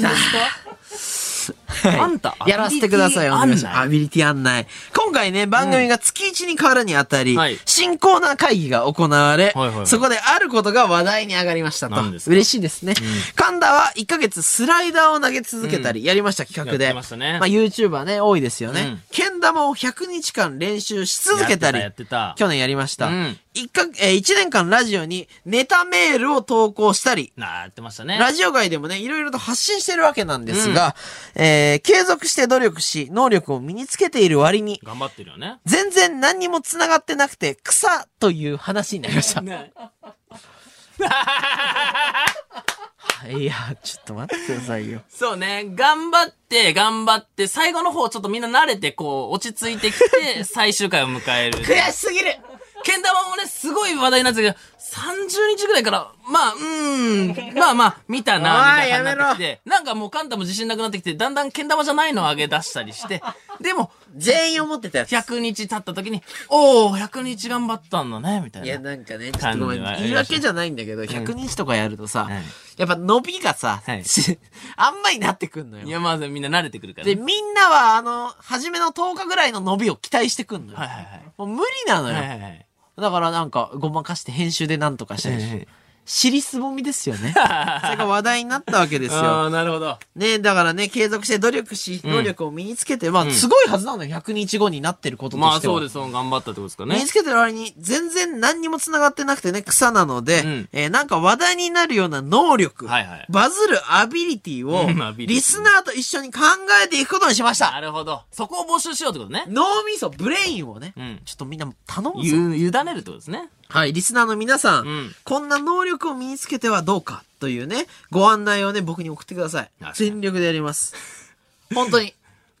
何ですかあんた、
やらせてください。お
あ
願
ん
いしますア
な
ビリティ案内。今回ね、番組が月1に変わるにあたり、
はい
新コーナー会議が行われ、
はいはい
そこであることが話題に上がりましたと
何で。すか
嬉しいですね。神田は1ヶ月スライダーを投げ続けたり、やりました企画で。
やってましたね
あ YouTuber ね、多いですよね。
うん
けん玉を100日間練習し続けたり。
やってたやってた
去年やりました。
うん
一か、えー一年間ラジオにネタメールを投稿したり、
なやってましたね。
ラジオ外でもね、いろいろと発信してるわけなんですが、えー継続して努力し、能力を身につけている割に、
頑張ってるよね。
全然何にも繋がってなくて、草という話になりました。 <laughs> いや、ちょっと待ってくださいよ。
そうね。頑張って、頑張って、最後の方ちょっとみんな慣れて、こう、落ち着いてき
<laughs>
て、最終回を迎える。
悔しすぎる
けん玉もね、すごい話題になってたけど、30日ぐらいから、まあ、うーん、まあまあ、見たな、
お
み
い
たいな感じになってき
や
て、なんかもうカンタも自信なくなってきて、だんだんけん玉じゃないのを上げ出したりして、 <laughs> でも、
全員思ってたやつ。
100日経った時に、おー、100日頑張ったんだね、みたい
い
な。
や、なんかね、ちょっとごめん
感じはありました
言い訳じゃないんだけど、100日とかやるとさ、
はい
やっぱ伸びがさ、
はい
あんまになってくんの
い
よ。
や、まずみんな慣れてくるから
で、
ね。
みんなは、あの、初めの10日ぐらいの伸びを期待してくんのよ。
はいはいはい。
もう無理なのよ。
はいはいはい。
だからなんか、ごまかして編集でなんとかしたりし
ええ
尻すぼみですよ
<laughs>
ね。それが話題になったわけです
あ
よ。
あ、なるほど。
ねだからね、継続して努力し、
ん
能力を身につけて、まあ、すごいはずなのよ、100日後になってることとしては。
まあそうです、そう頑張ったってことですか
身
ね
に。つけてる割に全然何にも繋がってなくてね、草なので、
うん
えーなんか話題になるような能力、
はいはい
バズるアビリティを
うんアビリティ
リスナーと一緒に考えていくことにしました。
なるほど。そこを募集しようってことね。
脳みそ、ブレインをね、
うん
ちょっとみんな頼むぞ。
ゆ、委ねるってことですね。
はい、リスナーの皆さん,、
うん
こんな能力を身につけてはどうかというね、ご案内をね、僕に送ってください
確か。に
全力でやります。本当に。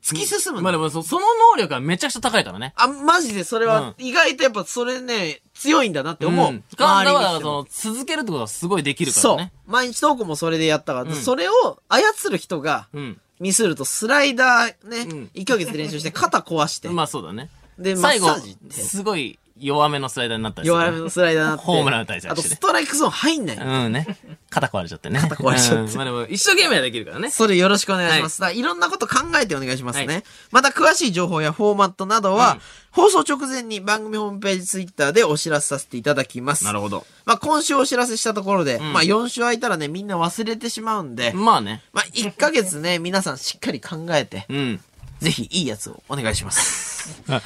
突き進むの
まあでもそ、その能力はめちゃくちゃ高いからね。
あ、マジでそれは、意外とやっぱそれね、強いんだなって思う。
ん。ガンダは
周
だか
りに来
ら
て
そ
も
の、続けるってことはすごいできるから
そ
ね。
う。毎日投稿もそれでやったから、
ん
それを操る人が、
うん。
ミスるとスライダーね、
うん
1ヶ月練習して肩壊して、
<laughs> まあそうだね。
で、マッ
最後
サージっ、て。
すごい弱めのスライダーになったりする
弱めのスライダーになって。
<laughs> ホームラン打たれちゃ
あ
う
と
しね
ストライクゾーン入んない。
うんね。肩壊れちゃってね。肩
壊れちゃって
まあでも、一生懸命はできるからね。
それよろしくお願いします。い、いろんなこと考えてお願いしますね。
はい
また詳しい情報やフォーマットなどは、
うん
放送直前に番組ホームページツイッターでお知らせさせていただきます。
なるほど。
まあ今週お知らせしたところで、
ん
まあ4週空いたらね、みんな忘れてしまうんで、
まあね。
まあ1ヶ月ね、 <laughs> 皆さんしっかり考えて、
うん。
ぜひいいやつをお願いします。
確か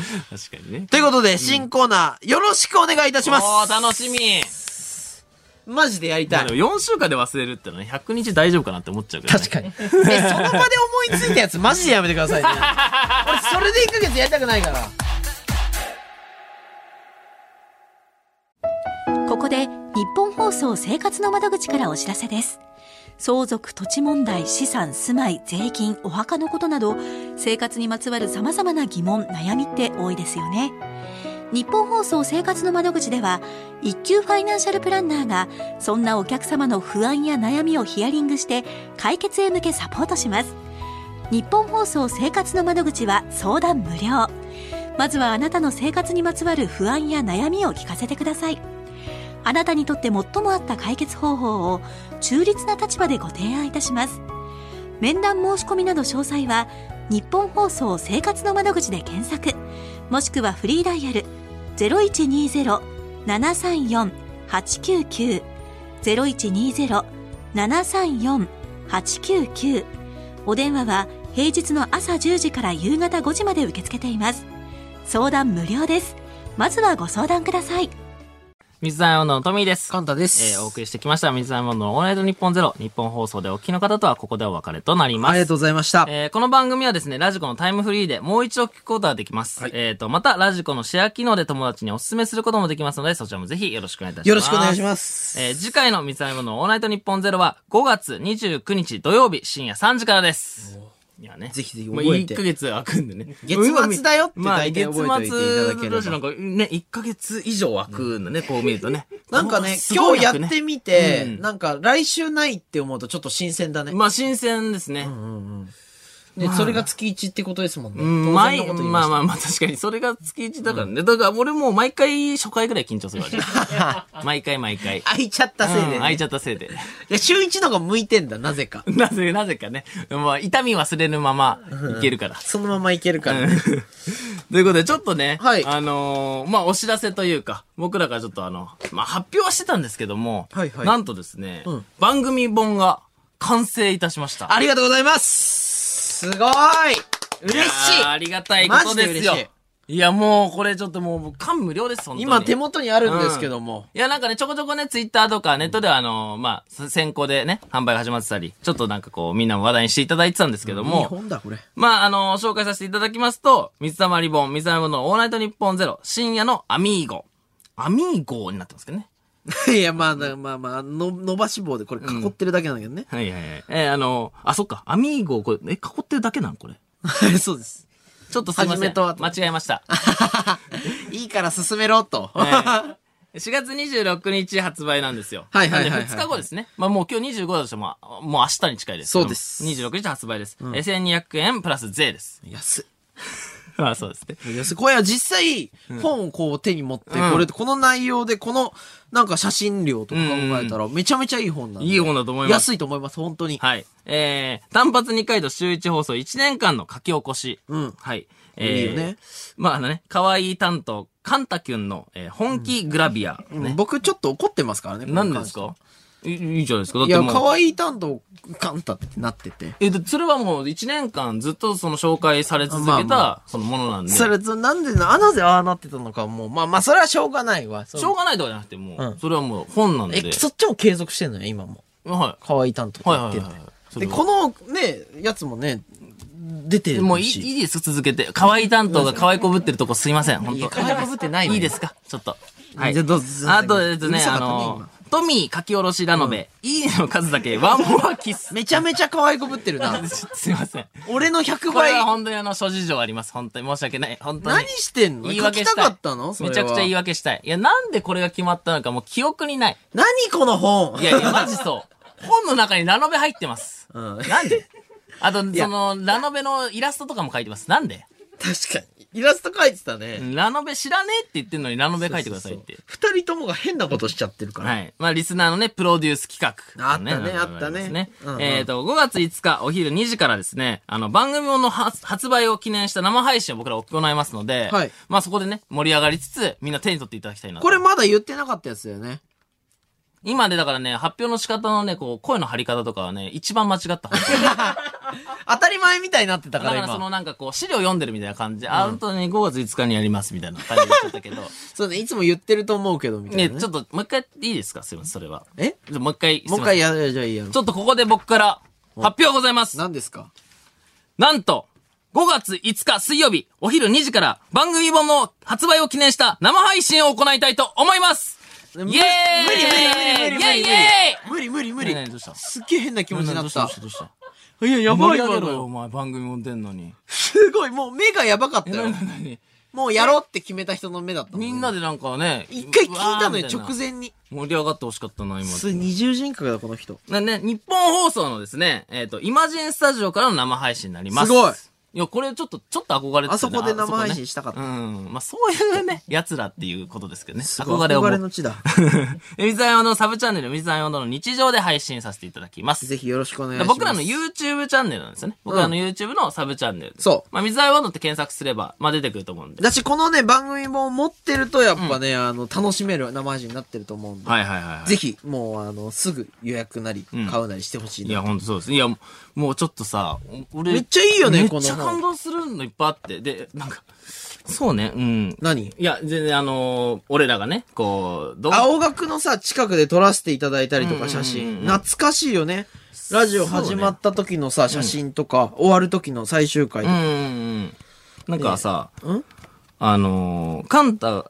にね。
ということで、新コーナー、よろしくお願いいたし
お
ます。
ー、楽しみ。
マジでやり
ま
た
あ
い
で。も4週間で忘れるってのはね、100日大丈夫かなって思っちゃうけど、ね。
確 <laughs> かに。ね、その場で思いついたやつ、マジでやめてください <laughs> ね。俺、それで1ヶ月やりたくないから。
ここで日本放送生活の窓口からお知らせです。相続、土地問題、資産、住まい、税金、お墓のことなど、生活にまつわる様々な疑問、悩みって多いですよね。日本放送生活の窓口では、一級ファイナンシャルプランナーが、そんなお客様の不安や悩みをヒアリングして、解決へ向けサポートします。日本放送生活の窓口は相談無料。まずはあなたの生活にまつわる不安や悩みを聞かせてください。あなたにとって最も合った解決方法を中立な立場でご提案いたします面談申し込みなど詳細は日本放送生活の窓口で検索もしくはフリーダイヤル0120-734-899 0120-734-899お電話は平日の朝10時から夕方5時まで受け付けています相談無料ですまずはご相談ください
水溜りボンドのトミーです。
カンタです。
えー、お送りしてきました。水溜りボンドのオールナイトニッポンゼロ。日本放送でお聞きの方とはここでお別れとなります。
ありがとうございました。
えーこの番組はですね、ラジコのタイムフリーでもう一度聞くことができます。えっ、と、また、ラジコのシェア機能で友達にお勧めすることもできますので、そちらもぜひよろしくお願いいたします。
よろしくお願いします。
えー次回の水溜りボンドのオールナイトニッポンゼロは、5月29日土曜日深夜3時からです。いやね。
ぜひぜひ
も
覚
う
え
1
て
ヶ月空くんでね。
月末だよって大体覚えておいていただければ
まあ月末なんかね、1ヶ月以上空くんだね、こう見るとね。
なんかね、
すご
今
い
日や
楽ね
ってみて、
うん
なんか来週ないって思うとちょっと新鮮だね。
まあ新鮮ですね。
ねそれが月1ってことですもんね。
うん、
当然の
毎、
こと言い
ま
ました。
あまあまあ確かに、それが月1だからね。だから俺もう毎回初回ぐらい緊張する
<laughs>
わけ。毎回毎回。
空いちゃったせいで、ね
うん空いちゃったせいで。
いや、週1の方が向いてんだ、なぜか。
<laughs> なぜ、なぜかね。まあ痛み忘れるままいけるから。
そのままいけるから、ね
<laughs> ということで、ちょっとね、
はい
あのーまあ、お知らせというか、僕らがちょっとあの、まあ、発表はしてたんですけども、
はいはい
なんとですね、
ん
番組本が完成いたしました。
ありがとうございますすごい嬉しい
いやーありがたいことですよ。
マジで
いや、もう、これちょっともう、感無量です、本当に。
今手元にあるんですけども。
いや、なんかね、ちょこちょこね、ツイッターとかネットでは、あの、まあ、先行でね、販売が始まってたり、ちょっとなんかこう、みんなも話題にしていただいてたんですけ
い
ど
い
も、
本だ、これ。 <laughs>
まあ、あの、紹介させていただきますと、水溜りボン、水溜りボンのオールナイトニッポンゼロ、深夜のアミーゴ。アミーゴになってますけどね。
いや、まあ、だまあまあ、の伸ばし棒でこれ囲ってるだけなんだけどね。
はいはいはい。えーあの、あ、そっか、アミーゴ、これ、え、囲ってるだけなんこれ。
<laughs> そうです。
ちょっとすいま
初
せ
め
ん。
と後
間違えま <laughs> した。
いいから進めろと。
4月26日発売なんですよ。
はいはいはい
な
は
ん
い
で2日後ですね。まあもう今日25だとしても、あもう明日に近いですけど。
そうです
26日発売です。えー1200円プラス税です。
安い。
<laughs> あそうですね。
安い。これは実際、本をこう手に持って、
ん
これ、この内容で、この、なんか写真量とか考えたら、めちゃめちゃいい本なんで。
いい本だと思います
安いと思います、本当に。
はい。えー、単発2回と週1放送1年間の書き起こし。
うん
はい。え
いいよね。
まああのね、可愛い担当、カンタキュンの、えー本気グラビア。
うん
ね。
僕、ちょっと怒ってますからね。
何です
こ
かいいいじゃないですか。だっ
れに
て
関していう
も。
や、可愛い担当、カンタってなってて。
え、だそれはもう1年間ずっとその紹介され続け
まあま
た、そのものなんで。
それ、そなんでな、あなぜああなってたのか、もう、まあまあ、それはしょうがないわ。
しょうがないとかじゃなくて、もう、
うん
それはもう本なんで。
え、そっちも継続してんのよ、今も。
は
可愛い担当って
い。は
言
い
っ
は
て
い
んの
は
よ
い。
で、このね、やつもね、出てる
の、
し。
もういいいいです、続けて。可愛い担当が可愛いこぶってるとこすいません、本
い
当
や可愛いこぶってないのよ
いいですか、ちょっと。はい。
じゃあどうぞ
あと、えっと
う
ね、
るさか
あ
ったね
の、トミー書き下ろしラノベ、いいねの数だけ、ワンモアキス。
めちゃめちゃ可愛いこぶってる
<laughs>
な。
ちょっとすいません。
俺の100
これ
倍。
は本当にあの、諸事情あります。本当に申し訳ない。本当に。
何してんの
言い訳した
書
い。
きたかったのそれは
めちゃくちゃ言い訳したい。いや、なんでこれが決まったのか、もう記憶にない。
何この本
いや
<laughs>
いや、マジそう。本の中にラノベ入ってます。
うん
なんであと、そ
や
の、ラノベのイラストとかも書いてます。なんで
<laughs> 確かに。イラスト描いてたね。
ラノベ知らねえって言ってんのにラノベ書いてくださいって。
そうそうそう二人ともが変なことしちゃってるから。
はい。まあ、リスナーのね、プロデュース企画。
あったね
なんかもりますね
あったねうんうん
えっと、5月5日お昼2時からですね、あの、番組の発発売を記念した生配信を僕ら行いますので、
はい
まあ、そこでね、盛り上がりつつ、みんな手に取っていただきたいなと。
これまだ言ってなかったやつだよね。
今でだからね、発表の仕方のね、こう、声の張り方とかはね、一番間違った。
当たり前みたいになってた <laughs>
だ
か
からら
今。
そのなんかこう、資料読んでるみたいな感じで、あ、本当に5月5日にやりますみたいな感じで言っちゃっ
<laughs>
たけど、
そうね、いつも言ってると思うけど、みたい
ね、
な、
ちょっと、もう一回いいですかすいません、それは。
え
ちょっともう一回、すいま
もうん
せ
一回やるじゃあいいやん
ち。ょっとここで僕から発表ございます。
何ですか
なんと、5月5日水曜日、お昼2時から番組本の発売を記念した生配信を行いたいと思いますイエーイ
無理無理無理無理無理無理無理無理
イエーイねえねえ
無
どう
理
した
すっげえ変な気持ちにな
どう
っ
したど
た
うしたどうした
いややばい
盛り上
今
げろよ、
の
お前。番組持ってんのに。
すごいもう目がやばかった
<laughs>
よ
何
もうやろうって決めた人の目だったも
みんなでなんかね。
一回聞いたのに
うわーみいな
直前に
盛り上がってほしかったな、今。
す二重人格だこの人
なね、日本放送のですね、えっ、と、イマジンスタジオからの生配信になります。
すごい
いや、これちょっと、ちょっと憧れてたね
あそこで生配信
あそこね
したかった
うん。まあ、そういうね、 <laughs> 奴らっていうことですけどね。
すごい
憧れを持
憧
っ
れの地だ
<laughs> 水沢用のサブチャンネル、水沢用の日常で配信させていただきます。
ぜひよろしくお願いします
僕らの YouTube チャンネルなんですよね。僕らの YouTube のサブチャンネル。
そう
まあ、水沢用のって検索すれば、まあ、出てくると思うんで。
だしこのね番組本を持ってるとやっぱねあの楽しめる生配信になってると思うんで
はいはいはい、はい。
ぜひもうあのすぐ予約なり
ん
買うなりしてほしい
いや、
な
ほんとそうです。いや、もうもうちょっとさ、お俺。
めっちゃいいよね
めっ
この
ちゃ感動するのいっぱいあって。で、なんか、そうね、うん。
何
いや、全然あのー俺らがね、こう、どう
青学のさ、近くで撮らせていただいたりとか写
うんうん
真。
うんうん
懐かしいよね。ラジオ始まった時のさ、写真とか、終わる時の最終回
う
と
ん
か。
うんうん。なんかさ、
ん
あのーカンタ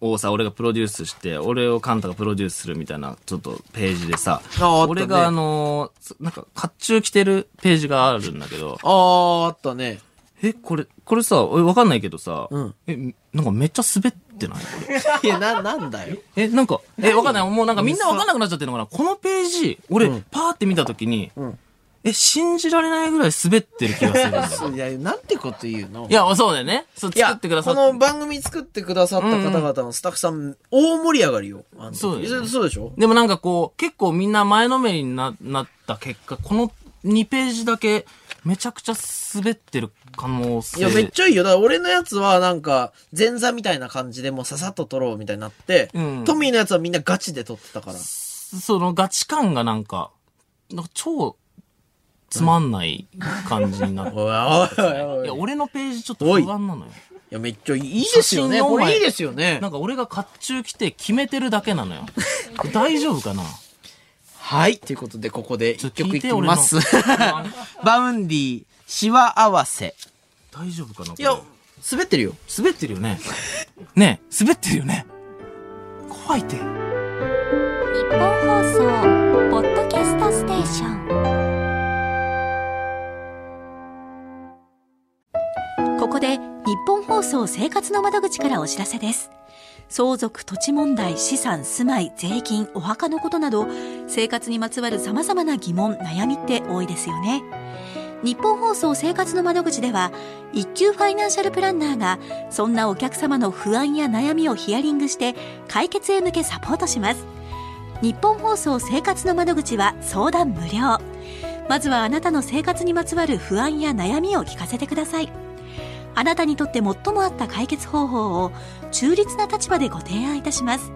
をさ、俺がプロデュースして、俺をカンタがプロデュースするみたいな、ちょっとページでさ、
ああったね
俺があのーなんか、甲冑着てるページがあるんだけど、
あー、あったね。
え、これ、これさ、俺わかんないけどさ、
うん
え、なんかめっちゃ滑って <laughs> ないこ
い
れ。
や、な、なんだよ。
え、なんか、え、わかんない。もうなんかみんなわかんなくなっちゃってるのかな。このページ、俺、パーって見たときに、
ん
え、信じられないぐらい滑ってる気がするんだよ。
いや、なんてこと言うの
い、や、そうだよね。そう、
いや
作ってくださっ
この番組作ってくださった方々のスタッフさん、大盛り上がりよ。あの
そうだよね
そうでしょ
でもなんかこう、結構みんな前のめりにななった結果、この2ページだけ、めちゃくちゃ滑ってる可能性。
いや、めっちゃいいよ。だから俺のやつは、なんか、前座みたいな感じでもうささっと撮ろうみたいになって、
うん
トミーのやつはみんなガチで撮ってたから。
そのガチ感がなんか、なんか超、つまんない感じになって。
おいおいおいおい
いや、俺のページちょっと不安なのよ。
いや、めっちゃいいいいですよね。
写真の
こ
前
れいいですよね
<laughs> な。んか俺が甲冑着て決めてるだけ
<laughs>
なのよ。大丈夫かな
はい。ということで、ここで一曲いきます
ちょっと聞いて。
<laughs> バウンディ、シワ合わせ。
大丈夫かなこ
い
れ
や、滑ってるよ。
滑ってるよね。ねえ、滑ってるよね。怖いって。
日本放送ポッドキャストステーション
ここで日本放送生活の窓口からお知らせです。相続、土地問題、資産、住まい、税金、お墓のことなど、生活にまつわる様々な疑問、悩みって多いですよね。日本放送生活の窓口では、一級ファイナンシャルプランナーが、そんなお客様の不安や悩みをヒアリングして、解決へ向けサポートします。日本放送生活の窓口は相談無料。まずはあなたの生活にまつわる不安や悩みを聞かせてください。あなたにとって最も合った解決方法を中立な立場でご提案いたします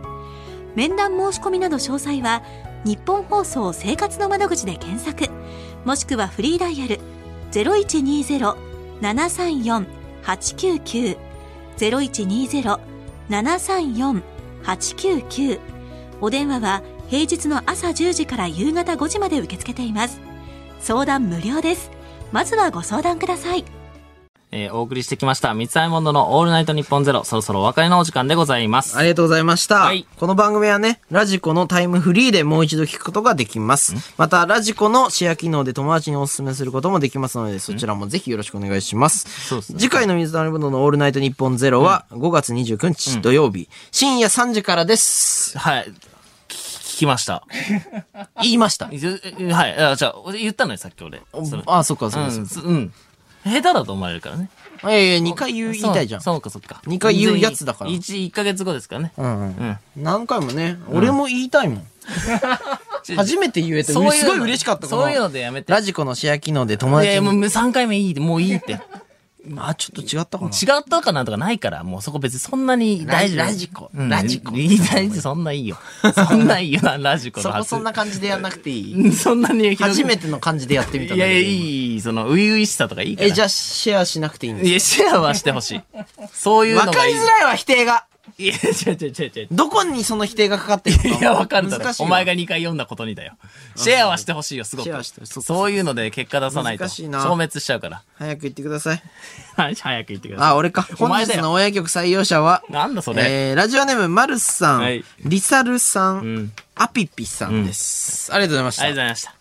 面談申し込みなど詳細は日本放送生活の窓口で検索もしくはフリーダイヤル0120-734-899 0120-734-899お電話は平日の朝10時から夕方5時まで受け付けています相談無料ですまずはご相談ください
えーお送りしてきました、三ツアイモンドのオールナイトニッポンゼロ、そろそろお別れのお時間でございます。
ありがとうございました。
はい
この番組はね、ラジコのタイムフリーでもう一度聞くことができます。また、ラジコのシェア機能で友達にお勧めすることもできますので、そちらもぜひよろしくお願いします。
そうですね
次回の水溜りボンドのオールナイトニッポンゼロは、5月29日土曜日、深夜3時からです。
はい。聞聞きました。
言いました。
いずえはい。あじゃあ、俺言ったのよ、さっき俺。それ
あ、そっか、そっか、そっか
うん、すうん。下手だと思われるからね。
いやいや、2回言う言いたいじゃん。
そうそうか、そうか。
二回言うやつだから
1、一ヶ月後ですからね。
うんうん。
うん。
何回もね、俺も言いたいもん。初めて言えて、す
そう
ご
うの
い嬉しかったこ
そういうのでやめて。
ラジコのシェア機能で友
いやい
達
や、もう
に。
3回目いいって、もういいって。違
あ、ちょっと違ったかな。
ったかなんとかないから、もうそこ別にそんなに
ラ
大
ジ
丈夫。
ラジコ
うん
ラジコ
いい、大丈夫、 <laughs> そんないいよ。そんないいよ
<laughs>
な、ラジコの
そこ
初
そんな感じでやんなくてい
<laughs>
い。
うんそんなに
初め
て
ての感じでやってみ
い
た
や
ん
い
だ
や、
けど。今
いい、その、初々しさとかいいから。
え、じゃあシェアしなくていいんです
いや、シェアはしてほしい。そういう
わ
の
か
がい
り
い。
づらいわ、否定が。
いや、違う違う違う違う。
どこにその否定がかかってるのかも。
<laughs> いや、わかるだろ
難。しいわ
お前が2回読んだことにだよ。シェアはしてほしいよ、すごく。
シェアしてほしいそっか
そういうので結果出さないと。
難しいな
消滅しちゃうから。 <laughs>
早く言ってください。
はい、早く言ってください。
あ、俺か。
お
本
前だ
日
よ
の親曲採用者は、
なんだそれ。
えー、ラジオネーム、マルスさん、
はい
リサルさん、
ん
アピピさんです、ありがとうございまし
あ
た。
りがとうございました。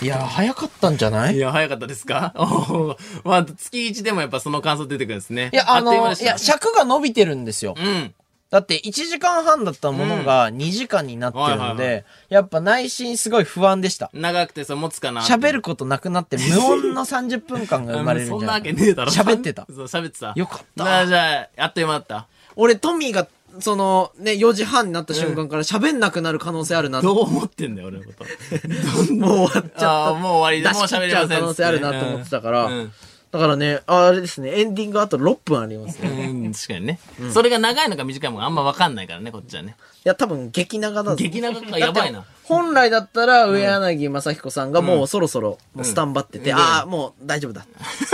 いや、早かったんじゃない
<laughs> い
い
や、早かったですか <laughs> おーまあ、月1でもやっぱその感想出てくるんですね。
や、あ
っという間
の、
で
い
した
や、尺が伸びてるんですよ。
うん。
だって、1時間半だったものが2時間になってるの
はいはい
で、やっぱ内心すごい不安でした。
長くてそう持つかな。
喋ることなくなって、無音の30分間が生まれるんじ
<laughs> そ
ゃ
んな
な
わ
い
けねえだろ。
喋ってた
そう、喋ってた。
よかった
まあじゃあ、あっという間だった。
俺、トミーが、その、ね、4時半になった瞬間から喋んなくなる可能性あるなって
どう思ってんだよ、俺
<laughs>
のこと。
もう終わっちゃった。
あーもう終わりだ。もう
出し切
喋
っ
れ
ちゃう
ませんっつって。
可能性あるなと思ってたから。
うん
だからね、あれですね、エンディングあと6分ありますね。い
うん、確かにね。それが長いのか短いのかあんま分かんないからね、こっちはね。
や、多分激長だぞ。
激長かやばいな。
本来だったら、上柳正彦さんがもうそろそろもうスタンバってて、
うん
ああ、もう大丈夫
<laughs>
だ。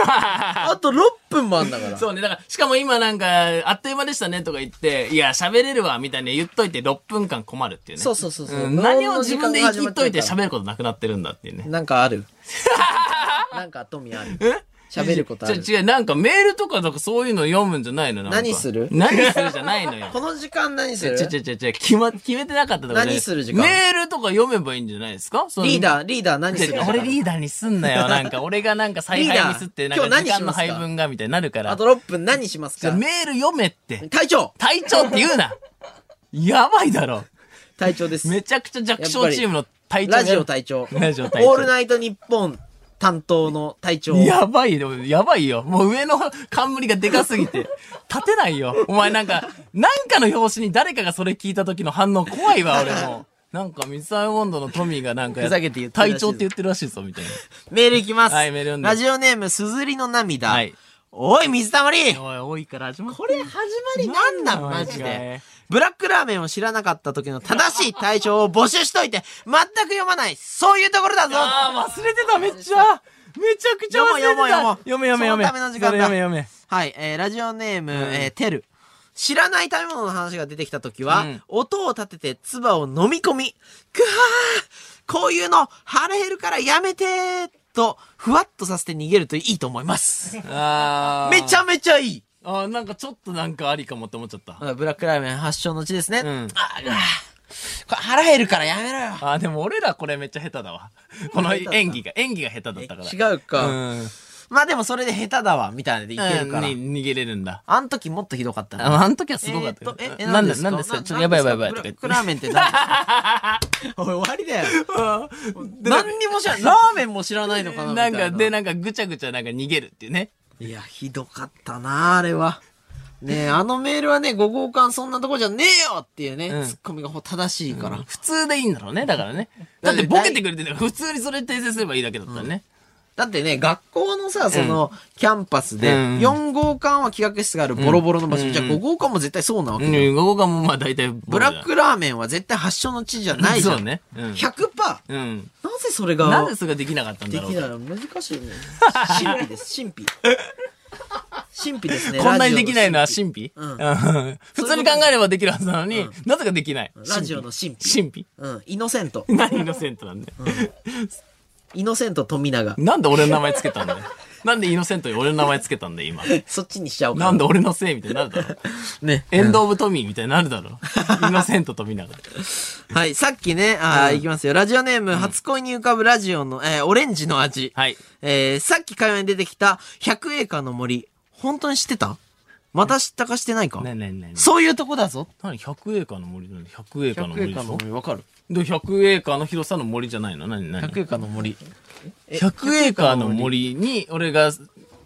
あと6分もあんだから。
そうね。だから、しかも今なんか、あっという間でしたねとか言って、いや、喋れるわ、みたいに言っといて6分間困るっていうね。
そうそうそうそう
うん
無
何
音
を
の
自
時
分
間
で
が
言
始ま
っ
って
と
るから
いて喋ることなくなってるんだっていうね。
なんかあ
<laughs>
るなんかトミーある。喋ることある。
違う、違うなんかメールとか、なんかそういうの読むんじゃないのなんか
何する
何するじゃないのよ。
この時間 <laughs> 何す
違う
る
違う違う違う、決ま、決めてなかったとかね
何する時間
メールとか読めばいいんじゃないですかその
リーダー、リーダー何する
で <laughs> 俺リーダーにすんなよ。なんか、俺がなんか再配ミスって、
リ
な
ーダー
んか時
今日何
間
し
の
ますか
配分がみたいになるから
あ。と6分何します
じゃあ
か
メール読めって。
隊長
隊長って言うな。やばいだろ。
隊長です。
めちゃくちゃ弱小チームの隊長や
ラジオ隊長。
ラジオ隊長
オールナイト日本担当の隊長。
やばいよ、やばいよ。もう上の冠がでかすぎて、立てないよ。お前なんか、なんかの表紙に誰かがそれ聞いた時の反応怖いわ、俺も。なんか、ミサイモンドのトミーがなんかや、
ふざけて言ってるらしい
隊
ぞ
長って言ってるらしいぞ、みたい
メールいきます。
はいメール読んで
ラジオネーム、すずりの
な。
涙。
はい。
おい、水たまり
おい、多いから始まっ
これ始まりなんなん、
なんだ
マジ
お前
で。ブラックラーメンを知らなかった時の正しい対象を募集しといて、全く読まない、そういうところだぞ
ああ、忘れてた、めっちゃ。めちゃくちゃ忘れてた。
読もう読もう
読め読め読め。
そのための時間だ
それ読め読め。
はい、えー、ラジオネーム、えー、てる。知らない食べ物の話が出てきた時は、
うん
音を立てて唾を飲み込み、くはーこういうの腹減るからやめてーと、ふわっとさせて逃げるといいと思います。
ああ。
めちゃめちゃいい
あーなんかちょっとなんかありかもって思っちゃった。
あブラックラーメン発祥の地ですね。
うん
あうわこれ腹減るからやめろよ。
あーでも俺らこれめっちゃ下手だわ。この演技が、演技が下手だったから。
違うか、
うん。
まあでもそれで下手だわ、みたいなのでいけるから。
うんに逃げれるんだ。
あん時もっとひどかったな。
ああの時はすごかった
えー
よ
っと、え、え、
なんで、
な
なんん
で
ですす
か
かちょっとやばいやばいやばい
ブ
と
ラ
か言
ッ
っ
ク
て。
ラーメンって何
<laughs>
ですかおい、終わりだよ。何にも知らない。ラーメンも知らないのかなみた
ないん
な。
か、で、なんかぐちゃぐちゃなんか逃げるっていうね。
いや、ひどかったな、あれは。ねえ、あのメールはね、5号館そんなとこじゃねえよっていうね、
うん
ツッコミがほ正しいから。
普通でいいんだろうね、だからね。だってボケてくれてるから普通にそれ訂正すればいいだけだったらね。
だってね、学校のさ、その、キャンパスで、
うん
4号館は企画室があるボロボロの場所、
うん
じゃあ5号館も絶対そうなわけ
う
だよ
ん、ここがもうまあ大体
ブ
ブ
ラックラーメンは絶対発祥の地じゃないじゃん。
そうね。うん。
100%。
うん。
なぜそれが、
なぜそれができなかったん
で
だろ
き
う
ない
か。
の難しいね。神秘です、神秘。神秘ですね。
こんなにできないのは
ラジオ
神秘
うん
うん普通に考えればできるはずなのに、なぜかできない。
ラジオの神秘。
神秘
うん、イノセント。
何イノセントなんだよ。
イノセント富永。
なんで俺の名前つけたんだよ。なんでイノセントに俺の名前つけたんだよ、今。
そっちにしちゃおうか
なんで俺のせいみたいになるだろ。
ね。
エンド・オブ・トミーみたいになるだろ。イノセントと見ながら。
はい、さっきね、あー、いきますよ。ラジオネーム、初恋に浮かぶラジオの、えーオレンジの味。
はい。
えーさっき会話に出てきた、百栄華の森。本当に知ってたまた知ったかしてないか。
ねえねえねえねえ。
そういうとこだぞ。
何 ?100 エーカーの森なの ?100 エーカーの
100エー
森
カ
で
ー
し
の
ょ
森、わかる
で、100エーカーの広さの森じゃないの何何
?100 エーカーの森。え
?100 エーカーの。森に俺が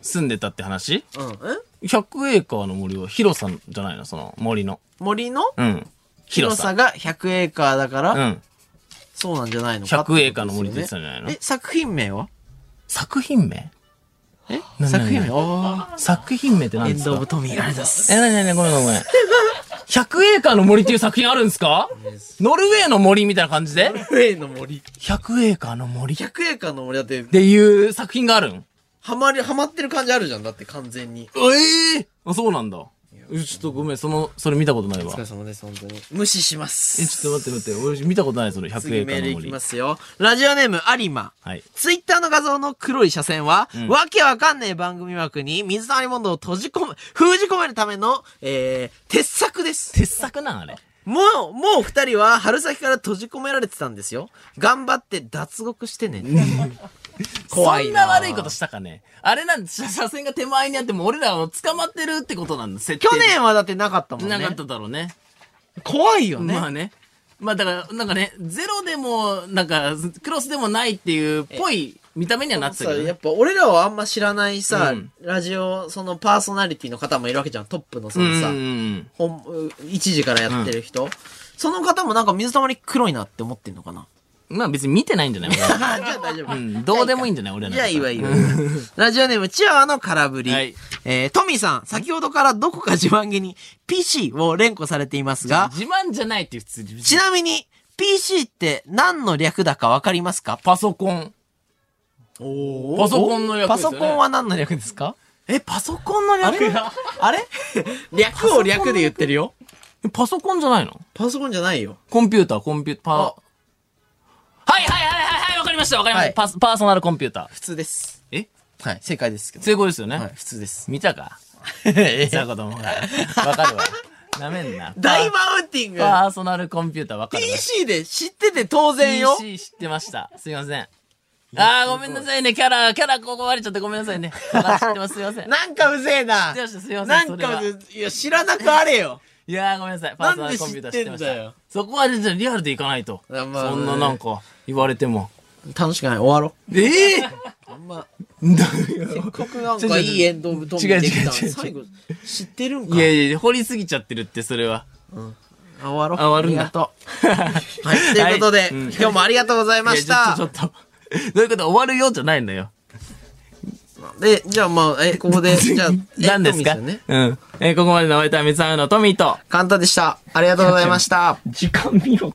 住んでたって話
うん。え
?100 エーカーの森は広さじゃないのその森の。
森の
うん。
広
広
さ
さ。
が100エーカーだから、
うん。
そうなんじゃないのかってことで
100
すよね。
エーカーの森って言ってたんじゃないの
え、作品名は
作品名
え
な
作品名
な
お
作品名って
ー。エ
何で
ン
す
ド・オブ・
か
トミー・ガルダス。
え、なになにごめんごめんごめん。100エーカーの森っていう作品あるんですかノルウェーの森みたいな感じで
ノルウェーの森。
100エーカーの森っ
100エーカーの森だって、
ていう作品があるん
はまり、はまってる感じあるじゃん。だって完全に。
ええあ、そうなんだ。えちょっとごめん、その、それ見たことないわ
お疲。れ様です、本当に。無視しま
え、
す。
ちょっと待って待って、俺見たことない、その100
次
エー
メ
カ
ール
ーの
いき
森
ま。すよ。ラジオネーム、有馬。
はい。
ツイッターの画像の黒い斜線は、
うん
わけわかんねえ番組枠に水溜りボンドを閉じ込め、封じ込めるための、えー、鉄柵です。
鉄柵なん、あれ。
もう、もう二人は春先から閉じ込められてたんですよ。頑張って脱獄して
<laughs>
ね。怖いな。
そんな悪いことしたかね。あれなん車車線が手前にあっても、俺らは捕まってるってことなんだ、設定
去
で
年はだってなかったもんね。
なかっただろうね。
怖いよね。
まあね。まあだから、なんかね、ゼロでも、なんか、クロスでもないっていう、ぽい見た目にはなってた
さ
けど
やっ
ね。
ぱ俺らはあんま知らないさ、
うん
ラジオ、そのパーソナリティの方もいるわけじゃん。トップのそ
うん
のさ、
うん。
本、1時からやってる人。その方もなんか水溜り黒いなって思ってんのかな。
まあ別に見てないんじゃない俺 <laughs> ら
あじゃあ大丈夫。
うんどうでもいいんじゃない俺らの
じゃあいいわいいわ
うん。
ラジオネーム、チワワの空振り。
はい
えー、トミーさん、先ほどからどこか自慢げに PC を連呼されていますが、
自慢じゃないっていう普通に。
ちなみに PC って何の略だかわかりますか
パソコン。パソコンの略
パ
ですよ
ソ
ね
コンは何の略ですか
え、パソコンの
あれあれ略を略で言ってるよ。
パソコンじゃないの
パソコンじゃないよ。
コンピューター、コンピューター。
あ
パはいはいはいはいはい、わかりましたわかりました、
はい
パス。パーソナルコンピュータ
普通です。
ー。え
はい、正解ですけど。
成功ですよね。
はい、普通
<laughs>
です。
見たかそういうこともほらわか <laughs> るわ。なめんな。
大マウンティング
パーソナルコンピューターわかるわ。
!PC で知ってて当然よ
PC 知ってました。すいません。あー、ごめんなさいね。キャラ、キャラここ割れちゃってごめんなさい
<laughs>
ね。わか知ってます。すいません。知っ
なんかうぜえな
てました。すいません。
なん
それは
かうぜえ、いや、知らなくあれよ
いやーごめんなさい。パーソナルコンピューター知ってまし
なんで知ってんだよ
た。そこはじゃあリアルでいかないと。
あまあね
そんななんか言われても。
楽しくない終わろ
ええ
う。あんま、
ー、
僕なん
ちょち
か
ょ
いいエンドオブトミーできたの
違う違う違う
最後、知ってるんか
<laughs> いやいやいや、掘りすぎちゃってるって、それは。
あ終わろう。
あ終わるんだ
ありがとう。はい、ということで、
はいうん
今日もありがとうございまし
いや
た
ちょ。っと、ちょっと。どういうこと終わるよじゃないのよ。
で、じゃあまあ、え、ここで、じ <laughs> ゃあ、え
何ですか
トミーよね
うん。えーここまでのお相手は三つ編みのトミーと。
簡単でした。ありがとうございました。
時間見ろ。